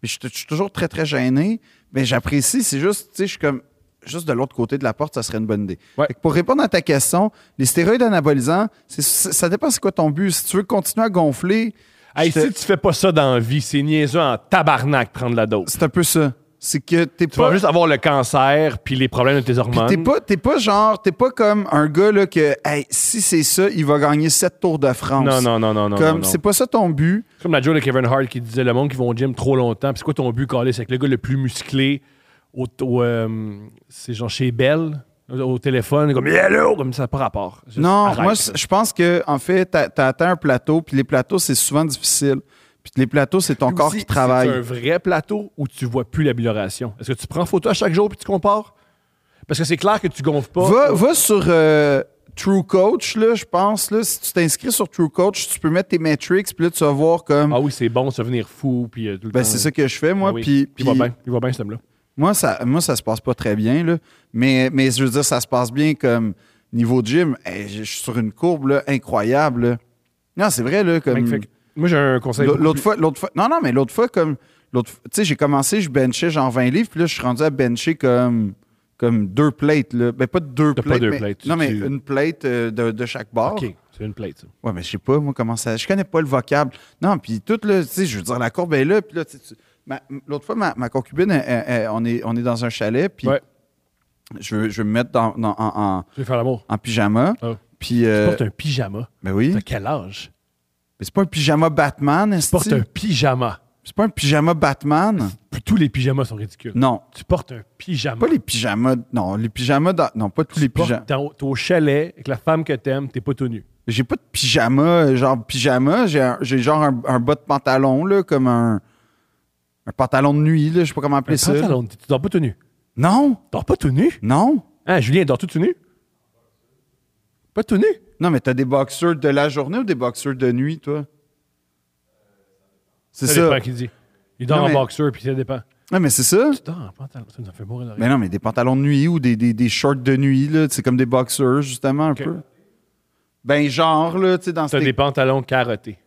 Mais je je suis toujours très, très gêné. Mais j'apprécie. C'est juste, tu sais, je suis comme. Juste de l'autre côté de la porte, ça serait une bonne idée.
Ouais.
Fait que pour répondre à ta question, les stéroïdes anabolisants, c'est- ça ça dépend c'est quoi ton but. Si tu veux continuer à gonfler,
Hey,
je te-
si tu fais pas ça dans la vie, c'est niaiseux en tabarnak prendre la dose.
c'est un peu ça. C'est que t'es
Tu vas
pas.
juste avoir le cancer, puis les problèmes de tes
Puis
hormones.
t'es pas, t'es pas genre, t'es pas comme un gars là que, hey, si c'est ça, il va gagner sept tours de France.
Non, non, non, non, non.
Comme,
non, non.
c'est pas ça ton but.
Comme la joke de Kevin Hart qui disait le monde qui va au gym trop longtemps. Puis c'est quoi ton but, Calais? C'est que le gars le plus musclé, au, au, euh, c'est genre chez Bell, au téléphone, comme Hello! Comme ça, pas rapport. Juste
Non,
arrête,
moi,
ça.
je pense que, en fait, t'as, t'as atteint un plateau, puis les plateaux, c'est souvent difficile. Puis les plateaux, c'est ton
Puis
corps
aussi,
qui travaille.
C'est un vrai plateau où tu vois plus l'amélioration. Est-ce que tu prends photo à chaque jour puis tu compares? Parce que c'est clair que tu gonfles pas.
Va, va sur euh, True Coach, là, je pense. Là, si tu t'inscris sur True Coach, tu peux mettre tes metrics, puis là, tu vas voir comme.
Ah oui, c'est bon, se venir fou, puis euh, tout le
ben,
temps.
c'est ça que je fais, moi.
Ah oui.
Puis,
il va
puis-
bien, il va bien, cet homme-là.
Moi, ça, moi, ça se passe pas très bien, là. Mais, mais je veux dire, ça se passe bien comme niveau gym. Hey, je suis sur une courbe là, incroyable. là. Non, c'est vrai, là. Comme,
Magnifique. Moi, j'ai un conseil.
l'au-
beaucoup
l'autre fois, l'autre fois. Non, non, mais l'autre fois, comme. l'autre fois- Tu sais, j'ai commencé, je benchais genre 20 livres, puis là, je suis rendu à bencher comme, comme deux plates, là. Ben, pas deux
T'as pas
plates.
deux
mais-
plates, tu-
Non, mais
tu-
une plate euh, de, de chaque
plus-
bord.
OK, c'est une plate, ça.
Ouais, mais je sais pas, moi, comment ça. Je connais pas le vocable. Non, puis tout, là, tu sais, je veux dire, la courbe est là. Puis là, tu sais, tu- ma- l'autre fois, ma, ma concubine, elle- elle- elle- on, est, on est dans un chalet, puis
ouais,
je, veux, je veux me mettre dans- dans- en, en-
je vais faire l'amour.
en pyjama.
Ah.
Puis.
Tu
euh,
portes un pyjama.
ben oui.
T'as quel âge?
Mais c'est pas un pyjama Batman,
Tu
est-ce
portes un pyjama.
C'est pas un pyjama Batman?
Puis Tous les pyjamas sont ridicules.
Non.
Tu portes un pyjama.
Pas les pyjamas. Non, les pyjamas. dans- non, pas tous les
tu
pyjamas.
portes dans- t'es au chalet avec la femme que t'aimes, t'es pas tout nu.
J'ai pas de pyjama, euh, genre pyjama. J'ai un- j'ai genre un, un bas de pantalon, là, comme un. Un pantalon de nuit, là, je sais pas comment appeler
Un
ça.
pantalon, tu dors pas tout nu.
Non,
Dors pas tout nu?
non.
Hein, Julien, dors-tu tout nu? Pas tout nu.
Non, mais t'as des boxeurs de la journée ou des boxeurs de nuit, toi? C'est
Ça,
ça.
dépend qui dit. Il dort
Non,
en
mais-
boxeur, puis ça dépend.
Ouais, mais c'est ça.
Tu dors en pantalon. Ça nous a fait mourir de rire.
Mais non, mais des pantalons de nuit ou des, des- des shorts de nuit, là, c'est comme des boxeurs, justement, un
Ok.
peu. Ben, genre, là, tu sais, dans
T'as
ces-
des pantalons carottés.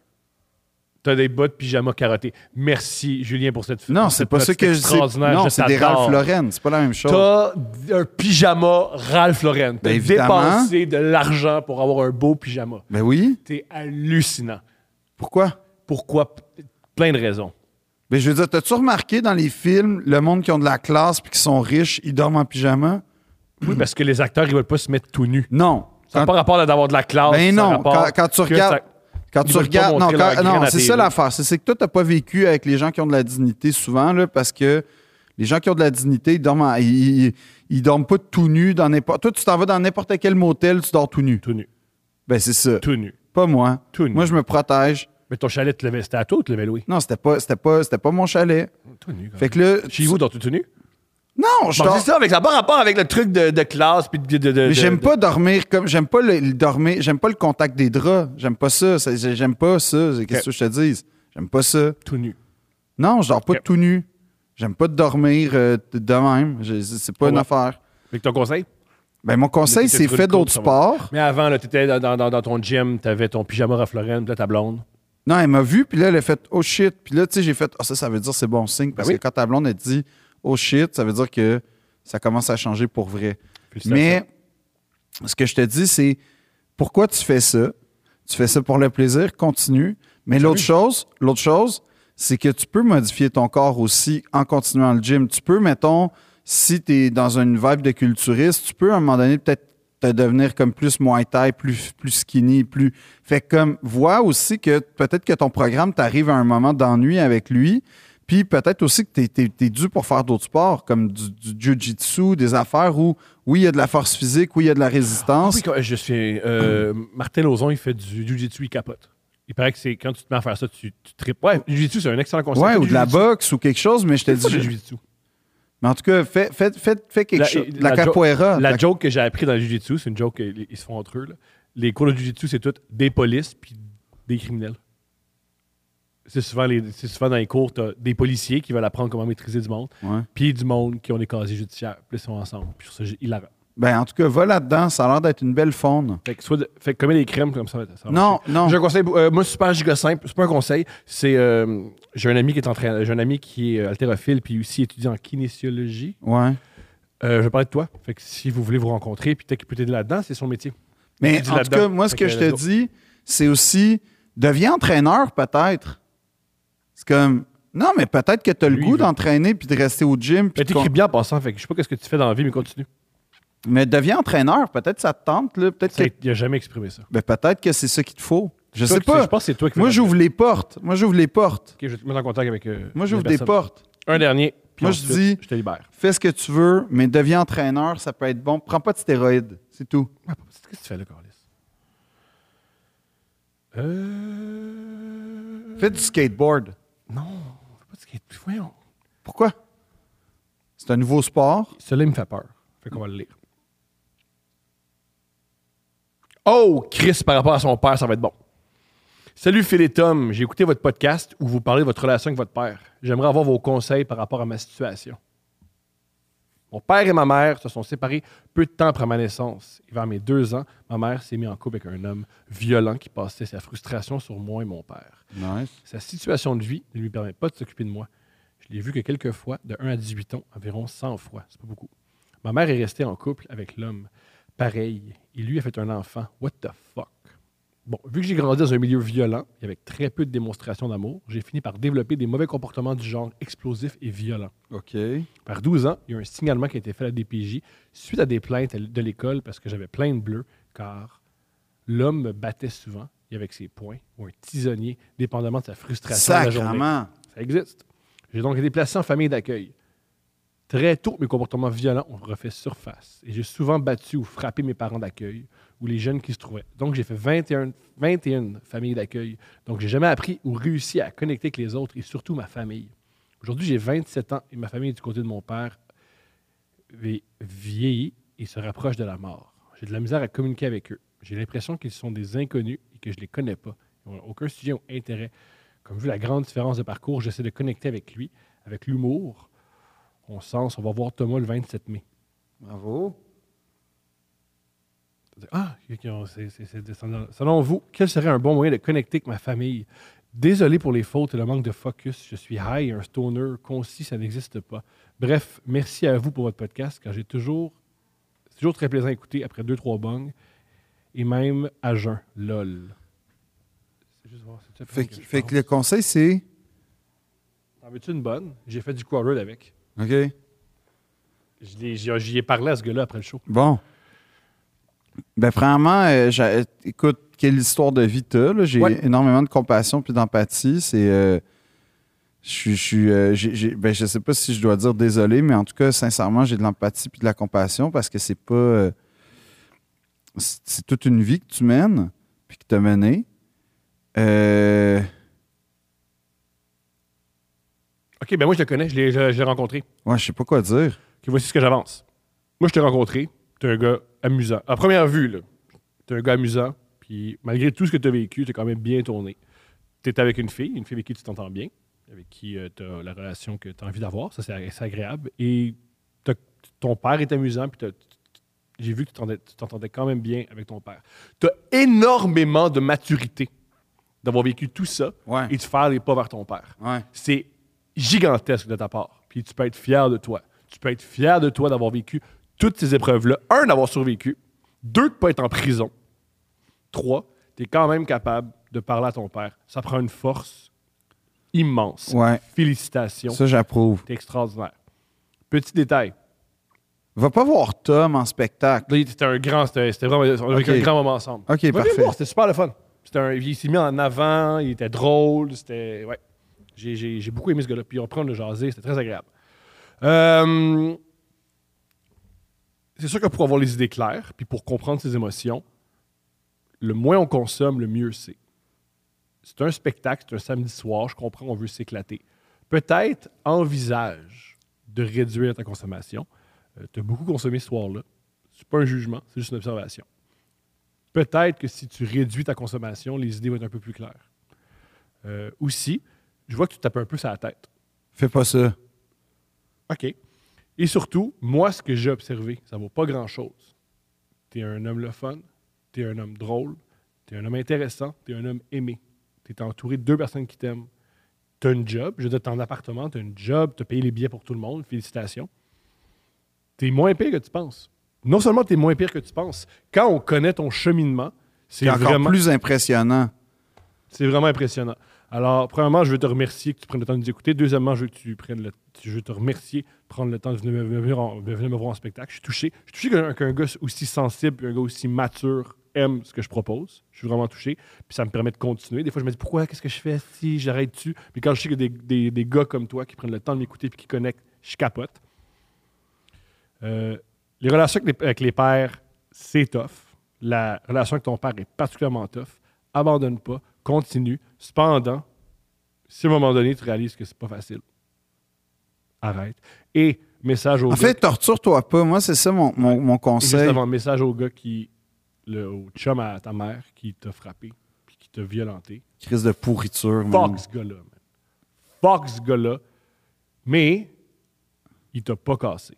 T'as des bas de pyjama carottés. Merci, Julien, pour cette
Non, c'est
cette
pas ça
petite
que je dis.
extraordinaire.
Non,
Je
c'est des Ralph
t'adore.
Lauren, c'est pas la même chose.
T'as un pyjama Ralph Lauren. T'as
Ben, évidemment.
dépensé de l'argent pour avoir un beau pyjama.
Ben oui,
T'es hallucinant.
pourquoi?
Pourquoi? P- Plein de raisons.
Ben, je veux dire, t'as-tu remarqué dans les films, le monde qui ont de la classe puis qui sont riches, ils dorment en pyjama?
Oui, parce que les acteurs, ils veulent pas se mettre tout nus.
Non.
Ça n'a
Quand-
pas rapport à d'avoir de la classe.
Ben
ça a
non,
rapport
quand, quand tu
que
regardes.
ça-
Quand
ils
tu
veulent pas
regardes. Non,
montrer leur
quand- non,
graine à
c'est
TV.
ça l'affaire. C'est c'est que toi, tu n'as pas vécu avec les gens qui ont de la dignité souvent, là, parce que les gens qui ont de la dignité, ils dorment, en- ils, ils- ils dorment pas tout nus dans n'importe. Toi, tu t'en vas dans n'importe quel motel, tu dors tout nu.
Tout nu.
Ben, c'est ça.
Tout nu.
Pas moi.
Tout nu.
Moi, je me protège.
Mais ton chalet, tu levais- c'était à toi ou tu levais Louis?
Non, c'était pas, c'était pas, c'était pas mon chalet.
Tout nu. Quand
Fait que là.
Chez vous, dans tout nu?
Non, je
Bon,
dors.
c'est ça, avec, ça n'a pas rapport avec le truc de, de classe. Puis de, de- de-
Mais j'aime
de-
pas dormir comme j'aime pas le, le dormir, j'aime pas le contact des draps, j'aime pas ça, Ça, j'aime pas ça, qu'est-ce que je te dise J'aime pas ça.
Tout nu.
Non, je dors pas
Ok.
tout nu. J'aime pas dormir euh, de- de même. Je- C'est c'est pas
Ah
une
ouais.
affaire.
Fait que ton conseil?
Ben, mon conseil,
Mais t'étais
c'est
sur
fais
une côte,
d'autres
ça va.
sports.
Mais avant, tu étais dans, dans- dans ton gym, tu avais ton pyjama Ralph Lauren, puis là, ta blonde.
Non, elle m'a vu, puis là, elle a fait Oh shit. Puis là, tu sais, j'ai fait Ah, ça, ça veut dire c'est bon signe. Parce
Ben oui.
que quand ta blonde, elle dit Oh shit, ça veut dire que ça commence à changer pour vrai.
Félicitations.
Mais ce que je te dis, c'est pourquoi tu fais ça? Tu fais ça pour le plaisir, continue. Mais l'autre chose, l'autre chose, c'est que tu peux modifier ton corps aussi en continuant le gym. Tu peux, mettons, si tu es dans une vibe de culturiste, tu peux à un moment donné peut-être te devenir comme plus Muay Thai, plus, plus skinny, plus... Fait que comme, vois aussi que peut-être que ton programme t'arrive à un moment d'ennui avec lui, puis peut-être aussi que tu es, dû pour faire d'autres sports, comme du, du jiu-jitsu, des affaires où, oui, il y a de la force physique, oui, il y a de la
Ah
résistance.
oui, quand- je suis. euh, Martin Lozon, il fait du jiu-jitsu, il capote. Il paraît que c'est quand tu te mets à faire ça, tu, tu tripes. Ouais, jiu-jitsu, c'est un excellent conseil.
Ouais,
Fais
ou
du
de la
jiu-jitsu.
boxe ou quelque chose, mais je te
Fais pas de
dis.
jiu-jitsu.
Mais en tout cas, fais, fais, fais, fais quelque
La-
chose. De
la
La,
jo-
capoera.
La
la-
joke que j'ai appris dans le jiu-jitsu, c'est une joke qu'ils ils se font entre eux. là. Les cours de jiu-jitsu, c'est tout des polices puis des criminels. C'est souvent, les- c'est souvent dans les cours, t'as des policiers qui veulent apprendre comment maîtriser du monde,
Ouais.
puis du monde qui ont des casiers judiciaires, puis ils sont ensemble. Puis sur ça, j'ai- hilarant.
Ben, en tout cas, va là-dedans. Ça a l'air d'être une belle faune.
Fait que, soit de- fait que commet des crimes comme ça. ça va
Non, non.
J'ai un conseil. euh, moi, super giga simple. C'est pas un conseil. C'est. euh, j'ai un ami qui est en train. J'ai un ami qui est euh, haltérophile puis aussi étudiant en kinésiologie.
Ouais.
Euh, je vais parler de toi. Fait que si vous voulez vous rencontrer, puis peut-être qu'il peut t'aider là-dedans, c'est son métier.
Mais
dis
en tout
là-dedans.
cas, moi, ce
Fait
que
que
je
let's
te
go.
dis, c'est aussi. Deviens entraîneur, peut-être. C'est comme. Non, mais peut-être que tu as le
Lui,
goût
il veut-
d'entraîner puis de rester au gym. puis
Mais
de
t'écris
con-
bien en passant. Fait que je sais pas qu'est-ce que tu fais dans la vie, mais continue.
Mais deviens entraîneur. Peut-être ça te tente. là. Peut-être
Ça,
que,
il a jamais exprimé ça.
ben, peut-être que c'est ça qu'il te faut. Je
Toi
sais
qui- Je
pas.
pense que c'est toi qui. fais
Moi,
la-
j'ouvre les portes. Moi, j'ouvre les portes.
Ok, je vais te mettre en contact avec. euh,
Moi, j'ouvre
la
des
personne.
portes.
Un dernier. puis
Moi, je
ensuite,
dis-
Je te libère.
fais ce que tu veux, mais deviens entraîneur, ça peut être bon. Prends pas de stéroïdes, c'est tout.
Ah, Qu'est-ce que tu fais là, Carlis? Euh.
Fais du skateboard.
Non, on fait pas de skate. Voyons.
Pourquoi? C'est un nouveau sport.
Celui-là, il me fait peur. Fait qu'on va le lire. Oh, Chris, par rapport à son père, ça va être bon. Salut Phil et Tom, j'ai écouté votre podcast où vous parlez de votre relation avec votre père. J'aimerais avoir vos conseils par rapport à ma situation. Mon père et ma mère se sont séparés peu de temps après ma naissance. Et vers mes deux ans, ma mère s'est mise en couple avec un homme violent qui passait sa frustration sur moi et mon père.
Nice.
Sa situation de vie ne lui permet pas de s'occuper de moi. Je l'ai vu que quelques fois, de 1 à 18 ans, environ 100 fois. C'est pas beaucoup. Ma mère est restée en couple avec l'homme. Pareil. Il lui a fait un enfant. What the fuck? Bon, vu que j'ai grandi dans un milieu violent et avec très peu de démonstrations d'amour, j'ai fini par développer des mauvais comportements du genre explosif et violent.
OK.
Vers 12 ans, il y a eu un signalement qui a été fait à la DPJ suite à des plaintes à l- de l'école parce que j'avais plein de bleus, car l'homme me battait souvent, et avec ses poings, ou un tisonnier, dépendamment de sa frustration de la journée.
Sacrement.
Ça existe. J'ai donc été placé en famille d'accueil. Très tôt, mes comportements violents ont refait surface et j'ai souvent battu ou frappé mes parents d'accueil ou les jeunes qui se trouvaient. Donc, j'ai fait 21, 21 familles d'accueil. Donc, j'ai jamais appris ou réussi à connecter avec les autres et surtout ma famille. Aujourd'hui, j'ai 27 ans et ma famille du côté de mon père vie- vieillit et se rapproche de la mort. J'ai de la misère à communiquer avec eux. J'ai l'impression qu'ils sont des inconnus et que je ne les connais pas. Ils n'ont aucun sujet ou intérêt. Comme vu la grande différence de parcours, j'essaie de connecter avec lui, avec l'humour. On sens, on va voir Thomas le 27 mai.
Bravo.
Ah, c'est- c'est- c'est- c'est- selon vous, quel serait un bon moyen de connecter avec ma famille? Désolé pour les fautes et le manque de focus. Je suis high, un stoner, concis, ça n'existe pas. Bref, merci à vous pour votre podcast, car j'ai toujours. C'est toujours très plaisant à écouter après deux, trois bangs. Et même à jeun. LOL. C'est juste voir, c'est ça
Fait,
que
que-
je
fait
pense.
que le conseil, c'est.
T'en veux-tu une bonne? J'ai fait du quarrel avec.
OK.
Je l'ai- J'y j'y ai parlé à ce gars-là après le show.
Bon. Ben, premièrement, euh, j'a- écoute, quelle histoire de vie t'as, là. J'ai
Ouais.
énormément de compassion puis d'empathie. C'est. euh, je suis- je suis, euh, j'ai- j'ai- ben, je sais pas si je dois dire désolé, mais en tout cas, sincèrement, j'ai de l'empathie puis de la compassion parce que c'est pas. euh, c'est c'est toute une vie que tu mènes puis que t'as menée. Euh,
OK, ben moi, je le connais. Je l'ai- je- je l'ai rencontré.
ouais, je sais pas quoi dire.
OK, voici ce que j'avance. Moi, je t'ai rencontré. T'es un gars amusant. À première vue, là, t'es un gars amusant. Puis malgré tout ce que t'as vécu, t'es quand même bien tourné. T'es avec une fille, une fille avec qui tu t'entends bien, avec qui euh, t'as la relation que t'as envie d'avoir. Ça, c'est ag- c'est agréable. Et t'as- ton père est amusant. Puis t'as- j'ai vu que tu t'entendais- tu t'entendais quand même bien avec ton père. T'as énormément de maturité d'avoir vécu tout ça
Ouais.
et de faire les pas vers ton père
Ouais.
c'est gigantesque de ta part. Puis tu peux être fier de toi. Tu peux être fier de toi d'avoir vécu toutes ces épreuves-là. Un, d'avoir survécu. Deux, de ne pas être en prison. Trois, tu es quand même capable de parler à ton père. Ça prend une force immense.
Ouais.
Félicitations.
Ça, j'approuve.
T'es extraordinaire. Petit détail.
Va pas voir Tom en spectacle.
Là, C'était un grand, c'était c'était vraiment, on a vécu
Ok.
un grand moment ensemble.
Ok,
Va bien
parfait.
le voir, C'était super le fun. C'était un- il s'est mis en avant, il était drôle, c'était, ouais. J'ai j'ai- j'ai beaucoup aimé ce gars-là. Puis on prend le jaser, c'était très agréable. Euh, c'est sûr que pour avoir les idées claires, puis pour comprendre ses émotions, le moins on consomme, le mieux c'est. C'est un spectacle, c'est un samedi soir, je comprends, on veut s'éclater. Peut-être envisage de réduire ta consommation. tu as beaucoup consommé ce soir-là. C'est pas un jugement, c'est juste une observation. Peut-être que si tu réduis ta consommation, les idées vont être un peu plus claires. Euh, aussi, je vois que tu te tapes un peu sur la tête.
Fais pas ça.
OK. Et surtout, moi, ce que j'ai observé, ça vaut pas grand-chose. T'es un homme le fun, t'es un homme drôle, t'es un homme intéressant, t'es un homme aimé. T'es entouré de deux personnes qui t'aiment. T'as une job, je veux dire, t'es en appartement, t'as une job, t'as payé les billets pour tout le monde, félicitations. T'es moins pire que tu penses. Non seulement t'es moins pire que tu penses, quand on connaît ton cheminement, c'est
C'est encore
vraiment...
plus impressionnant.
C'est vraiment impressionnant. Alors, premièrement, je veux te remercier que tu prennes le temps de nous écouter. Deuxièmement, je veux que tu prennes le je veux te remercier de prendre le temps de venir me, me- venir en- de venir me voir en spectacle. Je suis touché. Je suis touché qu'un qu'un gars aussi sensible, un gars aussi mature aime ce que je propose. Je suis vraiment touché. Puis ça me permet de continuer. Des fois, je me dis pourquoi, qu'est-ce que je fais si j'arrête-tu? Mais quand je sais que des, des- des gars comme toi qui prennent le temps de m'écouter puis qui connectent, je capote. Euh, les relations avec les, avec les pères, c'est tough. La relation avec ton père est particulièrement tough. Abandonne pas, continue. Cependant, si à un moment donné, tu réalises que c'est pas facile, arrête. Et message au
En fait, torture-toi pas. Moi, c'est ça mon, mon, mon
Juste
conseil.
avant, message au gars qui. Le, au chum à ta mère qui t'a frappé puis qui t'a violenté.
Crise de pourriture. man.
Fuck ce gars-là, man. Fuck ce gars-là. Mais il t'a pas cassé.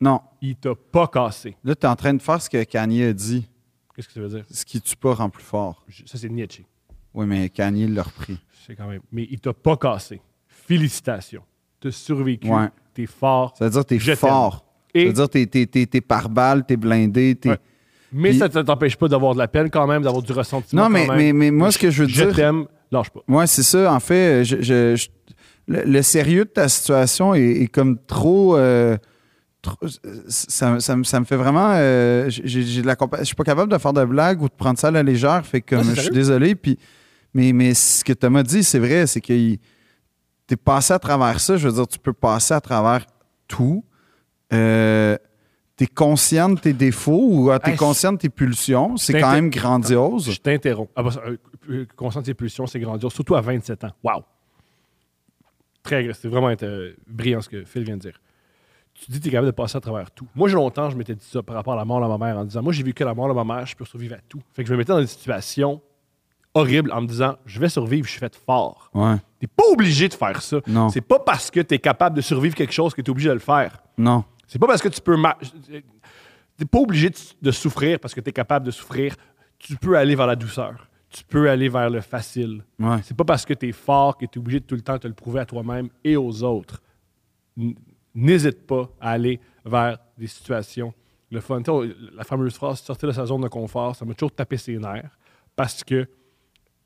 Non.
Il t'a pas cassé.
Là, t'es en train de faire ce que Kanye a dit.
Qu'est-ce que ça veut dire?
Ce qui tue pas rend plus fort.
Je- Ça, c'est Nietzsche.
Oui, mais Kanye l'a repris.
C'est quand même. Mais il t'a pas cassé. Félicitations. T'as survécu.
Ouais.
T'es fort.
Ça veut dire que t'es
Je t'aime.
fort.
Et-
Ça veut dire que t'es, t'es, t'es, t'es par balle, t'es blindé, t'es.
Ouais. Mais
Puis-
ça ne t'empêche pas d'avoir de la peine quand même, d'avoir du ressentiment.
Non, mais-
quand même.
mais- mais moi, ce que je veux dire-
Je t'aime, lâche pas.
Ouais, c'est ça. En fait, je- je- je- le, le sérieux de ta situation est, est comme trop. euh, trop- ça, ça me- ça me fait vraiment. euh, j'ai, j'ai de la compa- Je suis pas capable de faire de blagues ou de prendre ça à la légère. Fait que
Non, c'est
comme, je suis
sérieux.
désolé. Puis, mais, mais ce que Thomas dit, c'est vrai. C'est que il- t'es passé à travers ça. Je veux dire, tu peux passer à travers tout. Euh, t'es conscient de tes défauts ou euh, t'es
Hey,
conscient de tes pulsions. C'est
Ben, c'est
quand
inté-
même grandiose.
Je t'interromps. Ah, bah, ça, euh, euh, conscience des pulsions, c'est grandiose, surtout à 27 ans. Wow! Très agressif. C'est vraiment euh, brillant ce que Phil vient de dire. tu te dis que tu es capable de passer à travers tout. Moi, j'ai longtemps, je m'étais dit ça par rapport à la mort de ma mère en disant Moi, j'ai vécu la mort de ma mère, je peux survivre à tout. Fait que je me mettais dans des situations horribles en me disant Je vais survivre, je suis fait fort.
Ouais.
T'es pas obligé de faire ça.
Non.
C'est pas parce que t'es capable de survivre quelque chose que t'es obligé de le faire.
Non.
C'est pas parce que tu peux. ma- T'es pas obligé de, de souffrir parce que t'es capable de souffrir. Tu peux aller vers la douceur. Tu peux aller vers le facile.
Ouais.
C'est pas parce que t'es fort que t'es obligé de tout le temps te le prouver à toi-même et aux autres. N- N'hésite pas à aller vers des situations. Le fun, tu sais, on- la fameuse phrase sortir de sa zone de confort, ça m'a toujours tapé ses nerfs parce que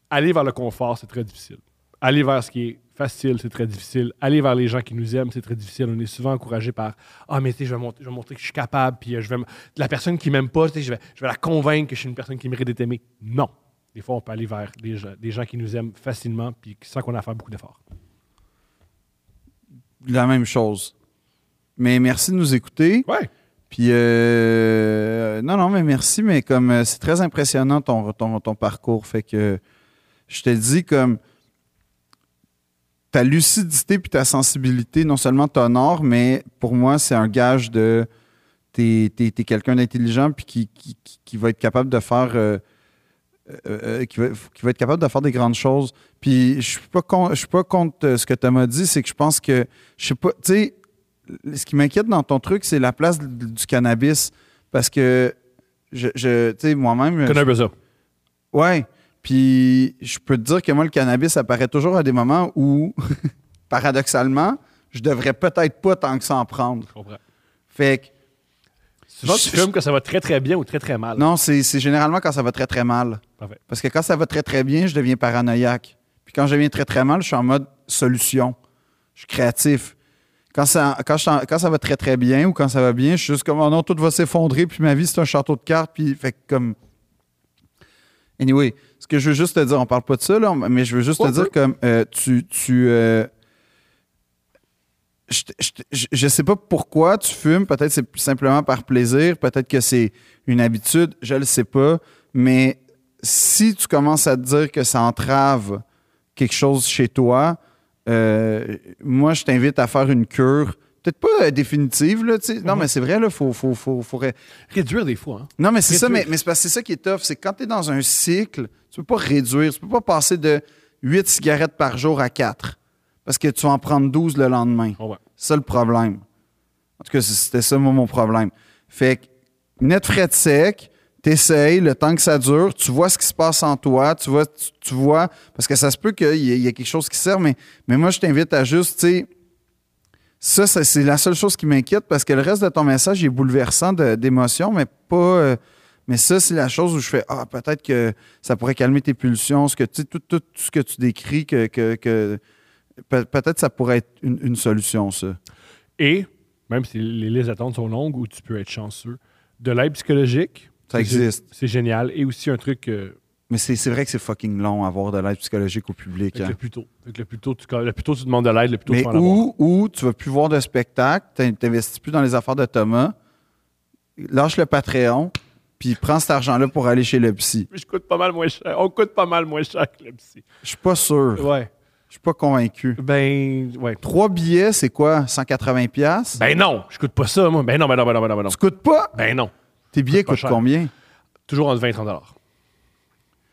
aller vers le confort, c'est très difficile. Aller vers ce qui est facile, c'est très difficile. Aller vers les gens qui nous aiment, c'est très difficile. On est souvent encouragé par Ah, mais tu sais, je vais, montrer, je vais montrer que je suis capable, puis euh, je vais. me- La personne qui m'aime pas, tu sais, je vais, je vais la convaincre que je suis une personne qui mérite d'être aimée. Non. Des fois, on peut aller vers des gens, des gens qui nous aiment facilement, puis sans qu'on a à faire beaucoup d'efforts.
La même chose. Mais merci de nous écouter.
Ouais.
Puis, euh, non, non, mais merci, mais comme euh, c'est très impressionnant ton, ton, ton parcours. Fait que je te dis comme ta lucidité puis ta sensibilité, non seulement t'honore, mais pour moi, c'est un gage de t'es, t'es, t'es quelqu'un d'intelligent puis qui, qui, qui- qui va être capable de faire. euh, euh, euh, qui, va, qui va être capable de faire des grandes choses. Puis je suis pas con- je suis pas contre euh, ce que tu m'as dit, c'est que je pense que je sais pas, tu sais, ce qui m'inquiète dans ton truc, c'est la place du- du cannabis. Parce que, je, je- tu sais, moi-même. je-
Connor Beza.
Ouais. Puis, je peux te dire que moi, le cannabis apparaît toujours à des moments où, paradoxalement, je devrais peut-être pas tant que ça en prendre.
Je comprends.
Fait que,
Souvent, tu
Je-
filmes que ça va très, très bien ou très, très mal.
non, c'est c'est généralement quand ça va très, très mal.
Parfait.
Parce que quand ça va très, très bien, je deviens paranoïaque. Puis quand je deviens très, très mal, je suis en mode solution. Je suis créatif. Quand ça, quand, je suis en- quand ça va très, très bien ou quand ça va bien, je suis juste comme, oh non, tout va s'effondrer, puis ma vie, c'est un château de cartes, puis fait que comme... Anyway, ce que je veux juste te dire, on parle pas de ça, là, mais je veux juste
On
te
peut.
dire comme, euh, tu... tu euh, je, te- je te- je- je sais pas pourquoi tu fumes. Peut-être c'est simplement par plaisir. Peut-être que c'est une habitude. Je le sais pas. Mais si tu commences à te dire que ça entrave quelque chose chez toi, euh, moi, je t'invite à faire une cure. Peut-être pas euh, définitive, là, tu sais. Non, mais c'est vrai, là, faut, faut, faut, faut ré-
Réduire des fois. Hein?
non, mais c'est ça,
Réduire.
mais, mais c'est parce que c'est ça qui est tough. C'est que quand tu es dans un cycle, tu peux pas réduire. Tu peux pas passer de 8 cigarettes par jour à 4 parce que tu vas en prendre 12 le lendemain.
Je comprends.
C'est ça le problème. En tout cas, c- c'était ça, moi, mon problème. Fait que, net frais de sec, t'essayes, le temps que ça dure, tu vois ce qui se passe en toi, tu vois, tu, tu vois, parce que ça se peut qu'il y, ait- il y a quelque chose qui sert, mais, mais moi, je t'invite à juste, tu sais, ça, ça, c'est la seule chose qui m'inquiète parce que le reste de ton message est bouleversant de- d'émotions, mais pas. euh, mais ça, c'est la chose où je fais Ah, peut-être que ça pourrait calmer tes pulsions, ce que tu sais, tout, tout, tout ce que tu décris, que, que, que- peut- peut-être ça pourrait être une, une solution, ça.
Et, même si les listes d'attente sont longues ou tu peux être chanceux, de l'aide psychologique.
Ça
c'est-
existe.
C'est génial. Et aussi un truc euh, que
Mais c'est c'est vrai que c'est fucking long avoir de l'aide psychologique au public.
Fait que
hein.
le plus tôt. Fait que le plus tôt tu, le plus tôt tu demandes de l'aide, le plus tôt
Mais
tu vas en avoir.
où, où tu vas plus voir de spectacle, t'in- t'investis plus dans les affaires de Thomas, lâche le Patreon, puis prends cet argent-là pour aller chez le psy.
Mais je coûte pas mal moins cher. On coûte pas mal moins cher que le psy.
Je suis pas sûr.
Ouais.
Je suis pas convaincu.
Ben, ouais.
Trois billets, c'est quoi? 180 pièces
Ben non, je coûte pas ça, moi. Ben non, ben non, ben non, ben non. Ben non.
Tu coûtes pas?
Ben non.
Tes billets
pas
coûtent
cher.
combien?
Toujours entre 20 et 30 dollars.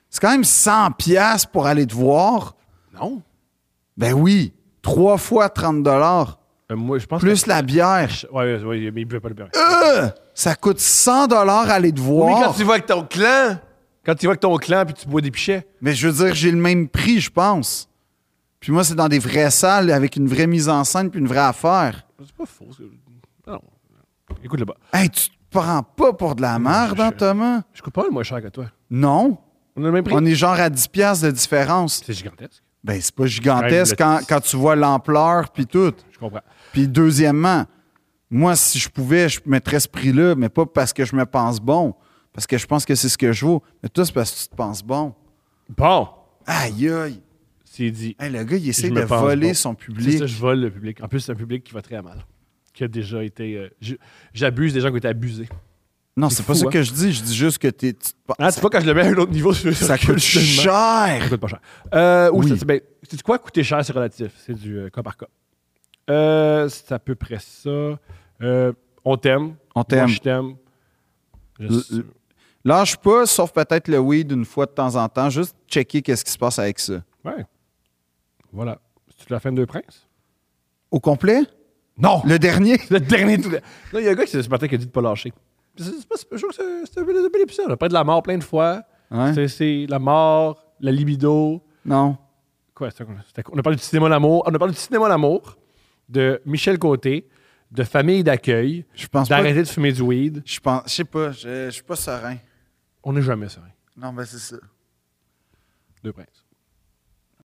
C'est quand même 100 pièces pour aller te voir?
Non.
Ben oui, trois fois 30 dollars,
Ben, moi, je pense
plus la bière.
que... Ouais, ouais, ouais, mais il buvait pas le bien.
Euh, ça coûte 100 dollars aller te
Mais
voir.
quand tu vas avec ton clan,
Quand tu vas avec ton clan puis tu bois des pichets,
Mais je veux dire, j'ai le même prix, je pense. Puis moi, c'est dans des vraies salles avec une vraie mise en scène puis une vraie affaire.
c'est pas faux. c'est- Non. Écoute là-bas.
Hey, tu te prends pas pour de la merde, hein,
je-
Thomas?
Je coûte pas mal moins cher que toi.
Non.
On a le même prix.
On est genre à 10 pièces de différence.
C'est gigantesque.
Ben, c'est pas gigantesque
Ouais,
quand,
mais le-
quand tu vois l'ampleur puis tout.
Je comprends.
Puis deuxièmement, moi, si je pouvais, je mettrais ce prix-là, mais pas parce que je me pense bon, parce que je pense que c'est ce que je vaux. Mais toi, c'est parce que tu te penses bon.
Bon,
Aïe, aïe.
c'est dit.
Hey, le gars, il essaie
Je me
de
pense
voler
bon.
son
C'est
public.
ça, je vole le public. En plus, c'est un public qui va très mal. Qui a déjà été. euh, j- J'abuse des gens qui ont été abusés.
non,
c'est
c'est pas
fou,
ça
hein.
que je dis. Je dis juste que t'es, tu te penses.
Ah, tu vois, quand je le mets à un autre niveau, je
ça
Ça
coûte cher.
coûte pas cher. Euh, oui.
Oui.
c'est ben, sais-tu quoi coûter cher, c'est relatif. C'est du euh, cas par cas. Euh, c'est à peu près ça. Euh, on t'aime.
On
Moi,
t'aime.
je t'aime. Je-
L- Lâche pas, sauf peut-être le weed une fois de temps en temps. Juste checker qu'est-ce qui se passe avec ça.
Ouais. Voilà. C'est-tu la fin de Deux Princes?
Au complet?
Non!
Le dernier?
Le dernier tout. Là, il y a un gars qui ce matin qui a dit de pas lâcher. Puis C'est c'est pas c'est- je trouve que c'est- c'est un bel un bel épisode. Après de la mort plein de fois.
Ouais.
C'est- C'est la mort, la libido.
Non.
Quoi, c'était- c'était quoi? On a parlé du cinéma d'amour. On a parlé du cinéma d'amour de Michel Côté, de famille d'accueil,
Je pense pas.
d'arrêter de fumer du weed.
Je pense. Je sais pas. Je je suis pas serein.
On n'est jamais ça.
Non, mais c'est ça.
Deux princes.